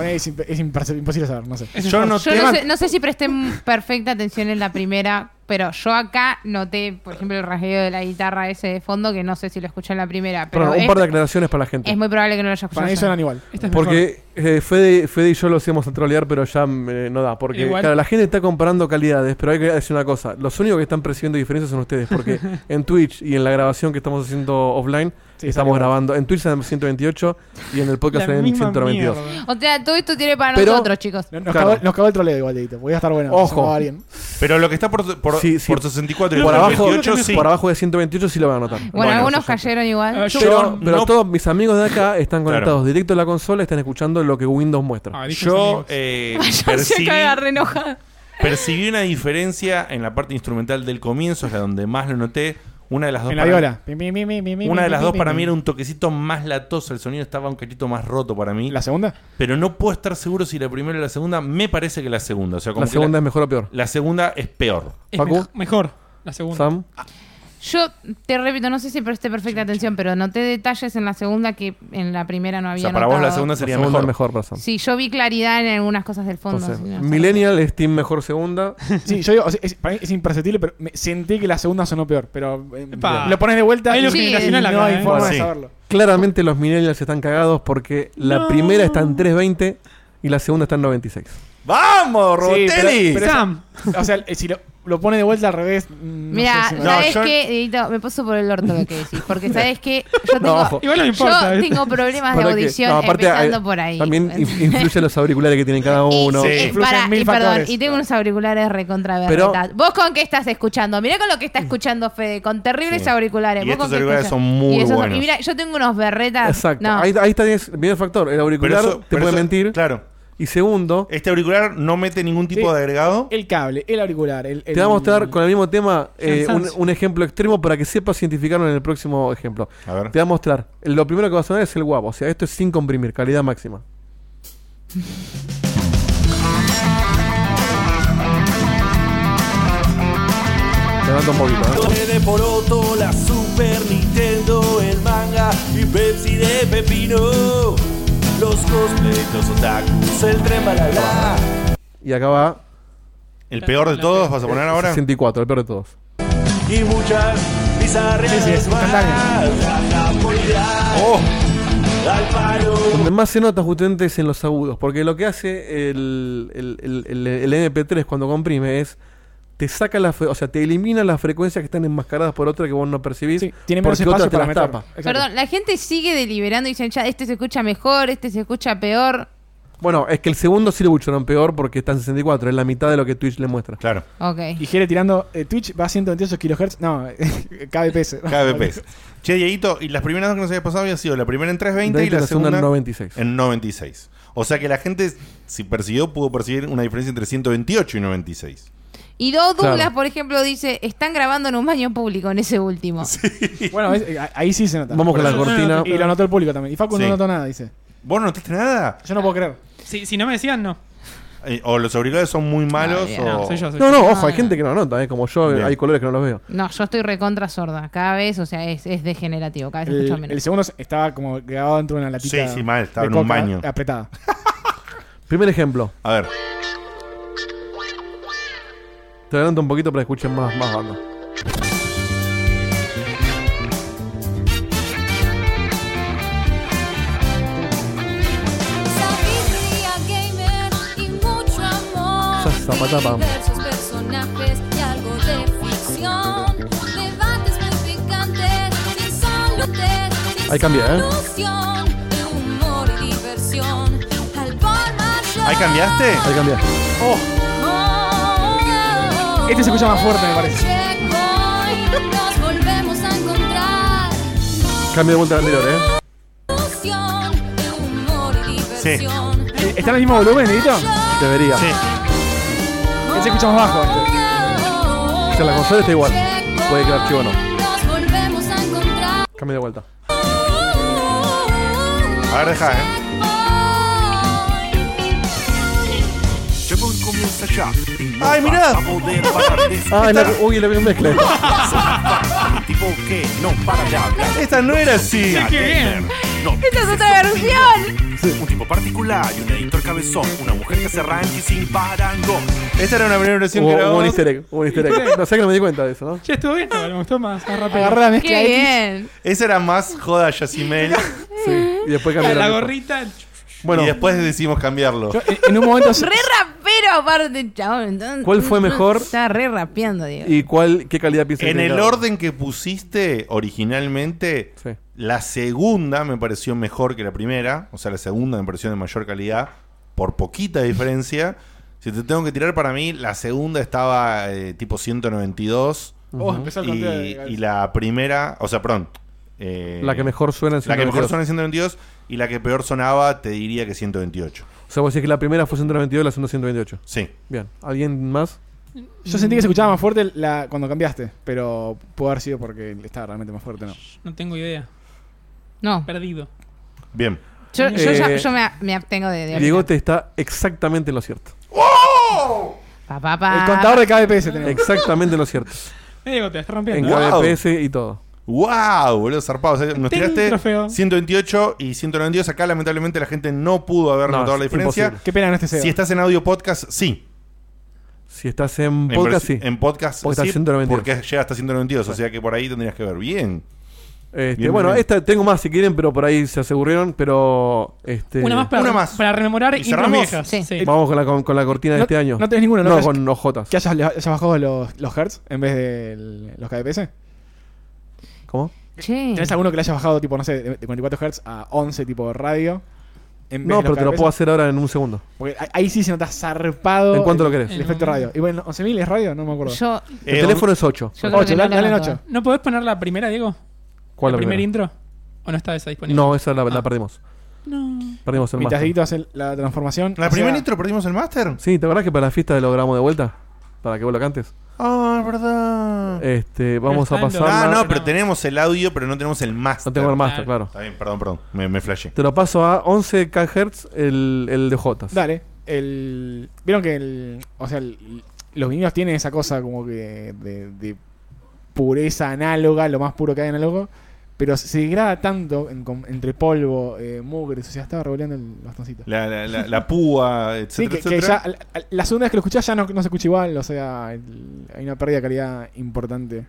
Speaker 4: Es, imp- es imperce- imposible saber, no sé.
Speaker 1: Yo no
Speaker 2: Yo no sé, no sé si presté m- perfecta atención en la primera, pero yo acá noté, por ejemplo, el rasgueo de la guitarra ese de fondo, que no sé si lo escuché en la primera, pero
Speaker 3: Perdón,
Speaker 2: es,
Speaker 3: un par de aclaraciones para la gente.
Speaker 2: es muy probable que no lo haya
Speaker 4: Para mí
Speaker 2: escuchado.
Speaker 4: suenan igual.
Speaker 5: Esta es mejor.
Speaker 3: Porque eh, Fede, Fede y yo lo hacíamos a trolear, pero ya eh, no da. Porque
Speaker 5: Igual.
Speaker 3: claro, la gente está comparando calidades, pero hay que decir una cosa. Los únicos que están percibiendo diferencias son ustedes, porque en Twitch y en la grabación que estamos haciendo offline,
Speaker 4: Sí,
Speaker 3: estamos
Speaker 4: sale igual.
Speaker 3: grabando. En Twitch salen 128 y en el podcast
Speaker 5: La
Speaker 3: salen
Speaker 5: misma
Speaker 3: 192.
Speaker 5: mierda.
Speaker 2: O sea, todo esto tiene para
Speaker 3: Pero-
Speaker 2: nosotros, chicos.
Speaker 4: No- Nos,
Speaker 3: Claro.
Speaker 4: cagó, nos cagó el troleo igual, Dedito. Voy a estar bueno.
Speaker 3: Ojo.
Speaker 4: se llamaba alguien.
Speaker 1: Pero lo que está por, por,
Speaker 3: Sí, sí.
Speaker 1: por 64 y
Speaker 3: Por abajo,
Speaker 1: 28, sí.
Speaker 3: por abajo de 128 sí lo van a notar.
Speaker 2: Bueno, algunos
Speaker 3: eso ya-
Speaker 2: cayeron igual.
Speaker 5: Ah, yo-
Speaker 3: Pero, pero
Speaker 1: no-
Speaker 3: todos mis amigos de acá están
Speaker 1: Claro.
Speaker 3: conectados directo a la consola, están escuchando lo que Windows muestra.
Speaker 5: Ah, dijo
Speaker 1: Yo
Speaker 5: amigos.
Speaker 1: eh,
Speaker 2: Yo se
Speaker 1: percibí,
Speaker 2: caga re enojada.
Speaker 1: percibí una diferencia en la parte instrumental del comienzo, es la donde más lo noté. Una de las dos
Speaker 4: En la
Speaker 1: para-
Speaker 4: viola. Pim, pim, pim, pim, pim,
Speaker 1: Una de
Speaker 4: pim,
Speaker 1: las
Speaker 4: pim,
Speaker 1: dos
Speaker 4: pim,
Speaker 1: para
Speaker 4: pim.
Speaker 1: mí era un toquecito más latoso, el sonido estaba un cachito más roto para mí.
Speaker 4: ¿La segunda?
Speaker 1: Pero no puedo estar seguro si la primera o la segunda. Me parece que la segunda. O sea, como
Speaker 3: La
Speaker 1: que
Speaker 3: segunda es mejor o peor.
Speaker 1: la, segunda es peor.
Speaker 5: Es
Speaker 3: Facu.
Speaker 5: mej- mejor. La segunda.
Speaker 3: Sam,
Speaker 1: Ah,
Speaker 2: Yo te repito, no sé si presté perfecta atención, pero noté detalles en la segunda que en la primera no
Speaker 1: O
Speaker 2: había
Speaker 1: sea, para vos la
Speaker 2: notado.
Speaker 1: segunda
Speaker 3: la
Speaker 1: sería
Speaker 3: segunda
Speaker 1: mejor.
Speaker 3: es mejor para Sam.
Speaker 2: Sí, yo vi claridad en algunas cosas del fondo.
Speaker 3: Entonces,
Speaker 2: así que no sé.
Speaker 3: Millennial es Team Mejor Segunda.
Speaker 4: Sí, yo digo, o sea, es, para mí es imperceptible, pero me sentí que la segunda sonó peor. Pero eh,
Speaker 5: Epa.
Speaker 4: lo pones de vuelta
Speaker 5: Ahí
Speaker 4: y
Speaker 5: lo
Speaker 2: Sí,
Speaker 5: generacional
Speaker 4: no
Speaker 5: acá,
Speaker 4: hay
Speaker 5: ¿eh?
Speaker 4: forma
Speaker 1: Bueno,
Speaker 4: de
Speaker 1: sí.
Speaker 4: saberlo.
Speaker 3: Claramente los millennials están cagados porque la primera está en 320 y la segunda está en 96.
Speaker 1: ¡Vamos,
Speaker 4: Sí, pero-
Speaker 1: Robotelli!
Speaker 4: pero-
Speaker 5: Sam.
Speaker 4: O sea, eh, si lo, lo pone de vuelta al revés. mm,
Speaker 2: Mira,
Speaker 4: no sé si-
Speaker 1: no,
Speaker 2: ¿sabes
Speaker 1: yo-
Speaker 2: qué? Dieguito? me paso por el orto lo que decís, porque ¿sabes qué? Yo tengo,
Speaker 3: ojo.
Speaker 5: Igual no me importa.
Speaker 2: yo
Speaker 5: ¿viste?
Speaker 2: tengo problemas de
Speaker 3: Para que-
Speaker 2: audición
Speaker 3: no,
Speaker 2: empezando
Speaker 3: hay-
Speaker 2: por ahí.
Speaker 3: También inf- influye los auriculares que tienen cada
Speaker 2: Y-
Speaker 3: uno.
Speaker 1: Sí.
Speaker 2: y,
Speaker 4: Influyen
Speaker 2: para,
Speaker 4: mil
Speaker 2: y perdón,
Speaker 4: factores.
Speaker 2: y tengo unos auriculares recontra
Speaker 3: Pero-
Speaker 2: verdad. ¿Vos con qué estás escuchando? Mirá con lo que está escuchando Fede, con terribles
Speaker 1: Sí.
Speaker 2: auriculares.
Speaker 1: Y
Speaker 2: ¿Vos
Speaker 1: estos
Speaker 2: con qué
Speaker 1: auriculares
Speaker 2: escuchas?
Speaker 1: son muy
Speaker 2: y esos-
Speaker 1: buenos.
Speaker 2: Y mira, yo tengo unos berretas.
Speaker 3: Exacto.
Speaker 2: no.
Speaker 3: Ahí, ahí está bien el factor. El
Speaker 1: Pero
Speaker 3: auricular
Speaker 1: eso-
Speaker 3: te
Speaker 1: pero
Speaker 3: puede
Speaker 1: eso-
Speaker 3: mentir.
Speaker 1: Claro.
Speaker 3: Y segundo,
Speaker 1: Este auricular no mete ningún tipo
Speaker 4: Sí.
Speaker 1: de agregado.
Speaker 4: El cable, el auricular. El,
Speaker 3: te
Speaker 4: el-
Speaker 3: voy a mostrar con el mismo tema eh, un,
Speaker 5: Cansancio.
Speaker 3: un ejemplo extremo para que sepas identificarlo en el próximo ejemplo.
Speaker 1: A ver.
Speaker 3: Te voy a mostrar. Lo primero que va a sonar es el guapo. O sea, esto es sin comprimir, calidad máxima. Levanta un poquito, ¿eh?
Speaker 6: Dulce de poroto, la Super Nintendo, el manga y Pepsi de pepino. Los cosplays, los otakus, el tren balala.
Speaker 3: Y acá va
Speaker 1: El peor de todos, vas a poner ahora.
Speaker 3: 64, el peor de todos.
Speaker 6: y muchas bizarrerías
Speaker 4: Sí, sí, es instantáneo.
Speaker 1: ¡Oh!
Speaker 6: al paro
Speaker 3: Donde más se nota justamente es en los agudos, porque lo que hace el, el- el- el- el MP3 cuando comprime es te saca la, fre- o sea, te elimina las frecuencias que están enmascaradas por otra que vos no percibís,
Speaker 4: Sí, tiene menos
Speaker 3: porque otra
Speaker 4: espacio
Speaker 3: te
Speaker 4: para
Speaker 3: las
Speaker 4: meter.
Speaker 3: tapa.
Speaker 4: Exacto.
Speaker 2: Perdón, la gente sigue deliberando y dicen, ya, este se escucha mejor, este se escucha peor.
Speaker 3: Bueno, es que el segundo sí lo bucharon peor porque está en 64, es la mitad de lo que Twitch le muestra.
Speaker 1: Claro,
Speaker 2: Ok.
Speaker 4: Y Jere tirando eh, Twitch va a 128 kHz. No, KBPS.
Speaker 1: KBPs. che, Dieguito, y las primeras dos que nos había pasado había sido la primera en 320 y
Speaker 3: Dentro
Speaker 1: la,
Speaker 3: de
Speaker 1: segunda,
Speaker 3: en 96.
Speaker 1: en 96. O sea que la gente, si percibió, pudo percibir una diferencia entre 128 y 96.
Speaker 2: Y Doug Douglas,
Speaker 3: Claro.
Speaker 2: por ejemplo, dice, están grabando en un baño público en ese último.
Speaker 4: Bueno, es- eh, ahí sí se nota.
Speaker 3: Vamos
Speaker 1: Ah,
Speaker 3: con la
Speaker 5: eso-
Speaker 3: cortina.
Speaker 4: Y lo anotó el público también. Y Facu
Speaker 1: Sí.
Speaker 4: no notó nada, dice.
Speaker 1: ¿Vos no notaste nada?
Speaker 4: Yo no puedo creer.
Speaker 5: Si, si no me decían, no.
Speaker 1: Eh, o los auriculares son muy malos
Speaker 2: bien.
Speaker 1: o...
Speaker 5: No, soy yo. Soy
Speaker 3: No,
Speaker 5: yo.
Speaker 3: no, ojo, hay
Speaker 2: Ah.
Speaker 3: gente que no nota, ¿eh? como yo,
Speaker 1: Bien.
Speaker 3: hay colores que no los veo.
Speaker 2: No, yo estoy recontra sorda. Cada vez, o sea, es, es degenerativo. Cada vez escucho
Speaker 4: El, el
Speaker 2: menos.
Speaker 4: segundo estaba como grabado dentro de una latita.
Speaker 1: Sí, sí, mal, estaba
Speaker 4: de
Speaker 1: en un
Speaker 4: coca
Speaker 1: baño.
Speaker 4: Apretada.
Speaker 3: Primer ejemplo,
Speaker 1: A ver,
Speaker 3: te adelanto un poquito para que escuchen más, más bandas.
Speaker 7: Sabiduría gamer y mucho amor.
Speaker 3: Zazapatapam.
Speaker 7: Diversos personajes y algo de ficción. Debates muy picantes, sin salutes,
Speaker 3: Ahí cambia, ¿eh?
Speaker 7: Ilusión, humor y diversión. Al por mayor.
Speaker 1: ¿Ahí cambiaste?
Speaker 3: Ahí cambia.
Speaker 4: Oh,
Speaker 7: Oh,
Speaker 4: Este se escucha más fuerte, me parece.
Speaker 7: Checkpoint, nos volvemos a encontrar.
Speaker 3: Cambia de vuelta al anterior, ¿eh?
Speaker 7: Ilusión, humor y diversión.
Speaker 4: eh, ¿está en el mismo volumen, Edito?
Speaker 3: Debería.
Speaker 1: Sí.
Speaker 4: Este se escucha más bajo. este.
Speaker 7: Oh,
Speaker 2: este.
Speaker 3: O sea, la consola está igual.
Speaker 7: checkpoint,
Speaker 3: Puede que el archivo no.
Speaker 7: Nos volvemos a encontrar.
Speaker 3: Cambia de vuelta.
Speaker 1: A ver, deja, ¿eh?
Speaker 6: Checkpoint comienza ya. y no
Speaker 1: Ay, mirá.
Speaker 6: vas a poder parar de
Speaker 3: Ah, en la, uy, la mezcla.
Speaker 6: escuchar, tipo que no para de hablar.
Speaker 1: Esta no era así.
Speaker 5: ¡Qué bien!
Speaker 6: No,
Speaker 2: ¡Esta es otra versión!
Speaker 6: un tipo particular y un editor cabezón. Una mujer que hace ranking sin parangón.
Speaker 1: Esta era una primera versión
Speaker 3: Hubo,
Speaker 1: que
Speaker 3: hubo un
Speaker 1: grabamos.
Speaker 3: easter egg. Hubo un easter egg. No sé que no me di cuenta de eso, ¿no?
Speaker 5: Che, estuvo bien, me gustó más, más rápido.
Speaker 4: Agarré la mezcla
Speaker 2: ¡Qué
Speaker 4: X.
Speaker 2: bien!
Speaker 1: Esa era más joda Yacimel.
Speaker 3: Sí. Y después
Speaker 5: La,
Speaker 3: cambiaron.
Speaker 5: la
Speaker 3: eso.
Speaker 5: gorrita. el-
Speaker 1: Bueno, y después decidimos cambiarlo.
Speaker 4: Yo, en- en un momento.
Speaker 2: Re rapero aparte, chabón. entonces-
Speaker 3: ¿Cuál fue mejor?
Speaker 2: Está re rapeando, digo.
Speaker 3: ¿Y cuál, qué calidad piensa
Speaker 1: En
Speaker 3: que tiene
Speaker 1: el
Speaker 3: cada uno?
Speaker 1: orden que pusiste originalmente,
Speaker 3: Sí.
Speaker 1: la segunda me pareció mejor que la primera. O sea, la segunda me pareció de mayor calidad, por poquita diferencia. Si te tengo que tirar para mí, la segunda estaba eh, tipo 192.
Speaker 4: Oh, empezó el
Speaker 1: Y,
Speaker 4: conteo. de-
Speaker 1: y la primera, o sea, perdón. eh,
Speaker 3: La que mejor suena en
Speaker 1: la que mejor
Speaker 3: 192.
Speaker 1: suena en 122 y la que peor sonaba, te diría que 128.
Speaker 3: O sea, vos decís que la primera fue 192 y la segunda 128.
Speaker 1: Sí.
Speaker 3: Bien. ¿Alguien más?
Speaker 4: Yo sentí que se escuchaba más fuerte la, cuando cambiaste, pero puede haber sido porque estaba realmente más fuerte, ¿no?
Speaker 5: No tengo idea.
Speaker 2: No,
Speaker 5: Perdido.
Speaker 1: Bien.
Speaker 2: yo, yo,
Speaker 3: Eh,
Speaker 2: ya- yo me, me abstengo de... de
Speaker 3: Diego te está exactamente en lo cierto.
Speaker 2: Pa, pa, pa.
Speaker 4: El contador de KBPS tenemos.
Speaker 3: Exactamente en lo cierto.
Speaker 5: Me digo, Eh, te estás
Speaker 3: En
Speaker 5: rompiendo.
Speaker 1: Wow.
Speaker 3: KBPS y todo.
Speaker 1: ¡Wow! Boludo, zarpado. O sea, nos
Speaker 5: Ting,
Speaker 1: tiraste
Speaker 5: trofeo.
Speaker 1: 128 y 192. Acá, lamentablemente, la gente no pudo haber
Speaker 3: No,
Speaker 1: notado
Speaker 3: es
Speaker 1: la diferencia.
Speaker 3: imposible.
Speaker 4: Qué pena este que no esté Seba.
Speaker 1: Si estás en audio podcast, sí.
Speaker 3: Si estás en
Speaker 1: En
Speaker 3: podcast, sí.
Speaker 1: vers- En podcast,
Speaker 3: Porque está
Speaker 1: sí,
Speaker 3: 192.
Speaker 1: porque llega hasta 192. O sea que por ahí tendrías que ver. Bien.
Speaker 3: Este,
Speaker 1: Bien,
Speaker 3: bueno,
Speaker 1: bien.
Speaker 3: esta tengo más si quieren, pero por ahí se aseguraron. Pero este,
Speaker 5: Una más para,
Speaker 1: Una más.
Speaker 5: para rememorar
Speaker 1: ¿Y
Speaker 5: intros
Speaker 1: cerramos?
Speaker 5: viejas.
Speaker 2: Sí.
Speaker 3: vamos con la, con, con la cortina de
Speaker 4: No-
Speaker 3: este año.
Speaker 4: no tenés ninguno, ¿no?
Speaker 3: No,
Speaker 4: Que-
Speaker 3: con OJ.
Speaker 4: Que hayas, le- hayas bajado los, los hertz en vez de el- los KBPS.
Speaker 3: ¿Cómo?
Speaker 2: Che.
Speaker 4: ¿Tenés alguno que le hayas bajado, tipo, no sé, de de 44 Hz a 11, tipo radio? en vez
Speaker 3: No,
Speaker 4: de los
Speaker 3: pero te lo
Speaker 4: KBPS?
Speaker 3: puedo hacer ahora en un segundo.
Speaker 4: Porque ahí- ahí sí se nota zarpado.
Speaker 3: ¿En cuánto
Speaker 4: Oh, el-
Speaker 3: lo querés?
Speaker 4: El efecto radio. Y bueno, 11.000 es radio, no me acuerdo.
Speaker 2: Yo,
Speaker 3: El
Speaker 1: Eh,
Speaker 3: teléfono es 8.
Speaker 2: yo creo
Speaker 4: Ocho,
Speaker 2: que no
Speaker 4: dale- dale
Speaker 2: la
Speaker 4: en
Speaker 2: noto.
Speaker 4: ocho.
Speaker 5: ¿No podés poner la primera, Diego?
Speaker 3: ¿Cuál
Speaker 5: ¿La
Speaker 3: la
Speaker 5: primer
Speaker 3: primera?
Speaker 5: intro? ¿O no está esa disponible?
Speaker 3: No, esa la, la
Speaker 5: Ah.
Speaker 3: perdimos.
Speaker 5: No.
Speaker 3: Perdimos el
Speaker 4: Mientras
Speaker 3: máster.
Speaker 4: Dieguito hace la transformación.
Speaker 1: ¿La
Speaker 4: o
Speaker 1: primera
Speaker 4: sea,
Speaker 1: intro perdimos el máster?
Speaker 3: Sí, ¿te acordás que para la fiesta lo grabamos de vuelta? Para que vos lo cantes.
Speaker 1: Ah, es verdad.
Speaker 3: Este, vamos
Speaker 5: está
Speaker 3: a
Speaker 5: en lo-
Speaker 3: pasar.
Speaker 1: ah,
Speaker 5: no,
Speaker 1: no,
Speaker 5: no.
Speaker 1: pero tenemos el audio, pero no tenemos el máster.
Speaker 3: No tengo el máster,
Speaker 5: Claro.
Speaker 3: claro.
Speaker 1: Está bien, perdón, perdón. Me, me flashé.
Speaker 3: Te lo paso a 11 kHz el, el de J.
Speaker 4: Dale. El, Vieron que el. O sea, el- los vinilos tienen esa cosa como que. De, de pureza análoga, lo más puro que hay análogo. Pero se degrada tanto en com- entre polvo, eh, mugre, o sea, estaba revolviendo el bastoncito.
Speaker 1: La, la, la, la púa,
Speaker 4: Sí,
Speaker 1: etcétera,
Speaker 4: que, que ya,
Speaker 1: etcétera.
Speaker 4: al- al- la segunda vez que lo escuchás ya no, no se escucha igual, o sea, el- hay una pérdida de calidad importante.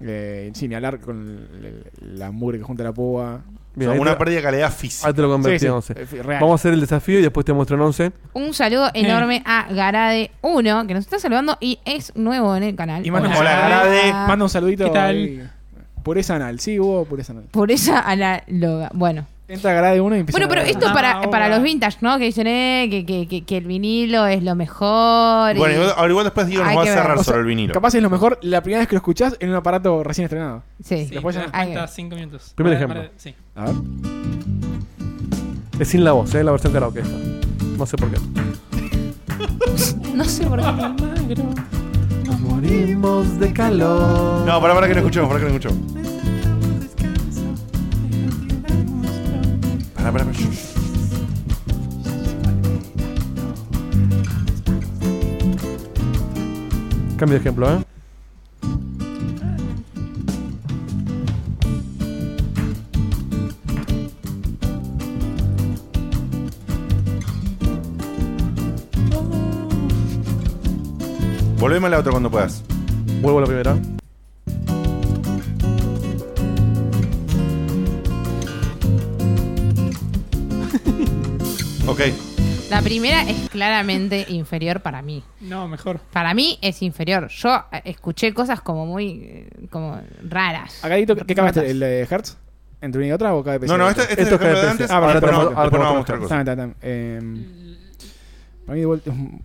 Speaker 4: Eh, sin ni hablar con el- el- la mugre que junta la púa.
Speaker 1: O sea,
Speaker 3: Bien, ahí,
Speaker 1: una
Speaker 3: te,
Speaker 1: pérdida de calidad
Speaker 3: ahí
Speaker 1: física.
Speaker 3: te lo convertí
Speaker 4: Sí, sí,
Speaker 3: a 11.
Speaker 4: eh, real.
Speaker 3: Vamos a hacer el desafío y después te muestro en 11.
Speaker 2: Un saludo enorme a Garade1, que nos está saludando y es nuevo en el canal.
Speaker 4: Y manda un,
Speaker 5: Hola,
Speaker 1: Garade.
Speaker 2: Ah,
Speaker 4: manda un saludito.
Speaker 5: ¿Qué tal?
Speaker 4: ahí. Pureza anal, sí, hubo pureza anal.
Speaker 2: Por esa análoga. Bueno.
Speaker 4: Entra Garade uno y empieza
Speaker 2: Bueno,
Speaker 4: a
Speaker 2: pero
Speaker 4: grabar.
Speaker 2: esto
Speaker 5: Ah,
Speaker 2: para, para
Speaker 5: ahora.
Speaker 2: los vintage, ¿no? Que dicen eh, que, que, que, que el vinilo es lo mejor. y-
Speaker 1: Bueno, igual- ahora igual después digo, nos
Speaker 2: Hay
Speaker 1: va a
Speaker 2: que ver.
Speaker 1: cerrar
Speaker 4: O sea,
Speaker 1: sobre el vinilo.
Speaker 4: Capaz es lo mejor la primera vez que lo escuchás en un aparato recién estrenado.
Speaker 2: sí.
Speaker 5: Sí,
Speaker 4: Después
Speaker 1: ah,
Speaker 5: te
Speaker 4: ya-
Speaker 5: das
Speaker 2: hay que
Speaker 5: cuenta,
Speaker 2: ver.
Speaker 5: cinco minutos.
Speaker 3: Primer
Speaker 5: Para- para-
Speaker 3: ejemplo.
Speaker 5: sí.
Speaker 4: A ver.
Speaker 3: Es sin la voz, ¿eh? la versión karaoke. esta. No sé por qué.
Speaker 2: No sé por qué.
Speaker 3: Nos morimos de calor.
Speaker 1: No, para, para que no escuchemos, para que no escuchemos. Para, para, para. Shh, shh.
Speaker 3: Cambio de ejemplo, ¿eh?
Speaker 1: Volveme a la otra cuando puedas.
Speaker 3: Vuelvo a la primera.
Speaker 1: Ok.
Speaker 2: La primera es claramente inferior para mí.
Speaker 5: No, mejor.
Speaker 2: Para mí es inferior. Yo eh, escuché cosas como muy eh, como raras.
Speaker 4: Acá, Dito, ¿qué cambiaste?
Speaker 2: Raras.
Speaker 4: ¿El de Hertz? entre una y otra o cada PC?
Speaker 1: No, no, este, este
Speaker 3: Esto
Speaker 1: es el
Speaker 3: es
Speaker 1: ejemplo de
Speaker 3: KPC.
Speaker 1: antes.
Speaker 4: Ah, bueno,
Speaker 1: ahora
Speaker 4: pero
Speaker 1: no,
Speaker 4: vamos-
Speaker 1: después
Speaker 3: ahora
Speaker 1: no vamos a
Speaker 3: vamos
Speaker 1: mostrar
Speaker 4: Está
Speaker 1: cosas.
Speaker 4: bien, está bien, está bien. Eh, para mí de vuelta es un-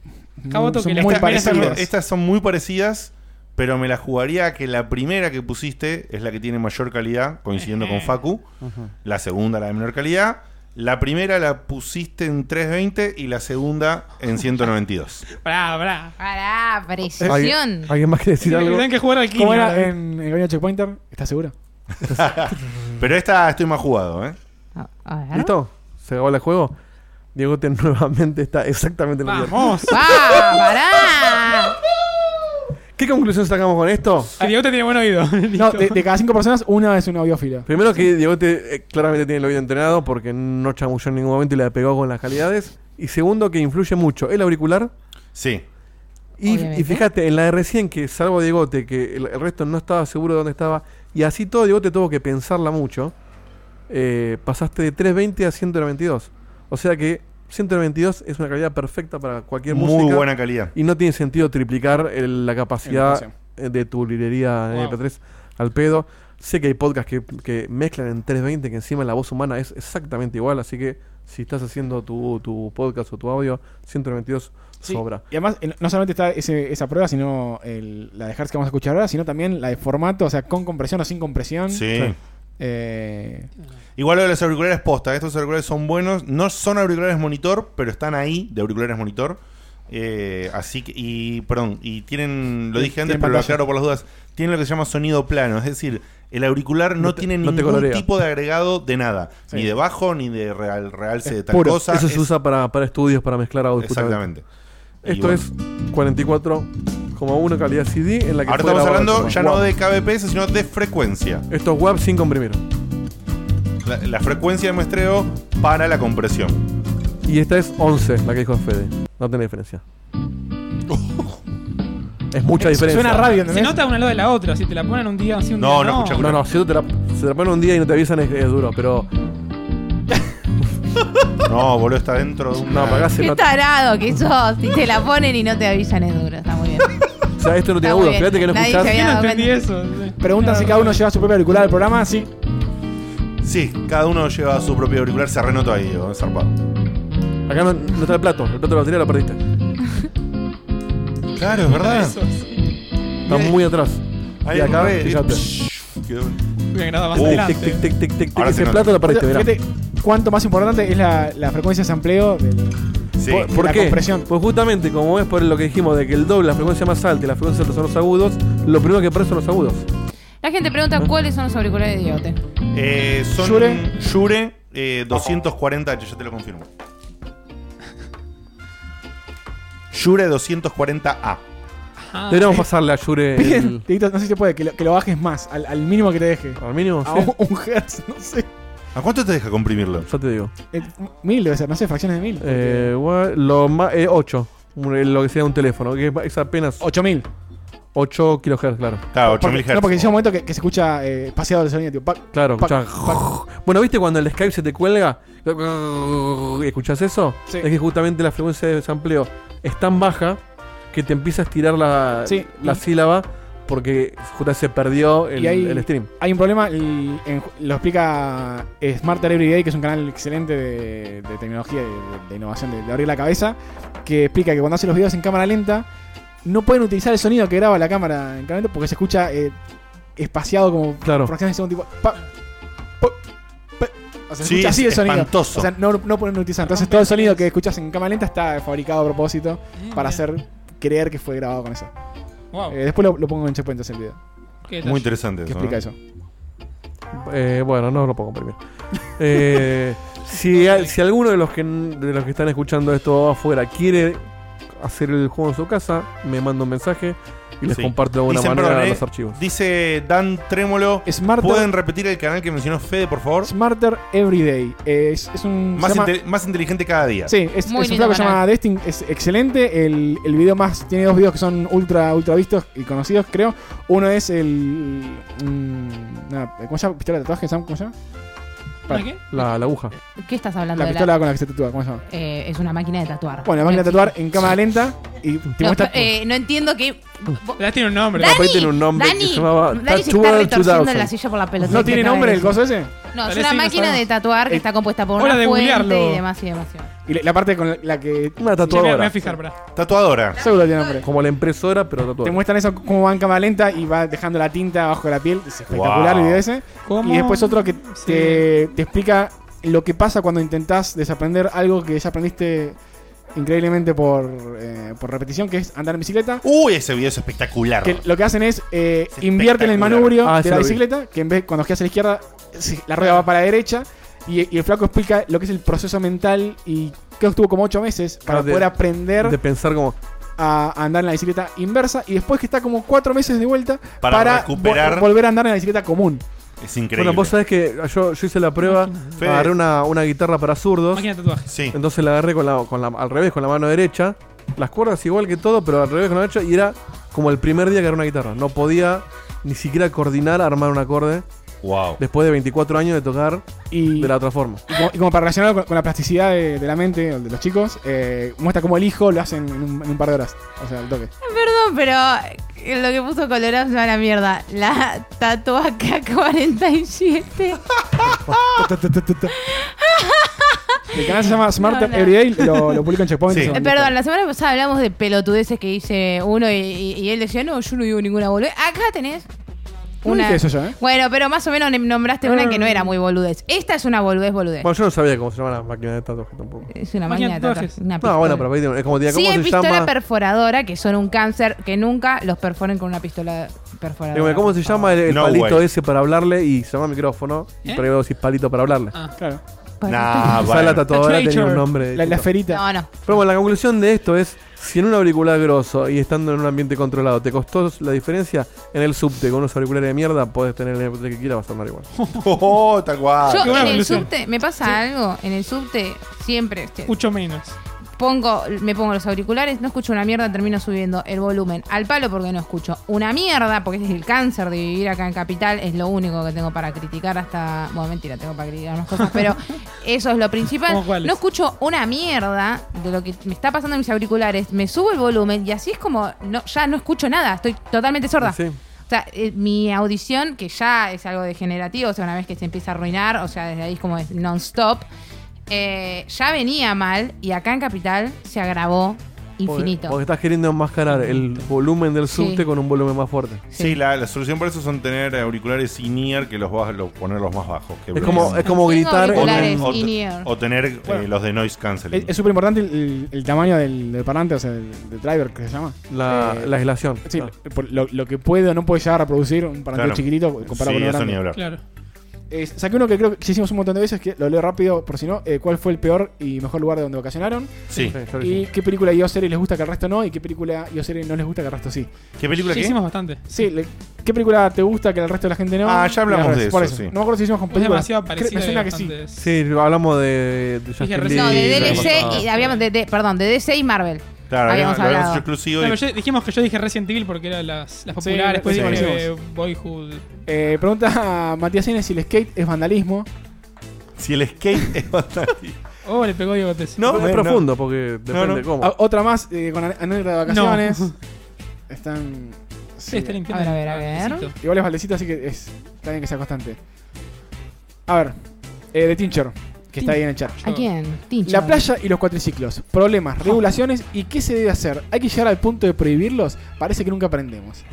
Speaker 5: Caboto
Speaker 4: son
Speaker 5: que le
Speaker 4: muy
Speaker 5: está- mira, esta-
Speaker 4: parecidas.
Speaker 1: Estas, estas son muy parecidas, pero me la jugaría que la primera que pusiste es la que tiene mayor calidad, coincidiendo con Facu. La segunda, la de menor calidad. La primera la pusiste en 320 y la segunda en 192.
Speaker 5: Pará, pará.
Speaker 2: Pará,
Speaker 3: ¿Alguien,
Speaker 2: presión.
Speaker 3: ¿Alguien más quiere decir algo?
Speaker 5: Tienen que jugar al Kini.
Speaker 4: ¿Cómo era
Speaker 5: ahora.
Speaker 4: en el Gaño Checkpointer? ¿Estás seguro?
Speaker 1: Pero esta estoy más jugado, ¿eh?
Speaker 2: A- a ver.
Speaker 3: ¿Listo? ¿Se acabó el juego? Diego te nuevamente está exactamente en lo mismo.
Speaker 5: Vamos.
Speaker 2: ¡Pa! ¡Pará!
Speaker 3: ¿Qué conclusión sacamos con esto?
Speaker 5: El Diego te tiene buen oído.
Speaker 4: No, de, de cada cinco personas, una es un audiófilo.
Speaker 3: Primero que Diego te- eh, claramente tiene el oído entrenado porque no chamulló en ningún momento y le pegó con las calidades. Y segundo que influye mucho el auricular.
Speaker 1: Sí.
Speaker 3: Y,
Speaker 2: Obviamente.
Speaker 3: y fíjate, en la de recién que salvo Diegote, que el, el resto no estaba seguro de dónde estaba, y así todo Diegote tuvo que pensarla mucho, eh, pasaste de 320 a 192. O sea que 192 es una calidad perfecta para cualquier
Speaker 1: Muy
Speaker 3: música.
Speaker 1: buena calidad.
Speaker 3: Y no tiene sentido triplicar el- la capacidad
Speaker 4: Educación.
Speaker 3: eh, de tu librería
Speaker 5: Wow.
Speaker 3: MP3 al pedo. Sé que hay podcasts que, que mezclan en 320, que encima la voz humana es exactamente igual, así que si estás haciendo tu, tu podcast o tu audio, 192
Speaker 4: Sí,
Speaker 3: sobra.
Speaker 4: Y además, eh, no solamente está ese- esa prueba, sino el- la de Hertz que vamos a escuchar ahora, sino también la de formato, o sea, con compresión o sin compresión.
Speaker 1: Sí.
Speaker 4: Eh,
Speaker 1: Igual lo de los auriculares posta, estos auriculares son buenos, no son auriculares monitor, pero están ahí de auriculares monitor. Eh, así que, y perdón, y tienen, lo dije antes,
Speaker 4: tienen
Speaker 1: pero lo
Speaker 4: pantalla.
Speaker 1: aclaro por las dudas, tienen lo que se llama sonido plano, es decir, el auricular no,
Speaker 3: No te-
Speaker 1: tiene
Speaker 3: no te
Speaker 1: ningún
Speaker 3: colorea.
Speaker 1: tipo de agregado de nada,
Speaker 4: Sí.
Speaker 1: ni de bajo, ni de real, realce de tal
Speaker 3: Puro.
Speaker 1: cosa.
Speaker 3: Eso se
Speaker 1: es-
Speaker 3: usa para, para estudios, para mezclar audio. justamente.
Speaker 1: Exactamente. Y
Speaker 3: Esto
Speaker 1: bueno.
Speaker 3: es 44,1 calidad CD en la que
Speaker 1: Ahora
Speaker 3: fue
Speaker 1: estamos
Speaker 3: grabado el
Speaker 1: hablando
Speaker 3: tema.
Speaker 1: ya
Speaker 3: Guau.
Speaker 1: no de kbps, sino de frecuencia.
Speaker 3: Esto es WAP sin comprimir.
Speaker 1: La, la frecuencia de muestreo para la compresión.
Speaker 3: Y esta es 11, la que dijo Fede. No tiene diferencia. es mucha diferencia.
Speaker 4: Suena radio,
Speaker 5: Se
Speaker 4: ¿entendés?
Speaker 5: nota una al lado de la otra. Si te la ponen un día así, un
Speaker 1: No,
Speaker 5: día.
Speaker 1: no, escucha,
Speaker 3: No, no, si no te la, se te la ponen un día y no te avisan es, es duro, pero.
Speaker 1: No, boludo, está dentro de un.
Speaker 4: Ah.
Speaker 3: No, para acá se
Speaker 2: ¡Qué
Speaker 3: nota.
Speaker 2: tarado que sos! Si te la ponen y no te avisan es duro. Está muy bien.
Speaker 3: O sea, esto no tiene
Speaker 2: Está muy
Speaker 3: agudo.
Speaker 2: bien.
Speaker 3: Fíjate que no
Speaker 2: Nadie se
Speaker 3: escuchás.
Speaker 2: había-
Speaker 5: Yo no
Speaker 2: Ah,
Speaker 5: entendí
Speaker 2: bueno.
Speaker 5: eso. sí.
Speaker 4: Preguntan si cada uno lleva su propio auricular al programa, sí.
Speaker 1: Sí, cada uno lleva su propio auricular, se renotó ahí, Diego, es zarpado.
Speaker 3: Acá no, no está el plato. El plato de la batería lo perdiste.
Speaker 1: Claro, es verdad.
Speaker 5: Eso, sí.
Speaker 3: Está muy atrás.
Speaker 1: Ahí
Speaker 3: Y acá,
Speaker 1: acabé.
Speaker 3: fíjate.
Speaker 1: Psh, quedó-
Speaker 5: Hubieran grabado más
Speaker 1: Uh,
Speaker 5: adelante.
Speaker 3: Tic, tic, tic, tic, tic, tic.
Speaker 1: Ahora se
Speaker 3: Ese
Speaker 1: nota.
Speaker 3: plato lo perdiste, mirá.
Speaker 4: Fíjate cuánto más importante es la, la frecuencia de sampleo del,
Speaker 1: Sí.
Speaker 4: Por-
Speaker 3: ¿Por
Speaker 4: la
Speaker 3: qué?
Speaker 4: compresión.
Speaker 3: Pues justamente, como es por lo que dijimos de que el doble, la frecuencia más alta y la frecuencia alta son los agudos, lo primero que perdés son los agudos.
Speaker 2: La gente pregunta cuáles son los auriculares de Diote.
Speaker 1: Eh, son
Speaker 4: Shure.
Speaker 1: Shure, eh, 240H, ya te lo confirmo. Shure 240A.
Speaker 4: Ah.
Speaker 5: Ajá.
Speaker 3: Deberíamos pasarle a Yure el,
Speaker 4: Dieguito, no sé si se puede, que lo, que lo bajes más, al, al mínimo que te deje.
Speaker 3: al mínimo.
Speaker 4: A
Speaker 3: ¿sí?
Speaker 4: un, un hertz, no sé.
Speaker 1: ¿A cuánto te deja comprimirlo?
Speaker 3: Ya te digo.
Speaker 4: Eh, Mil debe ser, no sé, fracciones de mil.
Speaker 3: Eh, gua- lo más, 8. Lo que sería un teléfono, que es apenas
Speaker 4: Ocho mil.
Speaker 3: 8 kilohertz, claro.
Speaker 1: Claro,
Speaker 4: Porque-
Speaker 1: 8000 Hz.
Speaker 4: No, porque llega un momento que, que se escucha eh, paseado el sonido, tipo, pac,
Speaker 3: Claro,
Speaker 4: pac,
Speaker 3: escuchás.
Speaker 4: pac.
Speaker 3: Bueno, ¿viste cuando el Skype se te cuelga? ¿Escuchás eso?
Speaker 4: Sí.
Speaker 3: Es que justamente la frecuencia de sampleo es tan baja que te empieza a estirar la,
Speaker 4: Sí.
Speaker 3: la sílaba porque justamente se perdió el,
Speaker 4: Y ahí-
Speaker 3: el stream.
Speaker 4: Hay un problema, el- en- lo explica Smarter Every Day, que es un canal excelente de, de tecnología, de, de innovación, de, de abrir la cabeza, que explica que cuando hace los videos en cámara lenta, no pueden utilizar el sonido que graba la cámara en cámara lenta porque se escucha eh, espaciado como
Speaker 3: Claro.
Speaker 4: fracciones de segundo, tipo... pa, pa, pa. O sea, se
Speaker 1: Sí,
Speaker 4: escucha así
Speaker 1: es
Speaker 4: el sonido.
Speaker 1: espantoso.
Speaker 4: O sea, no, no pueden utilizar. Entonces todo el sonido que escuchas en cámara lenta está fabricado a propósito para hacer creer que fue grabado con eso.
Speaker 5: Wow.
Speaker 4: Eh, después lo, lo pongo en checkpoint entonces el video,
Speaker 5: qué
Speaker 1: Muy
Speaker 5: detalle.
Speaker 1: interesante
Speaker 4: que
Speaker 1: eso.
Speaker 4: explica
Speaker 1: ¿no?
Speaker 4: eso.
Speaker 3: Eh, bueno, no lo puedo comprimir. Eh, si, a- si alguno de los, que, de los que están escuchando esto afuera quiere hacer el juego en su casa, me manda un mensaje y les
Speaker 1: Sí.
Speaker 3: comparto de alguna
Speaker 1: Dicen,
Speaker 3: manera
Speaker 1: perdón, ¿eh?
Speaker 3: los archivos.
Speaker 1: Dice Dan Trémolo.
Speaker 4: Smarter,
Speaker 1: ¿Pueden repetir el canal que mencionó Fede, por favor?
Speaker 4: Smarter Every Day. Eh, es, es un.
Speaker 1: Más,
Speaker 4: se llama-
Speaker 1: inte- más inteligente cada día.
Speaker 4: Sí, es,
Speaker 2: Muy
Speaker 4: es un
Speaker 2: lindo
Speaker 4: flaco que se
Speaker 2: canal.
Speaker 4: llama Destin, es excelente. El, el video más. Tiene dos videos que son ultra, ultra vistos y conocidos, creo. Uno es el. mm, nada, ¿Cómo se llama? ¿Pistola de tatuaje, Sam? ¿Cómo se llama?
Speaker 5: ¿Para qué?
Speaker 3: La, la aguja.
Speaker 2: ¿Qué estás hablando
Speaker 4: La
Speaker 2: de la-
Speaker 4: pistola con la que se tatúa, ¿cómo se llama?
Speaker 2: Eh, es una máquina de tatuar.
Speaker 4: Bueno, la máquina de tatuar en cámara lenta y te
Speaker 2: No,
Speaker 4: muestra. Uh.
Speaker 2: eh, no entiendo que.
Speaker 5: La tiene un nombre.
Speaker 2: Dani,
Speaker 3: Capaz tiene un nombre que
Speaker 2: Dani,
Speaker 3: se llamaba
Speaker 2: Dani se
Speaker 3: Tattoo
Speaker 2: está retorciendo
Speaker 3: 2000.
Speaker 2: en la silla por la pelota.
Speaker 4: ¿No tiene nombre el coso ese?
Speaker 2: No,
Speaker 5: Tal
Speaker 2: es
Speaker 5: vez
Speaker 2: una
Speaker 5: sí, no
Speaker 2: máquina
Speaker 5: sabemos.
Speaker 2: de tatuar que
Speaker 4: Eh,
Speaker 2: está compuesta por
Speaker 5: hora
Speaker 2: una
Speaker 5: de
Speaker 2: fuente
Speaker 5: googlearlo.
Speaker 2: y demás y demás. y demás.
Speaker 4: Y la, la parte con la, la que.
Speaker 3: Una
Speaker 5: Che, me voy a
Speaker 3: tatuadora.
Speaker 5: fijar, pará.
Speaker 1: Tatuadora.
Speaker 4: Seguro tiene nombre.
Speaker 3: Como la impresora, pero
Speaker 4: Te
Speaker 3: tatuadora.
Speaker 4: muestran eso como va en cámara lenta y va dejando la tinta abajo de la piel. Es espectacular
Speaker 1: Wow.
Speaker 4: el video ese.
Speaker 5: ¿Cómo?
Speaker 4: Y después otro que te, te explica lo que pasa cuando intentás desaprender algo que ya aprendiste increíblemente por, eh, por repetición, que es andar en bicicleta.
Speaker 1: Uy, ese video es espectacular.
Speaker 4: Que lo que hacen es eh,
Speaker 1: Uh. Es
Speaker 4: invierten el
Speaker 1: espectacular.
Speaker 4: manubrio
Speaker 3: Ah, sí
Speaker 4: de la
Speaker 3: lo vi.
Speaker 4: bicicleta, que en vez cuando giras a la izquierda, sí, la rueda va para la derecha. Y, y el flaco explica lo que es el proceso mental y creo que estuvo como ocho meses para
Speaker 3: Ah, de-
Speaker 4: poder aprender
Speaker 3: De pensar como.
Speaker 4: a andar en la bicicleta inversa y después que está como cuatro meses de vuelta
Speaker 1: Para
Speaker 4: para,
Speaker 1: recuperar-
Speaker 4: vo- volver a andar en la bicicleta común.
Speaker 1: Es increíble.
Speaker 3: Bueno, vos sabés que yo, yo hice la prueba,
Speaker 1: Fede.
Speaker 3: agarré una, una guitarra para zurdos.
Speaker 5: Máquina de tatuajes.
Speaker 1: Sí.
Speaker 3: Entonces la agarré con la, con la- al revés, con la mano derecha. Las cuerdas igual que todo, pero al revés con la derecha. Y era como el primer día que agarré una guitarra. No podía ni siquiera coordinar, armar un acorde.
Speaker 1: Wow.
Speaker 3: Después de 24 años de tocar
Speaker 4: Y,
Speaker 3: de la otra forma.
Speaker 4: y como, y como para relacionarlo con, con la plasticidad de, de la mente o de los chicos, eh, muestra cómo el hijo lo hacen en un, en un par de horas. O sea, el toque.
Speaker 2: Ah, Perdón, pero eh, lo que puso colorado es una mierda. La tatuaca 47.
Speaker 4: El canal se llama Smart
Speaker 2: No, no.
Speaker 4: Everyday, lo, lo publica en Checkpoint.
Speaker 1: Sí.
Speaker 4: y se
Speaker 1: Eh,
Speaker 2: Eh,
Speaker 4: manda.
Speaker 2: Perdón, la semana pasada hablamos de pelotudeces que dice uno y, y- y él decía, no, yo no digo ninguna boludez. Acá tenés
Speaker 4: No
Speaker 2: una...
Speaker 4: dije eso yo, ¿eh?
Speaker 2: Bueno, pero más o menos nombraste una que no era muy boludez. Esta es una boludez boludez.
Speaker 3: Bueno, yo no sabía cómo se llama la máquina de tatuaje tampoco.
Speaker 2: Es una
Speaker 5: Máquina
Speaker 2: máquina
Speaker 5: de
Speaker 2: de tatuajes.
Speaker 5: tatuajes.
Speaker 2: una
Speaker 3: No,
Speaker 2: pistola.
Speaker 3: bueno, pero es como diga,
Speaker 2: Sí,
Speaker 3: ¿cómo
Speaker 2: hay
Speaker 3: se
Speaker 2: pistola
Speaker 3: llama?
Speaker 2: perforadora, que son un cáncer, que nunca los perforen con una pistola perforadora.
Speaker 3: Dígame, Eh, ¿Cómo se
Speaker 2: por favor.
Speaker 3: llama el, el
Speaker 1: No
Speaker 3: palito
Speaker 1: way.
Speaker 3: ese para hablarle? Y se llama micrófono.
Speaker 5: ¿Eh?
Speaker 3: Y pero yo decís palito para hablarle.
Speaker 5: Ah.
Speaker 4: Claro.
Speaker 2: Por
Speaker 1: Nah,
Speaker 3: Quizá
Speaker 1: bueno.
Speaker 3: la tatuadora tenía
Speaker 5: Tatuature.
Speaker 3: un nombre.
Speaker 4: La, la
Speaker 3: distinto.
Speaker 2: esto-
Speaker 4: esferita.
Speaker 2: No, no.
Speaker 3: Pero bueno, la conclusión de esto es, si en un auricular grosso y estando en un ambiente controlado te costó la diferencia, en el subte con unos auriculares de mierda podés tener el auricular que quieras, vas a andar igual.
Speaker 1: Oh, tal
Speaker 3: Ah,
Speaker 1: cual.
Speaker 2: Yo
Speaker 5: qué buena
Speaker 2: en el
Speaker 5: conclusión.
Speaker 2: subte, me pasa algo, en el subte siempre este,
Speaker 5: Mucho menos.
Speaker 2: pongo, me pongo los auriculares, no escucho una mierda, termino subiendo el volumen al palo porque no escucho una mierda, porque ese es el cáncer de vivir acá en Capital, es lo único que tengo para criticar hasta, bueno, mentira, tengo para criticar más cosas, pero eso es lo principal.
Speaker 5: ¿Cómo cuáles?
Speaker 2: No escucho una mierda de lo que me está pasando en mis auriculares, me subo el volumen y así es como no, ya no escucho nada, estoy totalmente sorda.
Speaker 3: Sí.
Speaker 2: O sea, eh, mi audición, que ya es algo degenerativo, o sea, una vez que se empieza a arruinar, o sea, desde ahí es como es non-stop, eh, ya venía mal y acá en Capital se agravó
Speaker 3: Porque-
Speaker 2: infinito.
Speaker 3: Porque estás queriendo enmascarar el volumen del
Speaker 2: Sí.
Speaker 3: subte con un volumen más fuerte.
Speaker 1: Sí, la, la solución para eso son tener auriculares in-ear que los vas los- ponerlos más bajos. que
Speaker 3: Es como,
Speaker 1: Bluetooth.
Speaker 3: es como
Speaker 2: Tengo
Speaker 3: gritar...
Speaker 1: o,
Speaker 2: auriculares.
Speaker 3: en-
Speaker 1: ten- o te-
Speaker 2: in-ear.
Speaker 1: o tener eh,
Speaker 4: Bueno.
Speaker 1: los de noise canceling.
Speaker 4: Es es súper importante el, el tamaño del, del parlante, o sea, del, del driver que se llama.
Speaker 3: La,
Speaker 4: Eh,
Speaker 3: la aislación.
Speaker 4: Sí,
Speaker 3: Ah.
Speaker 4: por lo, lo que puede o no puede llegar a producir un parlante
Speaker 1: Claro.
Speaker 4: chiquitito
Speaker 1: Sí,
Speaker 4: comparado con lo
Speaker 1: eso
Speaker 4: grande.
Speaker 1: ni hablar.
Speaker 5: Claro.
Speaker 4: Eh, saqué uno que creo que hicimos un montón de veces, que lo leo rápido por si no. eh, ¿Cuál fue el peor y mejor lugar de donde vacacionaron?
Speaker 1: Sí.
Speaker 3: Sí, yo lo
Speaker 4: ¿Y
Speaker 3: hice.
Speaker 4: qué película y o serie les gusta que al resto no? ¿Y qué película y o serie no les gusta que al resto sí?
Speaker 1: ¿Qué película
Speaker 5: Sí,
Speaker 1: qué?
Speaker 5: hicimos bastante.
Speaker 4: Sí, le- ¿qué película te gusta que al resto de la gente no?
Speaker 1: Ah, ya hablamos
Speaker 4: Y al
Speaker 1: de
Speaker 4: revés, por
Speaker 1: eso, sí.
Speaker 4: No me acuerdo si hicimos con
Speaker 5: Es
Speaker 4: películas.
Speaker 5: demasiado
Speaker 4: Creo-
Speaker 5: parecido.
Speaker 4: Me suena que sí.
Speaker 5: bastante.
Speaker 3: Sí, hablamos de, de Justin
Speaker 5: recién-
Speaker 3: Lee,
Speaker 2: no, de
Speaker 5: Sí,
Speaker 2: DLC y
Speaker 3: Ah.
Speaker 2: habíamos de, de- perdón, de DC y Marvel.
Speaker 1: Claro,
Speaker 2: Habíamos
Speaker 1: lo habíamos
Speaker 2: hablado.
Speaker 1: hecho exclusivo.
Speaker 5: Bueno,
Speaker 1: y-
Speaker 5: yo- dijimos que yo dije Resident Evil porque eran las, las
Speaker 4: Sí,
Speaker 5: populares. Después
Speaker 4: sí,
Speaker 5: dijimos
Speaker 1: sí.
Speaker 5: que Boyhood.
Speaker 4: Eh, pregunta a Matías Inés si el skate es vandalismo.
Speaker 1: Si el skate es bastante.
Speaker 5: Oh, le pegó Diego Tess.
Speaker 1: No,
Speaker 3: es
Speaker 1: no.
Speaker 3: profundo, porque depende
Speaker 1: no. Ah.
Speaker 3: cómo.
Speaker 4: A- otra más eh, con an- anécdota de
Speaker 5: No.
Speaker 4: vacaciones. Están. sí,
Speaker 5: Sí, está limpiando.
Speaker 2: A ver, a ver, a ver.
Speaker 5: el quesito.
Speaker 4: Igual es baldecito, así que es, está bien que sea constante. A ver, eh, de Tincher, que está ahí en el chat.
Speaker 2: ¿A quién? Tincho.
Speaker 4: La playa y los cuatriciclos, problemas, regulaciones y qué se debe hacer. ¿Hay que llegar al punto de prohibirlos? Parece que nunca aprendemos.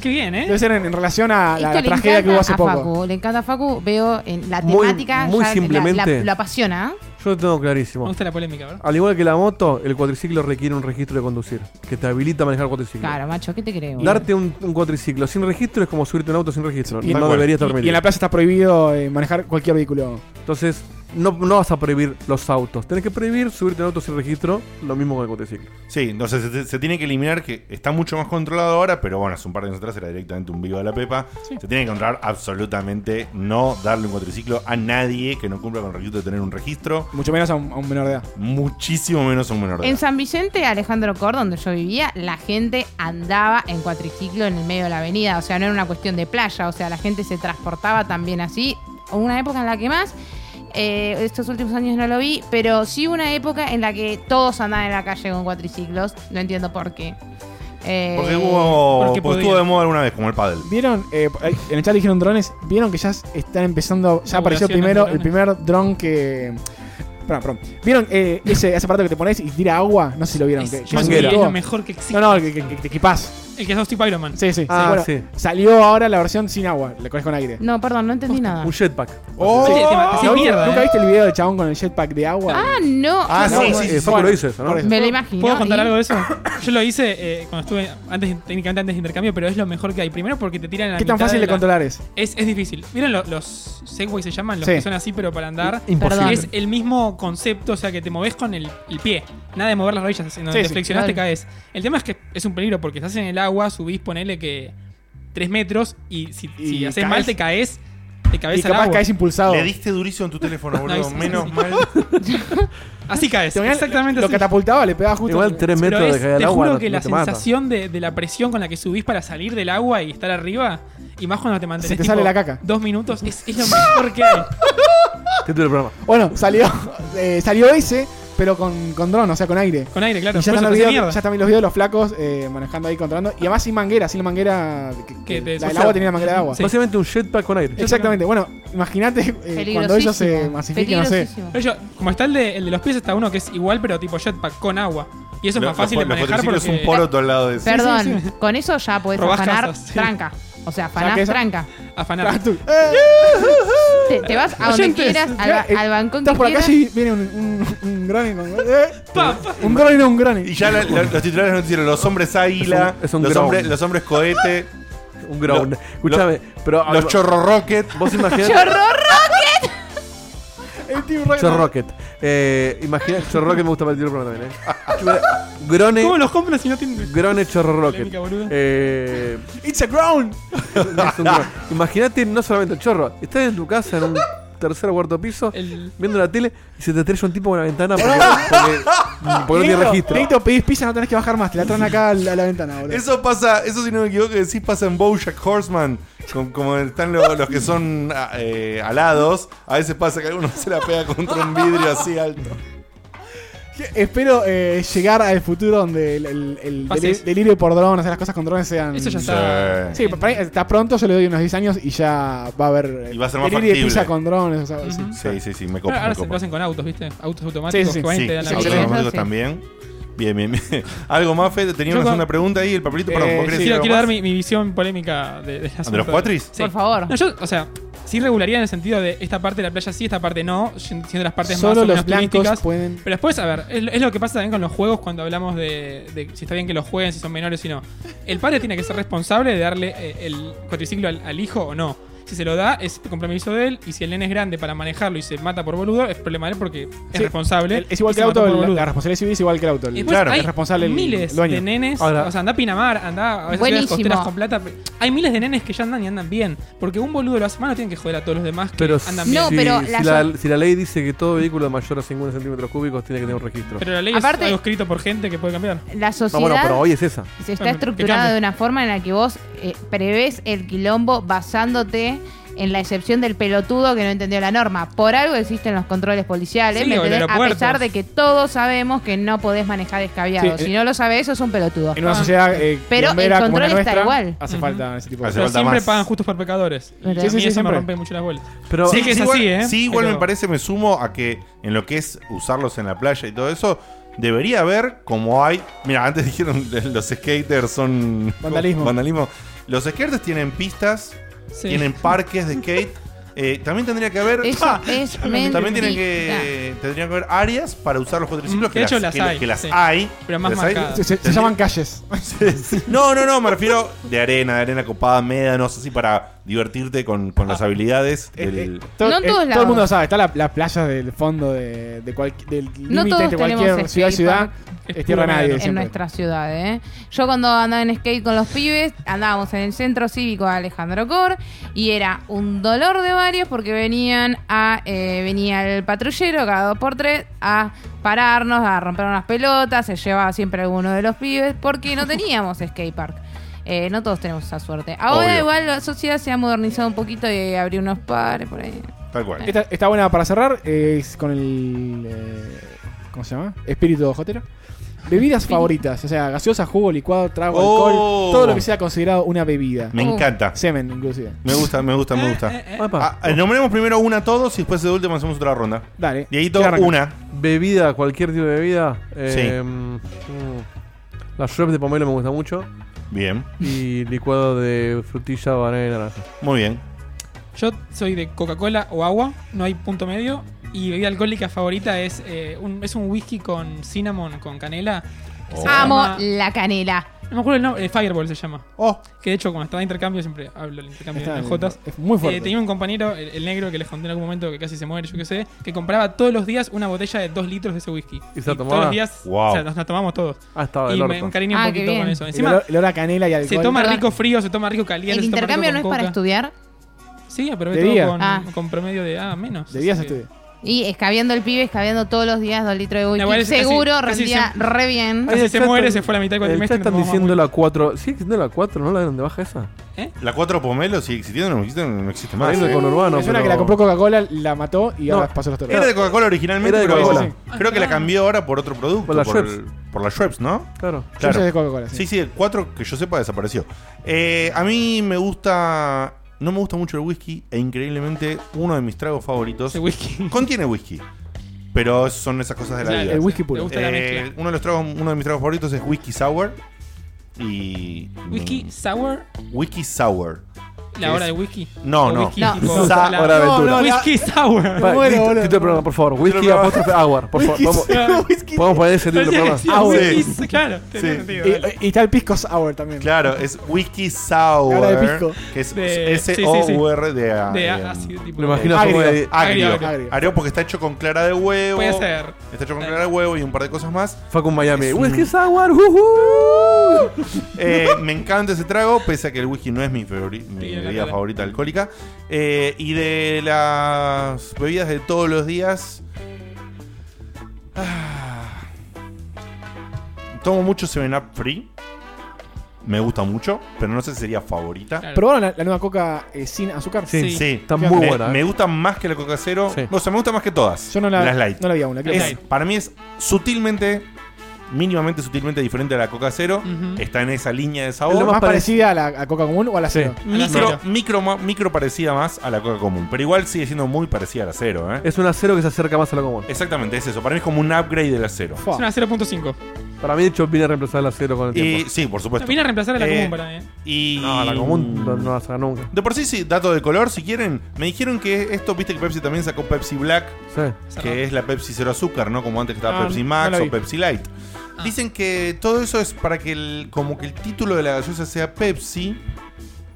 Speaker 5: Qué bien, ¿eh?
Speaker 4: Debe ser en, en relación a
Speaker 2: Esto
Speaker 4: la, la
Speaker 2: le
Speaker 4: tragedia
Speaker 2: encanta
Speaker 4: que hubo hace
Speaker 2: a
Speaker 4: poco.
Speaker 2: Facu, le encanta a Facu, veo en la
Speaker 3: Muy-
Speaker 2: temática,
Speaker 3: muy
Speaker 2: ya la- la,
Speaker 3: simplemente.
Speaker 2: lo apasiona. ¿eh?
Speaker 3: Yo lo tengo
Speaker 5: Me
Speaker 3: clarísimo.
Speaker 5: gusta la polémica, ¿verdad?
Speaker 3: Al igual que la moto, el cuatriciclo requiere un registro de conducir, que te habilita a manejar el cuatriciclo.
Speaker 2: Claro, macho, ¿qué te creo?
Speaker 3: Darte un, un cuatriciclo sin registro es como subirte a un auto sin registro.
Speaker 4: Y-
Speaker 3: no
Speaker 1: Tal
Speaker 3: debería estar
Speaker 4: Y, y
Speaker 3: permitido.
Speaker 4: en la playa está prohibido eh, manejar cualquier vehículo.
Speaker 3: Entonces, no, no vas a prohibir los autos. Tenés que prohibir subirte a un auto sin registro, lo mismo con el cuatriciclo.
Speaker 1: Sí, entonces se, se tiene que eliminar que está mucho más controlado ahora, pero bueno, hace un par de años atrás era directamente un vivo de la Pepa. Se tiene que controlar absolutamente no darle un cuatriciclo a nadie que no cumpla con el requisito de tener un registro,
Speaker 4: Mucho menos a un, a un menor de edad.
Speaker 1: muchísimo menos a un menor de
Speaker 2: En
Speaker 1: edad.
Speaker 2: San Vicente, Alejandro Cor, donde yo vivía, la gente andaba en cuatriciclo en el medio de la avenida. O sea, no era una cuestión de playa. O sea, la gente se transportaba también así. Hubo Una época en la que más. eh, estos últimos años no lo vi, pero sí hubo una época en la que todos andaban en la calle con cuatriciclos. No entiendo por qué. Eh,
Speaker 1: Porque hubo.
Speaker 5: porque
Speaker 1: porque
Speaker 5: podía.
Speaker 1: estuvo de moda alguna vez, como el paddle.
Speaker 4: ¿Vieron? Eh, ahí- en el chat dijeron drones. ¿Vieron que ya s- están empezando? Ya apareció
Speaker 5: Poblaciones
Speaker 4: primero
Speaker 5: de
Speaker 4: el primer dron que. Perdón, perdón. ¿Vieron eh, ese, ese aparato que te pones y tira agua? No sé si lo vieron.
Speaker 5: Es,
Speaker 4: que- que
Speaker 5: yo
Speaker 4: se
Speaker 5: creo que es
Speaker 4: equivocó.
Speaker 5: lo mejor que existe.
Speaker 4: No, no, que, que- que te equipás.
Speaker 5: El que sos tipo Iron Man.
Speaker 4: Sí, sí.
Speaker 3: Ah,
Speaker 4: bueno,
Speaker 3: sí.
Speaker 4: Salió ahora la versión sin agua. Le coges con aire.
Speaker 2: No, perdón, no entendí nada.
Speaker 3: Un jetpack.
Speaker 4: ¡Oh!
Speaker 5: Sí, te matas en
Speaker 4: ¿No-
Speaker 5: mierda,
Speaker 4: ¿Nunca
Speaker 5: eh.
Speaker 4: viste el video del chabón con el jetpack de agua?
Speaker 2: Ah, no.
Speaker 1: Ah,
Speaker 3: No,
Speaker 1: sí,
Speaker 3: eh,
Speaker 1: sí, sí.
Speaker 3: Facu
Speaker 4: bueno,
Speaker 3: lo hizo eso, ¿no?
Speaker 4: por eso.
Speaker 2: Me lo imagino.
Speaker 5: ¿Puedo contar
Speaker 2: y-
Speaker 5: algo de eso? Yo lo hice eh, cuando estuve antes, técnicamente antes de intercambio, pero es lo mejor que hay. Primero porque te tiran a la
Speaker 4: ¿Qué tan
Speaker 5: mitad
Speaker 4: fácil de
Speaker 5: la-
Speaker 4: controlar es?
Speaker 5: Es, es difícil. ¿Vieron lo- los Segway se llaman? Los
Speaker 4: Sí.
Speaker 5: que son así, pero para andar.
Speaker 2: Imposible.
Speaker 5: Es el mismo concepto, o sea, que te moves con el, el pie. Nada de mover las rodillas. En donde
Speaker 4: Sí,
Speaker 5: te
Speaker 4: sí,
Speaker 5: flexionaste,
Speaker 2: claro.
Speaker 5: caes. El tema es que es un peligro porque estás en el agua, subís, ponele que 3 metros y si,
Speaker 4: Y
Speaker 5: si haces
Speaker 4: caes.
Speaker 5: mal te caes. Te cabeza
Speaker 4: Y capaz
Speaker 5: al agua.
Speaker 4: caes impulsado.
Speaker 1: Le diste durísimo en tu teléfono, boludo.
Speaker 5: sí,
Speaker 1: Menos
Speaker 5: sí.
Speaker 1: mal.
Speaker 5: Así caes.
Speaker 4: Te ponía-
Speaker 5: Exactamente
Speaker 4: Lo
Speaker 5: así.
Speaker 4: catapultaba, le pegaba justo.
Speaker 3: Igual 3
Speaker 5: Pero
Speaker 3: metros
Speaker 5: es-
Speaker 3: de caer al
Speaker 5: te
Speaker 3: agua.
Speaker 5: juro
Speaker 3: no-
Speaker 5: que
Speaker 3: no
Speaker 5: la
Speaker 3: te mata.
Speaker 5: sensación de, de la presión con la que subís para salir del agua y estar arriba, y más cuando te mantenés
Speaker 4: Se te
Speaker 5: tipo
Speaker 4: sale la caca.
Speaker 5: dos minutos, es, es lo mejor que hay.
Speaker 3: Título del programa.
Speaker 4: Bueno, salió, eh, salió ese, pero con, con dron, o sea, con aire.
Speaker 5: Con aire, claro.
Speaker 4: y ya
Speaker 5: por
Speaker 4: están,
Speaker 5: eso
Speaker 4: los
Speaker 5: te hace
Speaker 4: videos,
Speaker 5: mierda.
Speaker 4: ya están los videos de los flacos eh, manejando ahí, controlando. Y además sin manguera, sin la manguera. que- que
Speaker 5: Que te-
Speaker 4: la del
Speaker 5: o sea,
Speaker 4: agua tenía la manguera de agua.
Speaker 5: Sí.
Speaker 3: Básicamente un jetpack con aire.
Speaker 4: Exactamente. Bueno, imagínate eh, cuando ellos se
Speaker 2: Peligrosísimo.
Speaker 4: masifiquen, no sé.
Speaker 2: Peligrosísimo.
Speaker 5: Pero yo, como está el de, el de los pies, está uno que es igual, pero tipo jetpack con agua. Y eso es
Speaker 1: Lo-
Speaker 5: más fácil
Speaker 1: los-
Speaker 5: de
Speaker 1: los
Speaker 5: manejar porque
Speaker 1: cuatriciclos es un poroto al lado de eso.
Speaker 2: Perdón,
Speaker 5: sí,
Speaker 2: con eso ya podés
Speaker 5: Robás
Speaker 2: afanar
Speaker 5: casas, sí.
Speaker 2: tranca. O sea,
Speaker 4: O sea,
Speaker 2: afanás
Speaker 4: que esa-
Speaker 2: tranca.
Speaker 5: afanar.
Speaker 2: Te, te vas a donde
Speaker 4: Ah, Eh, Oyentes,
Speaker 2: quieras, al,
Speaker 4: ya, eh,
Speaker 2: al balcón que
Speaker 4: Estás por acá
Speaker 2: quieras.
Speaker 4: y viene un, un, un granny con- eh,
Speaker 5: Pa, pa.
Speaker 4: un granny no, un granny.
Speaker 1: Y ya la- la- los titulares nos dijeron los hombres águila,
Speaker 3: Es un- es un
Speaker 1: los,
Speaker 3: ground.
Speaker 1: hombres, los hombres cohete,
Speaker 3: Un ground.
Speaker 1: Lo-
Speaker 3: Escúchame, pero.
Speaker 1: los chorro rocket.
Speaker 3: Vos imaginate.
Speaker 2: ¡Chorro
Speaker 4: El Team Rocket.
Speaker 3: Chor Rocket. Eh, imagina, Chor Rocket me gusta para el programa también, eh. Grone,
Speaker 5: ¿Cómo los compras si no tienen
Speaker 3: Grone Chorro Rocket.
Speaker 5: polémica, boludo?
Speaker 3: Eh,
Speaker 4: It's a ground.
Speaker 3: es un gro- Imagínate no solamente el chorro, estás en tu casa en un tercer o cuarto piso
Speaker 5: El-
Speaker 3: viendo la tele y se te estrella un tipo con la ventana porque, porque- porque no tiene registro.
Speaker 4: Necesito pedís pizza, no tenés que bajar más. Te la traen acá a la, a la ventana, boludo.
Speaker 1: Eso pasa, eso si no me equivoco, decís pasa en Bojack Horseman. com- como están lo- los que son ah, eh, alados, a veces pasa que alguno se la pega contra un vidrio así alto.
Speaker 4: Espero eh, llegar al futuro donde el, el- el
Speaker 5: Pase
Speaker 4: deli-
Speaker 5: eso.
Speaker 4: delirio por drones, o sea, las cosas con drones sean.
Speaker 5: Eso ya está.
Speaker 4: Sí, para mí está pronto, yo le doy unos 10 años y ya va a haber. eh,
Speaker 1: Y va a ser más
Speaker 4: delirio de
Speaker 1: factible.
Speaker 4: pizza con drones, o sea, sí.
Speaker 5: Ujú.
Speaker 1: Sí, sí, sí, me copa.
Speaker 5: Ahora
Speaker 1: me
Speaker 5: se lo
Speaker 1: copa.
Speaker 5: hacen con autos, ¿viste? Autos automáticos
Speaker 4: Sí, sí,
Speaker 5: que van
Speaker 1: Sí,
Speaker 5: y te dan la
Speaker 2: sí,
Speaker 1: autos
Speaker 2: sí.
Speaker 5: vuelta.
Speaker 1: automáticos
Speaker 2: Sí.
Speaker 1: también. Bien, bien, bien. Algo más, Fede, tenía
Speaker 5: Yo
Speaker 1: una
Speaker 5: con-
Speaker 1: segunda pregunta ahí, el papelito, perdón,
Speaker 4: Eh,
Speaker 1: ¿vos querés
Speaker 4: sí,
Speaker 1: decir
Speaker 5: Quiero,
Speaker 1: algo
Speaker 5: quiero
Speaker 1: más?
Speaker 5: dar mi, mi visión polémica de, del asunto.
Speaker 1: los cuatris?
Speaker 5: Sí.
Speaker 2: Por favor.
Speaker 5: No, yo, o sea, sí regularía en el sentido de esta parte de la playa sí, esta parte no, siendo las partes más
Speaker 4: Solo
Speaker 5: o menos
Speaker 4: los blancos
Speaker 5: turísticas.
Speaker 4: pueden.
Speaker 5: Pero después, a ver, es, lo- es lo que pasa también con los juegos cuando hablamos de, de si está bien que los jueguen, si son menores o no. El padre tiene que ser responsable de darle eh, el cuatriciclo al, al hijo o no. Si se lo da, es compromiso de él. Y si el nene es grande para manejarlo y se mata por boludo, es problema de él porque es
Speaker 4: Sí,
Speaker 5: responsable.
Speaker 4: el- es igual
Speaker 5: y
Speaker 4: que
Speaker 5: se
Speaker 4: el auto,
Speaker 5: mató por
Speaker 4: el-
Speaker 5: boludo.
Speaker 4: la responsabilidad civil es igual que el auto.
Speaker 5: Y
Speaker 4: el-
Speaker 5: después
Speaker 1: Claro,
Speaker 5: hay
Speaker 4: es responsable el
Speaker 5: miles
Speaker 4: dueño.
Speaker 5: de nenes.
Speaker 3: Ahora-
Speaker 5: o sea, anda a Pinamar, anda a veces ciudades
Speaker 2: Buenísimo.
Speaker 5: costeras con plata. pe- Hay miles de nenes que ya andan y andan bien. Porque un boludo lo hace mal, no tienen que joder a todos los demás que
Speaker 3: Pero
Speaker 5: andan
Speaker 3: si,
Speaker 5: bien.
Speaker 2: No, pero
Speaker 3: si
Speaker 2: la
Speaker 3: la,
Speaker 2: so-
Speaker 3: si la ley dice que todo vehículo mayor a 50 centímetros cúbicos tiene que tener un registro.
Speaker 5: Pero la ley es
Speaker 2: Aparte-
Speaker 5: algo escrito por gente que puede cambiar.
Speaker 2: La
Speaker 3: no,
Speaker 2: sociedad
Speaker 3: bueno, pero hoy es esa.
Speaker 2: se está
Speaker 5: Bueno, que
Speaker 2: estructurada
Speaker 5: cambie.
Speaker 2: de una forma en la que vos eh, prevés el quilombo basándote en la excepción del pelotudo que no entendió la norma. Por algo existen los controles policiales,
Speaker 5: Sí,
Speaker 2: ¿me
Speaker 5: o el
Speaker 2: entendés? a
Speaker 5: aeropuerto.
Speaker 2: pesar de que todos sabemos que no podés manejar descaviado.
Speaker 4: Sí,
Speaker 2: si
Speaker 4: eh,
Speaker 2: no lo sabes, sos un penudo.
Speaker 4: En una
Speaker 5: Ah.
Speaker 4: sociedad. eh,
Speaker 2: Pero el
Speaker 4: quilombera como
Speaker 2: control
Speaker 4: la
Speaker 2: está
Speaker 4: nuestra,
Speaker 2: igual.
Speaker 4: Hace
Speaker 5: Ujú.
Speaker 4: falta ese tipo de
Speaker 1: Hace
Speaker 5: Pero
Speaker 1: falta
Speaker 5: siempre
Speaker 1: más.
Speaker 5: pagan justos por pecadores. Y
Speaker 2: ¿Verdad?
Speaker 5: a
Speaker 4: Sí,
Speaker 5: mí
Speaker 4: sí, sí,
Speaker 5: eso
Speaker 4: siempre.
Speaker 5: me rompe mucho las bolas.
Speaker 3: Pero
Speaker 5: Sí, que es
Speaker 1: igual,
Speaker 5: así, ¿eh?
Speaker 1: sí, igual
Speaker 5: Pero-
Speaker 1: me parece, me sumo a que en lo que es usarlos en la playa y todo eso, debería haber como hay. Mira, antes dijeron los skaters son.
Speaker 4: Vandalismo.
Speaker 1: vandalismo. Los skaters tienen pistas,
Speaker 5: Sí.
Speaker 1: tienen parques de skate. Eh, también tendría que haber.
Speaker 2: Eso
Speaker 1: ¡Ah!
Speaker 2: es
Speaker 1: También tienen
Speaker 2: mentira.
Speaker 1: que, tendrían que haber áreas para usar los cuatriciclos.
Speaker 5: Mm,
Speaker 1: que
Speaker 5: de hecho,
Speaker 1: las,
Speaker 5: las
Speaker 1: que-
Speaker 5: hay,
Speaker 1: que las
Speaker 5: sí.
Speaker 1: hay.
Speaker 5: Pero más
Speaker 1: Las hay.
Speaker 5: marcadas.
Speaker 4: Se, se- se llaman calles.
Speaker 1: No, no, no, me refiero de arena, de arena copada, médanos, así para divertirte con, con
Speaker 5: Ah.
Speaker 1: las habilidades. del-
Speaker 4: Todo,
Speaker 2: No en
Speaker 4: eh,
Speaker 2: todos
Speaker 4: todo el
Speaker 2: lados.
Speaker 4: mundo lo sabe. Está la, la playa del fondo de, de cual- del límite
Speaker 2: todos
Speaker 4: entre cualquier
Speaker 2: tenemos
Speaker 4: ciudad y
Speaker 2: skate
Speaker 4: ciudad.
Speaker 5: park.
Speaker 4: Es tierra de nadie.
Speaker 5: En
Speaker 2: en
Speaker 4: siempre.
Speaker 2: nuestra ciudad. ¿eh? Yo cuando andaba en skate con los pibes, andábamos en el centro cívico de Alejandro Cor y era un dolor de varios porque venían a eh, venía el patrullero cada dos por tres a pararnos, a romper unas pelotas, se llevaba siempre alguno de los pibes porque no teníamos skate park. Eh, no todos tenemos esa suerte. Ahora
Speaker 1: Obvio.
Speaker 2: igual la sociedad se ha modernizado un poquito y abrió unos pares por ahí.
Speaker 1: Tal cual.
Speaker 4: Esta- está buena para cerrar. eh, Es con el. eh, ¿Cómo se llama? Espíritu Jotero. Bebidas favoritas, o sea, gaseosa, jugo, licuado, trago,
Speaker 1: Oh.
Speaker 4: alcohol, todo lo que sea considerado una bebida.
Speaker 1: Me
Speaker 2: Uh.
Speaker 1: encanta.
Speaker 4: Semen, inclusive.
Speaker 1: Me gusta, me gusta, me
Speaker 5: Eh, eh,
Speaker 1: gusta.
Speaker 5: eh.
Speaker 3: Apa,
Speaker 1: Ah, eh, nombremos primero una a todos y después de último hacemos otra ronda.
Speaker 4: Dale.
Speaker 1: Dieguito,
Speaker 4: ¿quién arranca?
Speaker 1: una.
Speaker 3: Bebida, cualquier tipo de bebida. Eh, mm, La Shrep de pomelo me gusta mucho.
Speaker 1: Bien,
Speaker 3: Y licuado de frutilla, banana y naranja.
Speaker 1: muy bien.
Speaker 5: eh, Yo soy de Coca-Cola o agua, no hay punto medio. Y bebida alcohólica favorita es, eh, un, es un whisky con cinnamon, con canela. que
Speaker 4: Oh.
Speaker 5: se
Speaker 2: Amo
Speaker 5: llama-
Speaker 2: la canela.
Speaker 5: No me acuerdo el nombre, eh, Fireball se llama.
Speaker 1: Oh,
Speaker 5: Que de hecho, cuando estaba de intercambio, siempre hablo del intercambio
Speaker 4: Está
Speaker 5: de
Speaker 4: bien,
Speaker 5: Jotas.
Speaker 4: es muy fuerte.
Speaker 5: Eh, tenía un compañero, el, el negro, que les conté en algún momento que casi se muere, yo qué sé, que compraba todos los días una botella de 2 litros de ese whisky.
Speaker 3: ¿Y se la tomaba?
Speaker 5: todos los días,
Speaker 1: Wow.
Speaker 5: o sea, nos la tomamos todos.
Speaker 3: Ah, estaba
Speaker 5: y
Speaker 3: del
Speaker 5: me
Speaker 3: orto.
Speaker 5: encariñé un
Speaker 2: Ah, qué
Speaker 5: poquito
Speaker 2: bien.
Speaker 5: con eso.
Speaker 4: El
Speaker 5: Encima,
Speaker 4: olor- el olor a canela y alcohol.
Speaker 5: se toma
Speaker 2: Perdón.
Speaker 5: rico frío, se toma rico caliente.
Speaker 2: El
Speaker 5: se toma
Speaker 2: intercambio no
Speaker 5: rico
Speaker 2: es
Speaker 5: con
Speaker 2: para
Speaker 5: coca.
Speaker 2: estudiar.
Speaker 5: Sí, pero
Speaker 4: De
Speaker 5: todo
Speaker 4: día.
Speaker 5: con,
Speaker 2: Ah.
Speaker 5: con promedio de A menos.
Speaker 4: Bebías
Speaker 5: Así que-
Speaker 4: estudio.
Speaker 2: Y escabiendo el pibe, escabiendo todos los días dos litros de whisky.
Speaker 5: No, igual es casi-
Speaker 2: Seguro
Speaker 5: casi
Speaker 2: rendía
Speaker 5: siempre-
Speaker 2: re bien.
Speaker 5: Casi
Speaker 3: Ahí el
Speaker 5: se
Speaker 3: chat
Speaker 5: muere,
Speaker 3: están-
Speaker 5: se fue a la mitad del
Speaker 3: El
Speaker 5: cuatrimestre y
Speaker 3: chat
Speaker 5: nos
Speaker 3: están
Speaker 5: vamos a
Speaker 3: diciendo la 4. ¿Sigue existiendo la 4? ¿No la dieron de baja esa?
Speaker 1: la 4 pomelo sigue existiendo, no existe, no existe más. ¿eh?
Speaker 3: Ahí con Urbano.
Speaker 4: es una que la compró Coca-Cola, la mató y
Speaker 3: No,
Speaker 4: ahora pasó los toros.
Speaker 1: Era de Coca-Cola originalmente,
Speaker 3: Era de
Speaker 1: pero
Speaker 3: Coca-Cola.
Speaker 1: creo que la cambió ahora por otro producto.
Speaker 3: Por la
Speaker 1: el- por la Schweppes, ¿no?
Speaker 3: Claro.
Speaker 4: Yo
Speaker 1: Claro.
Speaker 4: soy de Coca-Cola, sí.
Speaker 1: Sí, sí, el 4 que yo sepa desapareció. Eh, a mí me gusta. No me gusta mucho el whisky e increíblemente uno de mis tragos favoritos
Speaker 5: Ese whisky.
Speaker 1: contiene whisky. Pero son esas cosas de la
Speaker 5: O sea,
Speaker 1: vida.
Speaker 4: El whisky
Speaker 5: ¿Te
Speaker 4: puro.
Speaker 5: gusta la
Speaker 1: Eh,
Speaker 5: mezcla?
Speaker 1: uno de los tragos, uno de mis tragos favoritos es whisky sour. Y. mm,
Speaker 5: Whisky sour,
Speaker 1: Whisky sour. ¿Qué
Speaker 5: la hora
Speaker 1: es?
Speaker 5: de whisky.
Speaker 1: No,
Speaker 5: O
Speaker 1: no.
Speaker 5: whisky
Speaker 2: No.
Speaker 5: tipo-
Speaker 3: Sa-
Speaker 5: la-
Speaker 3: hora de aventura.
Speaker 5: Whisky sour.
Speaker 3: Pa-
Speaker 4: muero,
Speaker 3: Tito-
Speaker 4: boludo.
Speaker 3: Tito del programa, por favor. Whisky
Speaker 1: programa.
Speaker 3: apóstrofe agua. Por favor, vamos. Podemos poner ese título
Speaker 5: Parecía que
Speaker 3: del programa.
Speaker 5: decía
Speaker 4: Ah,
Speaker 5: whisky,
Speaker 1: sí.
Speaker 5: Claro, tenía
Speaker 1: Sí.
Speaker 5: sentido.
Speaker 4: Y, y está el pisco sour también.
Speaker 1: Claro, es whisky
Speaker 4: Cara de
Speaker 1: sour.
Speaker 4: pisco.
Speaker 1: Que es
Speaker 5: De- sí, sí, sí.
Speaker 1: S-O-U-R de.
Speaker 5: De
Speaker 1: eh,
Speaker 5: a- así, tipo.
Speaker 3: Me imagino
Speaker 4: Agrio.
Speaker 3: como de-
Speaker 1: Agrio.
Speaker 5: Agrio.
Speaker 4: Agrio.
Speaker 1: Agrio porque está hecho con clara de huevo.
Speaker 5: Puede ser.
Speaker 1: Está hecho con clara de huevo y un par de cosas más.
Speaker 3: Facu en Miami.
Speaker 1: Es un-
Speaker 3: Whisky sour. jujú.
Speaker 1: Eh, me encanta ese trago, pese a que el whisky no es mi, favori- mi
Speaker 5: Tiene la
Speaker 1: bebida
Speaker 5: cara.
Speaker 1: favorita alcohólica. Eh, y de las bebidas de todos los días. ah, tomo mucho 7-Up Free. Me gusta mucho, pero no sé si sería favorita.
Speaker 5: Claro.
Speaker 4: ¿Probaron la, la nueva Coca eh, sin azúcar?
Speaker 5: Sí.
Speaker 1: Sí.
Speaker 3: Está muy
Speaker 1: me,
Speaker 3: buena.
Speaker 1: me
Speaker 3: eh.
Speaker 1: gusta más que la Coca Cero.
Speaker 3: Sí.
Speaker 1: O sea, me gusta más que todas.
Speaker 4: Yo no la,
Speaker 1: las light.
Speaker 4: no la vi aún. La quiero
Speaker 1: Es-
Speaker 5: Light.
Speaker 1: para mí es sutilmente, mínimamente sutilmente diferente a la Coca Cero.
Speaker 5: Ujú.
Speaker 1: Está en esa línea de
Speaker 4: probar.
Speaker 1: sabor.
Speaker 4: ¿Es lo más
Speaker 3: Vos parec-
Speaker 4: parecida a la a Coca común o a la
Speaker 3: Sí.
Speaker 4: cero?
Speaker 1: Micro,
Speaker 5: cero.
Speaker 1: micro, ma- micro parecida más a la Coca común, pero igual sigue siendo muy parecida a la cero, ¿eh?
Speaker 3: Es un acero que se acerca más a la común.
Speaker 1: Exactamente, es eso. Para mí es como un upgrade de la cero.
Speaker 4: Fua.
Speaker 5: Es una 0.5.
Speaker 3: Para mí, de hecho, viene a reemplazar el acero con el
Speaker 1: Y
Speaker 3: tiempo.
Speaker 1: sí, por supuesto.
Speaker 5: Viene a reemplazar a la
Speaker 1: Eh,
Speaker 5: común para mí.
Speaker 1: Y
Speaker 3: No, la común no, no la saca nunca.
Speaker 1: De por sí, sí, dato de color, si quieren. Me dijeron que esto, viste que Pepsi también sacó Pepsi Black,
Speaker 3: Sí.
Speaker 1: que es la Pepsi cero azúcar, ¿no? Como antes que estaba
Speaker 4: Ah,
Speaker 1: Pepsi
Speaker 4: no
Speaker 1: Max
Speaker 4: la vi.
Speaker 1: o Pepsi Light.
Speaker 3: Ah.
Speaker 1: Dicen que todo eso es para que el, como que el título de la gaseosa sea Pepsi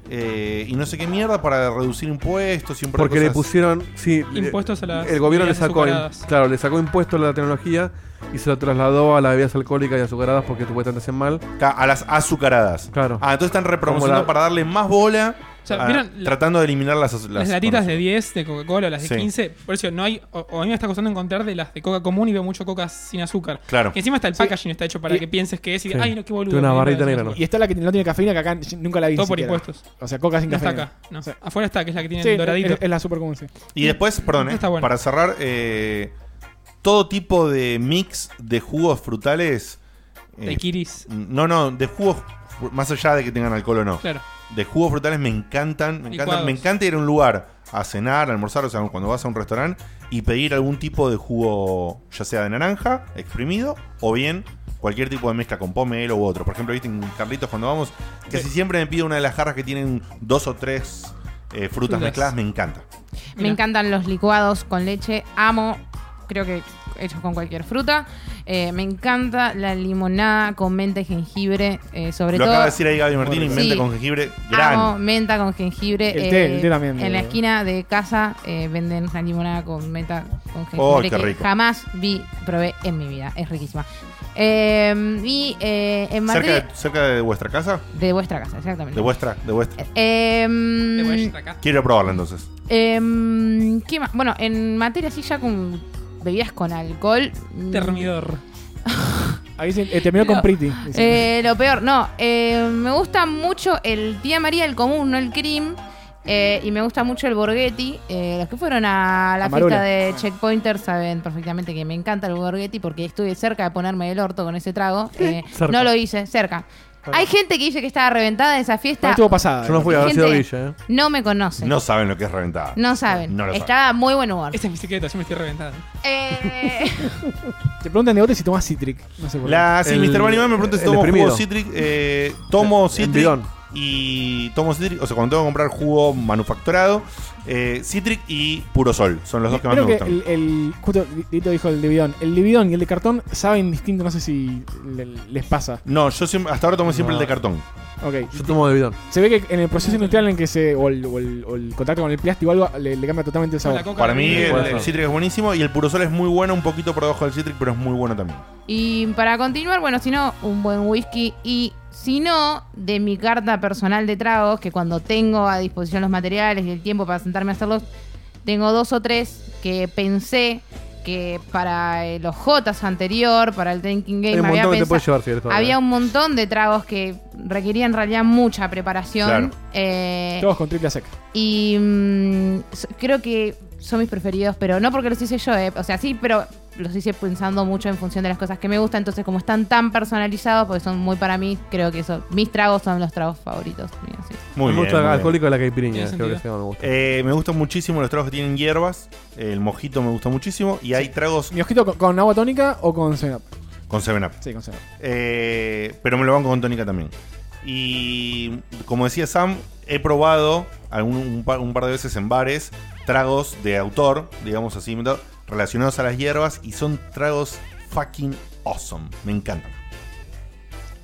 Speaker 1: eh, y no sé qué mierda para reducir impuestos y un par de
Speaker 3: Porque le
Speaker 1: cosas.
Speaker 3: pusieron. Sí, le-
Speaker 5: Impuestos a las
Speaker 3: El gobierno le
Speaker 5: bebidas
Speaker 3: sacó.
Speaker 5: azucaradas.
Speaker 3: Claro, le sacó impuestos a la tecnología y se lo trasladó a las bebidas alcohólicas y azucaradas porque supuestamente hacen mal.
Speaker 1: Ca- A las azucaradas.
Speaker 3: Claro.
Speaker 1: Ah, entonces están repromocionando
Speaker 3: Como la-
Speaker 1: para darle más bola.
Speaker 5: O sea,
Speaker 1: ah,
Speaker 5: ¿vieron la-
Speaker 1: tratando de eliminar las az-
Speaker 5: Las latitas de
Speaker 1: bueno,
Speaker 5: 10 de Coca-Cola, las de
Speaker 1: Sí.
Speaker 5: 15. Por eso no hay. O, o a mí me está costando encontrar de las de Coca común y veo mucho Coca sin azúcar.
Speaker 1: Claro.
Speaker 5: Que encima hestá el packaging está hecho para
Speaker 4: Y-
Speaker 5: que pienses que es y
Speaker 3: Sí.
Speaker 5: ay, no, qué boludo.
Speaker 3: Tiene una
Speaker 5: que
Speaker 3: barrita
Speaker 5: sin
Speaker 3: negra,
Speaker 5: azúcar.
Speaker 4: Y está la que no tiene cafeína, que acá nunca la vi.
Speaker 5: Todo
Speaker 4: ni
Speaker 5: por
Speaker 4: siquiera.
Speaker 5: impuestos.
Speaker 4: O sea, Coca sin
Speaker 5: No está
Speaker 4: cafeína.
Speaker 5: acá. No. Afuera está, que es la que tiene
Speaker 4: Sí,
Speaker 5: el doradito.
Speaker 4: es, es la super común, sí.
Speaker 1: Y después, perdón, eh,
Speaker 5: Está bueno.
Speaker 1: para cerrar, eh, todo tipo de mix de jugos frutales. eh,
Speaker 5: Daiquiris.
Speaker 1: no, no, de jugos, fr- más allá de que tengan alcohol o no.
Speaker 5: Claro.
Speaker 3: Mm.
Speaker 1: De jugos frutales me encantan, me encantan.
Speaker 5: Licuados.
Speaker 1: Me encanta ir a un lugar a cenar, a almorzar, o sea, cuando vas a un restaurante y pedir algún tipo de jugo, ya sea de naranja, exprimido, o bien cualquier tipo de mezcla con pomelo u otro. Por ejemplo, viste en Carlitos cuando vamos, que si siempre me pido una de las jarras que tienen dos o tres eh, frutas,
Speaker 5: Frutas.
Speaker 1: mezcladas, me encanta.
Speaker 2: Me
Speaker 5: Mira.
Speaker 2: encantan los licuados con leche. Amo, creo que hechos con cualquier fruta. Eh, me encanta la limonada con menta y jengibre, eh, sobre
Speaker 1: Lo
Speaker 2: todo.
Speaker 1: acaba de decir ahí Gaby Martín,
Speaker 4: rico.
Speaker 1: invente
Speaker 2: Sí.
Speaker 1: con jengibre, gran.
Speaker 2: Amo menta con jengibre. eh,
Speaker 4: El té, el té también.
Speaker 2: En la esquina de casa eh, venden la limonada con menta con jengibre
Speaker 1: Oh, qué
Speaker 2: que
Speaker 1: rico.
Speaker 2: jamás vi, probé en mi vida. Es riquísima. Eh, y eh, en Madrid,
Speaker 1: cerca, de, cerca de vuestra casa,
Speaker 2: de vuestra casa, exactamente.
Speaker 1: de vuestra, de vuestra.
Speaker 2: Eh,
Speaker 5: Te voy a llevar acá.
Speaker 1: Quiero probarla entonces.
Speaker 2: Em, ¿qué más? Bueno, en materia así ya con bebidas con alcohol. mm,
Speaker 5: Termidor.
Speaker 4: Ahí se eh, terminó con
Speaker 2: Lo-
Speaker 4: Pretty. dice.
Speaker 2: em, eh, lo peor, no. eh, me gusta mucho el tía María, el común, no el cream. Eh, y me gusta mucho el Borghetti. Eh, los que fueron a la
Speaker 4: Amarula.
Speaker 2: fiesta de Checkpointer saben perfectamente que me encanta el Borghetti porque estuve cerca de ponerme el orto con ese trago. Eh,
Speaker 3: Cerca.
Speaker 2: no lo hice, cerca. Hay gente que dice que estaba reventada de esa
Speaker 4: Para
Speaker 2: fiesta.
Speaker 4: estuvo pasada.
Speaker 3: Yo no fui a
Speaker 2: Gente-
Speaker 3: García Villa, ¿eh?
Speaker 2: No me conocen.
Speaker 1: No saben lo que es reventada.
Speaker 2: No saben.
Speaker 1: No lo saben.
Speaker 2: Estaba muy buen humor.
Speaker 5: Ese es mi secreto, yo me estoy reventando.
Speaker 2: Eh,
Speaker 4: Te preguntan de bote si tomas Citric. No sé por qué. Eh,
Speaker 1: La, sí,
Speaker 3: El-
Speaker 1: Mr. Banniman me pregunta si
Speaker 3: el
Speaker 1: tomo
Speaker 3: exprimido.
Speaker 1: jugo Citric. eh, tomo
Speaker 3: El
Speaker 1: Citric.
Speaker 3: bidón.
Speaker 1: Y tomo Citric. O sea, cuando tengo que comprar jugo manufacturado, eh, Citric y Puro Sol. Son los dos que más me
Speaker 4: Creo que
Speaker 1: gustan.
Speaker 4: el, el- Justo Dito dijo el de bidón. El de bidón y el de cartón saben distinto, no sé si le- les pasa.
Speaker 1: No, yo siempre, hasta ahora tomo siempre
Speaker 3: No.
Speaker 1: el de cartón.
Speaker 4: Ok.
Speaker 3: Yo tomo de bidón.
Speaker 4: Se ve que en el proceso industrial en que se. o el, o el- o el contacto con el plástico o algo, le, le cambia totalmente el sabor.
Speaker 5: Con la coca,
Speaker 1: Para mí
Speaker 5: eh,
Speaker 1: el,
Speaker 3: puede
Speaker 1: el
Speaker 3: ser.
Speaker 1: Citric es buenísimo y el Puro Sol es muy bueno, un poquito por debajo del Citric, pero es muy bueno también.
Speaker 2: y para continuar, bueno, si no, un buen whisky. Y si no, de mi carta personal de tragos, que cuando tengo a disposición los materiales y el tiempo para sentarme a hacerlos, tengo dos o tres que pensé que para eh, los Jotas anterior, para el Drinking Game,
Speaker 3: Hay un
Speaker 2: había,
Speaker 3: montón que te
Speaker 2: pensa-
Speaker 3: puedes llevar si querés todavía.
Speaker 2: había un montón de tragos que requerían en realidad mucha preparación.
Speaker 1: Claro.
Speaker 2: Eh,
Speaker 4: Todos con triple seca.
Speaker 2: Y mm, so- creo que son mis preferidos, pero no porque los hice yo, eh. o sea, sí, pero los hice pensando mucho en función de las cosas que me gustan. Entonces, como están tan personalizados, porque son muy para mí, creo que eso, mis tragos son los tragos favoritos. míos, sí.
Speaker 1: Muy bien,
Speaker 3: mucho
Speaker 1: muy bien.
Speaker 3: alcohólico de la caipirinha,
Speaker 5: Tiene
Speaker 3: creo que
Speaker 5: sentido.
Speaker 3: se llama, me gusta.
Speaker 1: Eh, me gustan muchísimo los tragos que tienen hierbas. El mojito me gusta muchísimo. Y hay tragos
Speaker 4: ¿Mi ojito con, con agua tónica o con Seven Up?
Speaker 1: con 7-Up.
Speaker 4: Sí, con Seven Up.
Speaker 1: Eh, pero me lo banco con tónica también. Y como decía Sam, he probado algún- un, par, un par de veces en bares tragos de autor, digamos así, ¿no? relacionados a las hierbas y son tragos fucking awesome. Me encantan.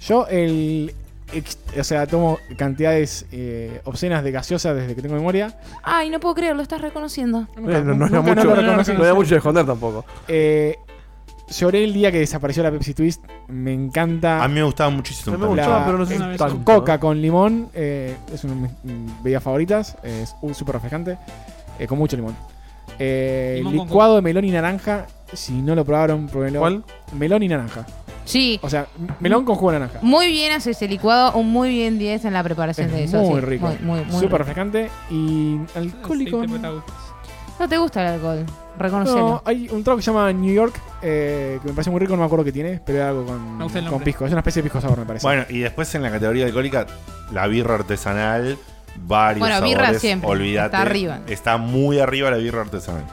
Speaker 4: Yo, el. ex- o sea, tomo cantidades eh, obscenas de gaseosa desde que tengo memoria.
Speaker 2: Ay, no puedo creer, lo estás reconociendo.
Speaker 3: Eh, no, no era
Speaker 4: nunca lo
Speaker 3: mucho, no
Speaker 4: reconocí.
Speaker 3: era mucho de esconder tampoco.
Speaker 4: Eh, lloré el día que desapareció la Pepsi Twist. Me encanta.
Speaker 1: A mí me gustaban muchísimo.
Speaker 3: Me
Speaker 1: también.
Speaker 4: gusta.
Speaker 3: gustaba, pero no
Speaker 5: eh,
Speaker 3: sé
Speaker 5: una
Speaker 3: si
Speaker 5: vez
Speaker 4: Con
Speaker 3: tanto.
Speaker 4: coca con limón eh, es una de mis mm, bebidas favoritas. Es un súper refrescante. eh, con mucho limón. Eh,
Speaker 5: Limón con
Speaker 4: licuado de melón y naranja. Si no lo probaron, pruébenlo.
Speaker 3: ¿Cuál?
Speaker 4: Melón y naranja.
Speaker 2: Sí,
Speaker 4: O sea, m- melón con jugo de naranja.
Speaker 2: muy bien haces ese licuado, un muy bien 10 en la preparación de
Speaker 4: Es
Speaker 2: eso.
Speaker 4: muy
Speaker 2: sí.
Speaker 4: rico.
Speaker 2: Muy, muy, muy
Speaker 4: súper
Speaker 2: rico.
Speaker 4: refrescante. Y
Speaker 5: aceite
Speaker 4: alcohólico.
Speaker 5: de
Speaker 4: No,
Speaker 5: potaúl.
Speaker 2: No te gusta el alcohol, reconocelo.
Speaker 4: No, hay un trago que se llama New York. eh, que me parece muy rico, no me acuerdo qué tiene. Pero era algo con,
Speaker 5: Me gusta el
Speaker 4: con
Speaker 5: nombre.
Speaker 4: pisco. Es una especie de pisco sabor, me parece.
Speaker 1: Bueno, y después en la categoría alcohólica, la birra artesanal, varios
Speaker 2: Bueno,
Speaker 1: sabores.
Speaker 2: birra siempre,
Speaker 1: olvídate.
Speaker 2: está arriba.
Speaker 1: Está muy arriba la birra artesanal.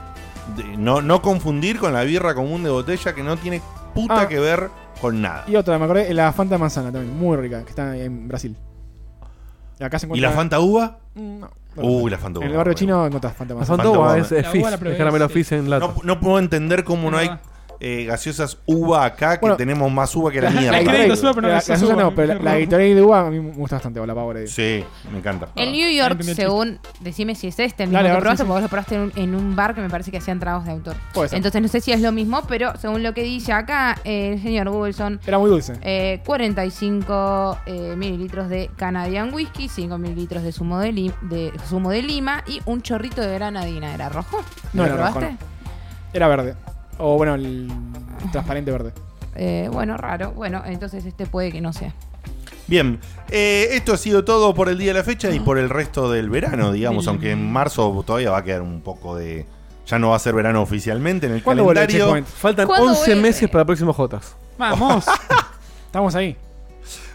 Speaker 1: De- No, no confundir con la birra común de botella que no tiene puta
Speaker 4: Ah.
Speaker 1: que ver con nada.
Speaker 4: Y otra, me acordé. La Fanta Manzana también. Muy rica. Que está en Brasil. Acá se
Speaker 1: ¿Y
Speaker 4: encuentra.
Speaker 1: la Fanta Uva?
Speaker 4: Mm, No.
Speaker 1: Uy, la Fanta Uva.
Speaker 4: en el barrio
Speaker 1: bueno.
Speaker 4: chino encontrás Fanta
Speaker 3: La
Speaker 4: Manzana.
Speaker 1: Fanta
Speaker 3: Fantoma
Speaker 1: Bomba.
Speaker 3: es, es
Speaker 5: La
Speaker 3: Fizz,
Speaker 5: abuela probé,
Speaker 3: es caramelo
Speaker 5: sí.
Speaker 3: Fizz en lata.
Speaker 1: No, no puedo entender cómo no hay
Speaker 5: Ah.
Speaker 1: eh, gaseosas uva acá, que
Speaker 4: Bueno.
Speaker 1: tenemos más uva que la
Speaker 5: La
Speaker 1: mierda.
Speaker 5: Gatorade
Speaker 4: Gatorade,
Speaker 5: no suba, pero no
Speaker 4: la-
Speaker 5: gaseosa
Speaker 4: la gaseosa
Speaker 5: suba.
Speaker 4: no, pero la- la Gatorade de uva a mí me gusta bastante, o la Powerade.
Speaker 1: Sí, me encanta.
Speaker 2: El New
Speaker 5: Ah,
Speaker 2: York,
Speaker 5: entendí el
Speaker 2: según, decime si es este el mismo
Speaker 4: Dale, a
Speaker 2: que
Speaker 4: ver,
Speaker 2: probaste,
Speaker 4: sí, sí.
Speaker 2: porque vos lo probaste en un, en un bar que me parece que hacían tragos de autor.
Speaker 4: Puede ser.
Speaker 2: Entonces no sé si es lo mismo, pero según lo que dice acá eh, el señor Wilson,
Speaker 4: Era muy dulce.
Speaker 2: eh, 45 eh, mililitros de Canadian Whisky, 5 mililitros de zumo de, lim- de zumo de lima y un chorrito de granadina. ¿Era rojo?
Speaker 4: No
Speaker 2: ¿Lo
Speaker 4: era rojo,
Speaker 2: probaste?
Speaker 4: Era verde. O bueno, el transparente verde.
Speaker 2: Eh, bueno, raro. Bueno, entonces este puede que no sea.
Speaker 1: Bien, eh, esto ha sido todo por el día de la fecha y por el resto del verano, digamos, aunque en marzo todavía va a quedar un poco de... Ya no va a ser verano oficialmente en el
Speaker 4: ¿Cuándo vuelve el
Speaker 1: calendario.
Speaker 4: checkpoint?
Speaker 3: Faltan
Speaker 2: ¿Cuándo
Speaker 3: 11
Speaker 2: vuelve?
Speaker 3: meses para el próximo Jotas.
Speaker 5: Vamos.
Speaker 4: Estamos ahí.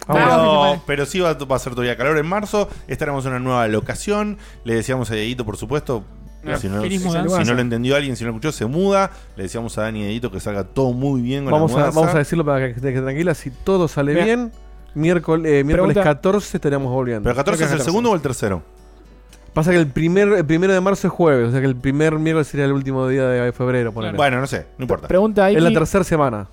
Speaker 3: Ah,
Speaker 1: Pero, pero sí va, va a ser todavía calor en marzo. Estaremos en una nueva locación. Le decíamos a Dieguito, por supuesto.
Speaker 4: Ah,
Speaker 1: Si no,
Speaker 5: feliz
Speaker 1: si-
Speaker 5: mudanza.
Speaker 1: si no lo entendió alguien, si no lo escuchó, se muda. Le decíamos a Dani y a Dieguito que salga todo muy bien con
Speaker 3: Vamos
Speaker 1: la
Speaker 3: a,
Speaker 1: mudanza.
Speaker 3: vamos a decirlo para que esté tranquila. Si todo sale
Speaker 4: Mira.
Speaker 3: bien, miércoles, eh, miércoles
Speaker 4: Pregunta.
Speaker 3: 14 estaríamos volviendo.
Speaker 1: ¿Pero 14 es el
Speaker 4: 14.
Speaker 1: segundo o el tercero?
Speaker 3: Pasa que el, primer, el primero de marzo es jueves, o sea que el primer miércoles sería el último día de febrero. ponele.
Speaker 1: Bueno, no sé, no importa.
Speaker 4: Pregunta ahí.
Speaker 3: es la tercera semana.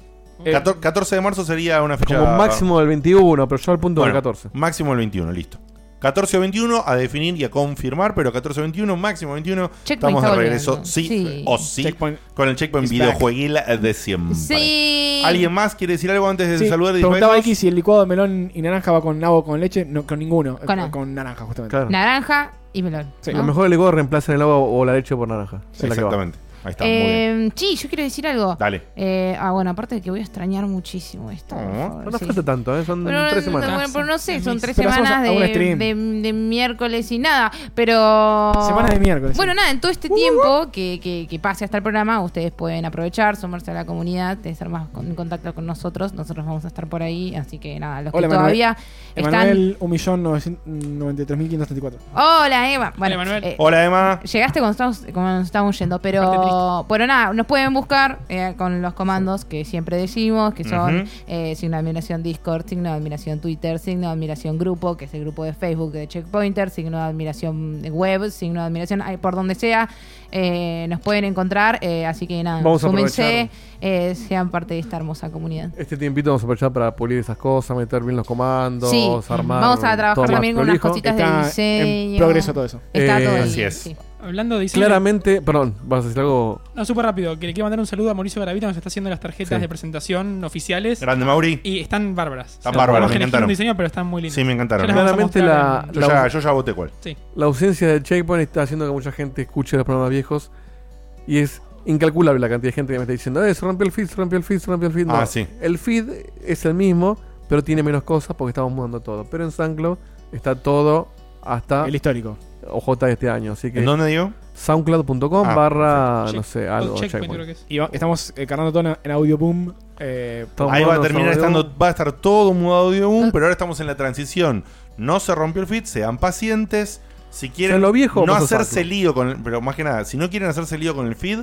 Speaker 4: eh,
Speaker 1: Cator- 14 de marzo sería una fecha.
Speaker 3: Como máximo del 21, pero yo al punto
Speaker 1: Bueno,
Speaker 3: del 14.
Speaker 1: Máximo el 21, listo. 14 o 21 a definir y a confirmar, pero 14 o 21, máximo 21.
Speaker 2: Checkpoint
Speaker 1: estamos
Speaker 2: está
Speaker 1: de regreso,
Speaker 2: volviendo.
Speaker 1: sí,
Speaker 2: Sí.
Speaker 1: o sí,
Speaker 4: Checkpoint
Speaker 1: con el checkpoint
Speaker 4: is
Speaker 1: videojueguil de siempre.
Speaker 2: Sí.
Speaker 1: ¿Alguien más quiere decir algo antes de
Speaker 4: sí,
Speaker 1: saludar? y
Speaker 4: preguntaba
Speaker 1: despedirnos?
Speaker 4: Iki si el licuado de melón y naranja va con nabo o con leche. No, con ninguno. eh,
Speaker 2: Con
Speaker 4: Con,
Speaker 2: nada.
Speaker 4: naranja, justamente.
Speaker 3: Claro.
Speaker 2: Naranja y melón.
Speaker 4: Sí.
Speaker 2: ¿no?
Speaker 3: Lo mejor el licuado reemplaza el agua o la leche por naranja. es la que va.
Speaker 1: Exactamente. Ahí está, muy bien.
Speaker 2: Eh, sí, yo quiero decir algo.
Speaker 1: Dale.
Speaker 2: Eh, ah, bueno, aparte de que voy a extrañar muchísimo esto. por
Speaker 4: Ah,
Speaker 1: No,
Speaker 2: favor,
Speaker 3: No nos
Speaker 2: sí.
Speaker 3: falta tanto, ¿eh? son
Speaker 2: Pero,
Speaker 3: tres
Speaker 2: no,
Speaker 3: semanas.
Speaker 2: bueno, pero no sé, son tres
Speaker 4: Pero hacemos
Speaker 2: semanas
Speaker 4: a- a un
Speaker 2: de,
Speaker 4: stream.
Speaker 2: de- de miércoles y nada. Pero.
Speaker 4: Semana de miércoles.
Speaker 2: Bueno,
Speaker 4: sí.
Speaker 2: nada, en todo este tiempo que, que- que pase hasta el programa, ustedes pueden aprovechar, sumarse a la comunidad, de estar más con- en contacto con nosotros. Nosotros vamos a estar por ahí, así que nada, los
Speaker 4: Hola,
Speaker 2: que
Speaker 4: Manuel.
Speaker 2: todavía están.
Speaker 4: Emanuel, 1.993.534.
Speaker 2: Hola, Eva. Bueno,
Speaker 5: Hola, Manuel.
Speaker 2: eh,
Speaker 1: Hola, Emma.
Speaker 2: Llegaste cuando estábamos, cuando nos estábamos yendo,
Speaker 5: Parte
Speaker 2: pero bueno, nada, nos pueden buscar eh, con los comandos que siempre decimos, que son
Speaker 1: Ujú.
Speaker 2: eh, signo de admiración Discord, signo de admiración Twitter, signo de admiración grupo, que es el grupo de Facebook de Checkpointer, signo de admiración web, signo de admiración ay, por donde sea, eh, nos pueden encontrar, eh, así que nada,
Speaker 3: Vamos a
Speaker 2: súmense,
Speaker 3: aprovechar.
Speaker 2: eh, sean parte de esta hermosa comunidad.
Speaker 3: Este tiempito vamos a aprovechar para pulir esas cosas, meter bien los comandos,
Speaker 2: Sí,
Speaker 3: armar.
Speaker 2: vamos a trabajar
Speaker 3: todo más
Speaker 2: también con unas
Speaker 3: prolijo.
Speaker 2: cositas de
Speaker 4: Está en
Speaker 2: diseño.
Speaker 4: progreso todo eso.
Speaker 2: Está
Speaker 3: Eh,
Speaker 2: todo ahí,
Speaker 1: así es.
Speaker 2: sí.
Speaker 5: Hablando de diseño.
Speaker 3: Claramente, perdón, vas a decir algo.
Speaker 5: No, súper rápido. Que le quiero mandar un saludo a Mauricio Garavita, nos está haciendo las tarjetas
Speaker 3: Sí.
Speaker 5: de presentación oficiales.
Speaker 1: Grande Mauri.
Speaker 5: Y están bárbaras.
Speaker 1: Están bárbaras,
Speaker 5: vamos a
Speaker 1: me
Speaker 5: elegir
Speaker 1: encantaron.
Speaker 5: un diseño, pero están muy lindas.
Speaker 1: Sí, me encantaron. ¿eh?
Speaker 5: Ya las vamos a
Speaker 3: Claramente
Speaker 5: mostrar eh.
Speaker 3: la-
Speaker 5: en-
Speaker 1: Yo ya,
Speaker 3: la-
Speaker 1: yo ya voté cuál.
Speaker 5: Sí.
Speaker 3: La ausencia del checkpoint está haciendo que mucha gente escuche los programas viejos y es incalculable la cantidad de gente que me está diciendo, eh, se rompió el feed, se rompió el feed, se rompió el feed. No,
Speaker 1: Ah, sí.
Speaker 3: El feed es el mismo, pero tiene menos cosas porque estamos mudando todo. Pero en SoundCloud está todo hasta
Speaker 4: El histórico.
Speaker 3: OJ de este año, así
Speaker 1: ¿En
Speaker 3: que
Speaker 1: dónde digo?
Speaker 3: soundcloud.com
Speaker 1: Ah,
Speaker 3: barra, no
Speaker 5: Check-
Speaker 3: sé,
Speaker 5: o
Speaker 3: algo,
Speaker 5: Checkpoint,
Speaker 3: checkpoint.
Speaker 5: creo que es.
Speaker 4: Y va- estamos eh, cargando todo en- en audio boom. Eh,
Speaker 3: Estamos
Speaker 1: Ahí va a
Speaker 3: mudando
Speaker 1: terminar
Speaker 3: nuestro
Speaker 1: estando,
Speaker 3: audio.
Speaker 1: va a estar todo mudado de un, pero ahora estamos en la transición. No se rompió el feed, sean pacientes. Si quieren
Speaker 3: Sean lo viejo,
Speaker 1: no
Speaker 3: vas a
Speaker 1: hacerse
Speaker 3: usarlo.
Speaker 1: lío con el- pero más que nada, si no quieren hacerse lío con el feed,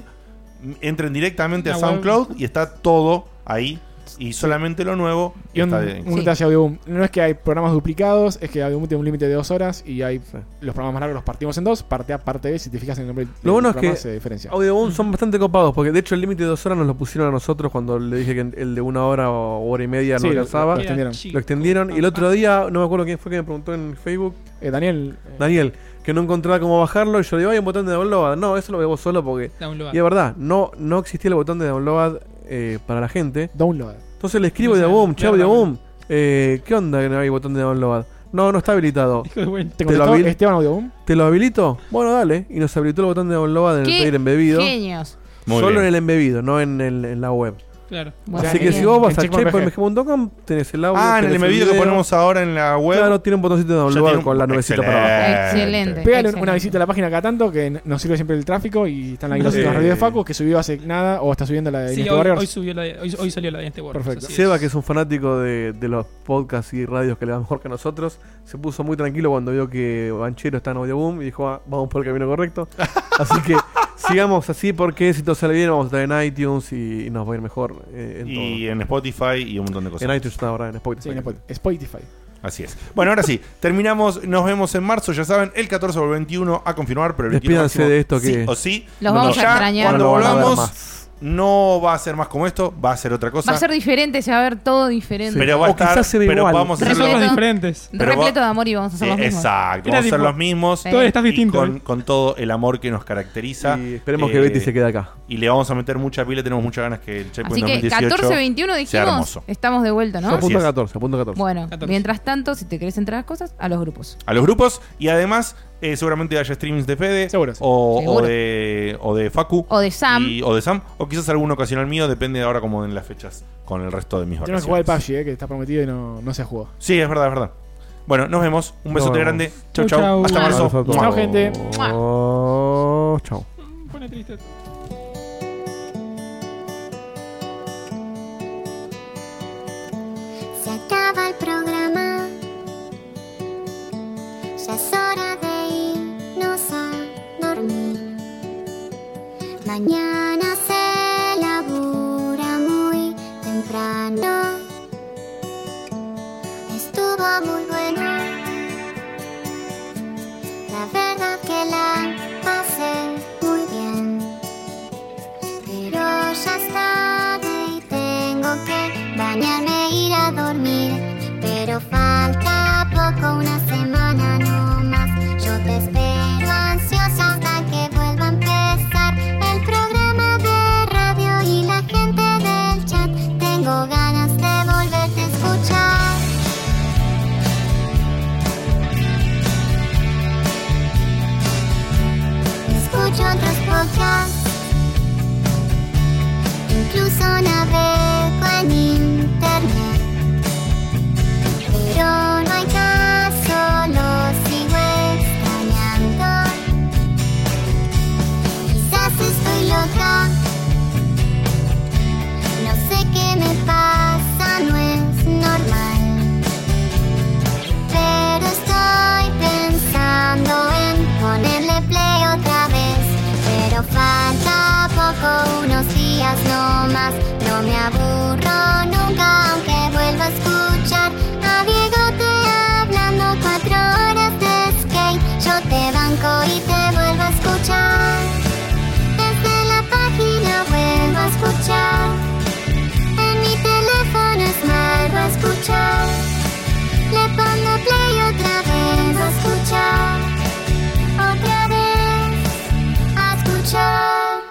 Speaker 1: m- entren directamente a
Speaker 5: La web.
Speaker 1: SoundCloud y está todo ahí y solamente lo nuevo
Speaker 4: y un,
Speaker 1: está de-
Speaker 4: un
Speaker 2: Sí.
Speaker 4: detalle de audio boom. No es que hay programas duplicados, es que audio boom tiene un límite de dos horas y hay los programas más largos los partimos en dos, parte A, parte B. Si te fijas en el nombre del
Speaker 3: Lo bueno es
Speaker 4: programa,
Speaker 3: que
Speaker 4: se diferencia.
Speaker 3: Audioboom son bastante copados, porque de hecho el límite de dos horas nos lo pusieron a nosotros cuando le dije que el de una hora o hora y media
Speaker 4: Sí,
Speaker 3: no
Speaker 4: lo- lo
Speaker 3: alcanzaba.
Speaker 5: Mira,
Speaker 4: extendieron.
Speaker 5: chico.
Speaker 3: Lo extendieron y el otro día, no me acuerdo quién fue que me preguntó en Facebook,
Speaker 4: Eh, Daniel,
Speaker 3: Daniel, que no encontraba cómo bajarlo y yo le digo, hay un botón de download. No, eso lo veo vos solo porque...
Speaker 1: Ah.
Speaker 5: Download.
Speaker 3: Y es verdad, no, no existía el botón de download eh, para la gente.
Speaker 4: download.
Speaker 3: Entonces le escribo
Speaker 5: No sé,
Speaker 3: de boom, chao de
Speaker 5: claramente.
Speaker 3: boom. Eh, ¿Qué onda que no hay botón de download? No, no está habilitado.
Speaker 5: Hijo de buen-
Speaker 4: ¿Te
Speaker 3: Te lo
Speaker 4: contestó
Speaker 3: habil-
Speaker 4: Esteban audio boom?
Speaker 3: ¿Te lo habilito? Bueno, dale. Y nos habilitó el botón de download en el
Speaker 2: Qué
Speaker 3: pedir embebido.
Speaker 2: Genios.
Speaker 1: Muy
Speaker 3: solo
Speaker 1: bien.
Speaker 3: en el embebido, no en, el- en la web.
Speaker 5: Claro.
Speaker 2: Bueno,
Speaker 3: Así que
Speaker 2: bien.
Speaker 3: si vos vas
Speaker 4: En
Speaker 3: a
Speaker 4: Checkpoint PG.
Speaker 3: checkpointpg.com, tenés el audio.
Speaker 1: Ah, en
Speaker 3: tenés
Speaker 1: el video que
Speaker 3: video.
Speaker 1: ponemos ahora en la web.
Speaker 3: Claro, tiene un botoncito de
Speaker 1: ya
Speaker 3: download
Speaker 1: tiene un-
Speaker 3: con la nubecita para abajo.
Speaker 2: Excelente.
Speaker 4: Pégale un-
Speaker 2: excelente.
Speaker 4: una visita a la página cada tanto que n- nos sirve siempre el tráfico y están ahí los
Speaker 1: Eh.
Speaker 4: otros reviews de Facu que subió hace nada o está subiendo la de
Speaker 5: Sí,
Speaker 4: Inés
Speaker 5: hoy,
Speaker 4: Barrios.
Speaker 5: hoy subió la de- hoy, hoy salió la de este Warriors,
Speaker 4: Perfecto.
Speaker 5: así
Speaker 3: Seba, que es un fanático de, de los podcasts y radios que le va mejor que nosotros, se puso muy tranquilo cuando vio que Banchero está en Audio Boom y dijo, "Ah, vamos por el camino correcto. así que sigamos así porque si todo sale bien vamos a estar en iTunes y, nos va a ir mejor eh, en
Speaker 1: Y en Spotify y un montón de
Speaker 3: todo.
Speaker 1: cosas.
Speaker 3: En iTunes está ahora, en Spotify.
Speaker 4: Sí, en Spotify. Spotify.
Speaker 1: Así es. Bueno, ahora sí, terminamos. Nos vemos en marzo, ya saben, el 14 o el 21 a confirmar, pero el 21
Speaker 3: Despídanse de esto
Speaker 1: sí
Speaker 3: que-
Speaker 1: o sí.
Speaker 2: Los
Speaker 1: No,
Speaker 2: vamos
Speaker 1: ya
Speaker 2: a extrañar.
Speaker 1: Cuando
Speaker 3: No lo van a ver
Speaker 1: volvamos,
Speaker 3: más.
Speaker 1: no va a ser más como esto, va a ser otra cosa.
Speaker 2: Va a ser diferente, se va a ver todo diferente.
Speaker 1: pero va a
Speaker 3: O quizás
Speaker 1: estar,
Speaker 3: se ve
Speaker 1: pero
Speaker 3: igual.
Speaker 1: vamos a
Speaker 5: es.
Speaker 1: hacer
Speaker 5: Son
Speaker 1: los-
Speaker 5: los
Speaker 2: Repleto.
Speaker 5: diferentes.
Speaker 1: pero
Speaker 2: Repleto
Speaker 1: vos-
Speaker 2: de amor y vamos a
Speaker 1: Sí,
Speaker 2: hacer los mismos.
Speaker 1: exacto, vamos
Speaker 5: Era
Speaker 1: a ser
Speaker 5: tipo-
Speaker 1: los mismos.
Speaker 2: Sí.
Speaker 5: Todo estás
Speaker 1: y
Speaker 5: distinto.
Speaker 1: con,
Speaker 5: ¿eh?
Speaker 1: con todo el amor que nos caracteriza.
Speaker 3: Y esperemos que
Speaker 1: Eh,
Speaker 3: Betty se quede acá.
Speaker 1: Y le vamos a meter mucha pila, tenemos muchas ganas que el
Speaker 2: Así
Speaker 1: Checkpoint
Speaker 2: que
Speaker 1: 2018
Speaker 2: 14-21
Speaker 1: sea
Speaker 2: dijimos,
Speaker 1: hermoso.
Speaker 2: estamos de vuelta,
Speaker 3: Yo
Speaker 2: ¿no?
Speaker 1: Así
Speaker 3: apunto a
Speaker 1: es.
Speaker 3: 14, apunto a 14.
Speaker 2: Bueno,
Speaker 5: 14.
Speaker 2: mientras tanto, si te querés entrar a las cosas, a los grupos.
Speaker 1: A los grupos y además eh, seguramente haya streamings de Fede
Speaker 4: Seguro, sí.
Speaker 1: o, o
Speaker 2: Seguro.
Speaker 1: de, o de Facu
Speaker 2: O de Sam.
Speaker 1: y- o de Sam o quizás algún ocasional mío, depende de ahora como en las fechas con el resto de mis
Speaker 4: Tenemos que jugar
Speaker 1: vacaciones.
Speaker 4: el PUBG, eh, que está prometido y no, no se jugó.
Speaker 1: Sí, es verdad, es verdad. Bueno, nos vemos. Un
Speaker 3: Nos
Speaker 1: besote
Speaker 3: vemos.
Speaker 1: grande. Chau,
Speaker 5: Chau,
Speaker 1: chau.
Speaker 5: chau.
Speaker 1: Hasta
Speaker 5: Abrazo
Speaker 1: marzo.
Speaker 3: Abrazo a
Speaker 1: Mua.
Speaker 4: Chao, gente.
Speaker 3: todos. Chao.
Speaker 5: Pone triste.
Speaker 8: Se acaba el programa. Ya es hora de irnos a dormir. Mañana se labura muy temprano. Estuvo muy bueno. La verdad que la pasé muy bien. Pero ya es tarde y tengo que bañarme e ir a dormir. Pero falta poco, una semana no más. Yo te espero ansiosa hasta que vuelva a empezar el programa de radio y la gente del chat. Tengo ganas de volverte a escuchar. Escucho otros podcasts. eso navego en internet. Pero no hay caso, lo sigo extrañando. Quizás estoy loca. No sé qué me pasa, no es normal. Pero estoy pensando en ponerle play otra vez. Pero falta poco, unos días no más. No me aburro nunca, aunque vuelva a escuchar a Diego te hablando cuatro horas de skate. Yo te banco y te vuelvo a escuchar. Desde la página vuelvo a escuchar. En mi teléfono es malo a escuchar. Le pongo play otra vez a escuchar. Otra vez a escuchar.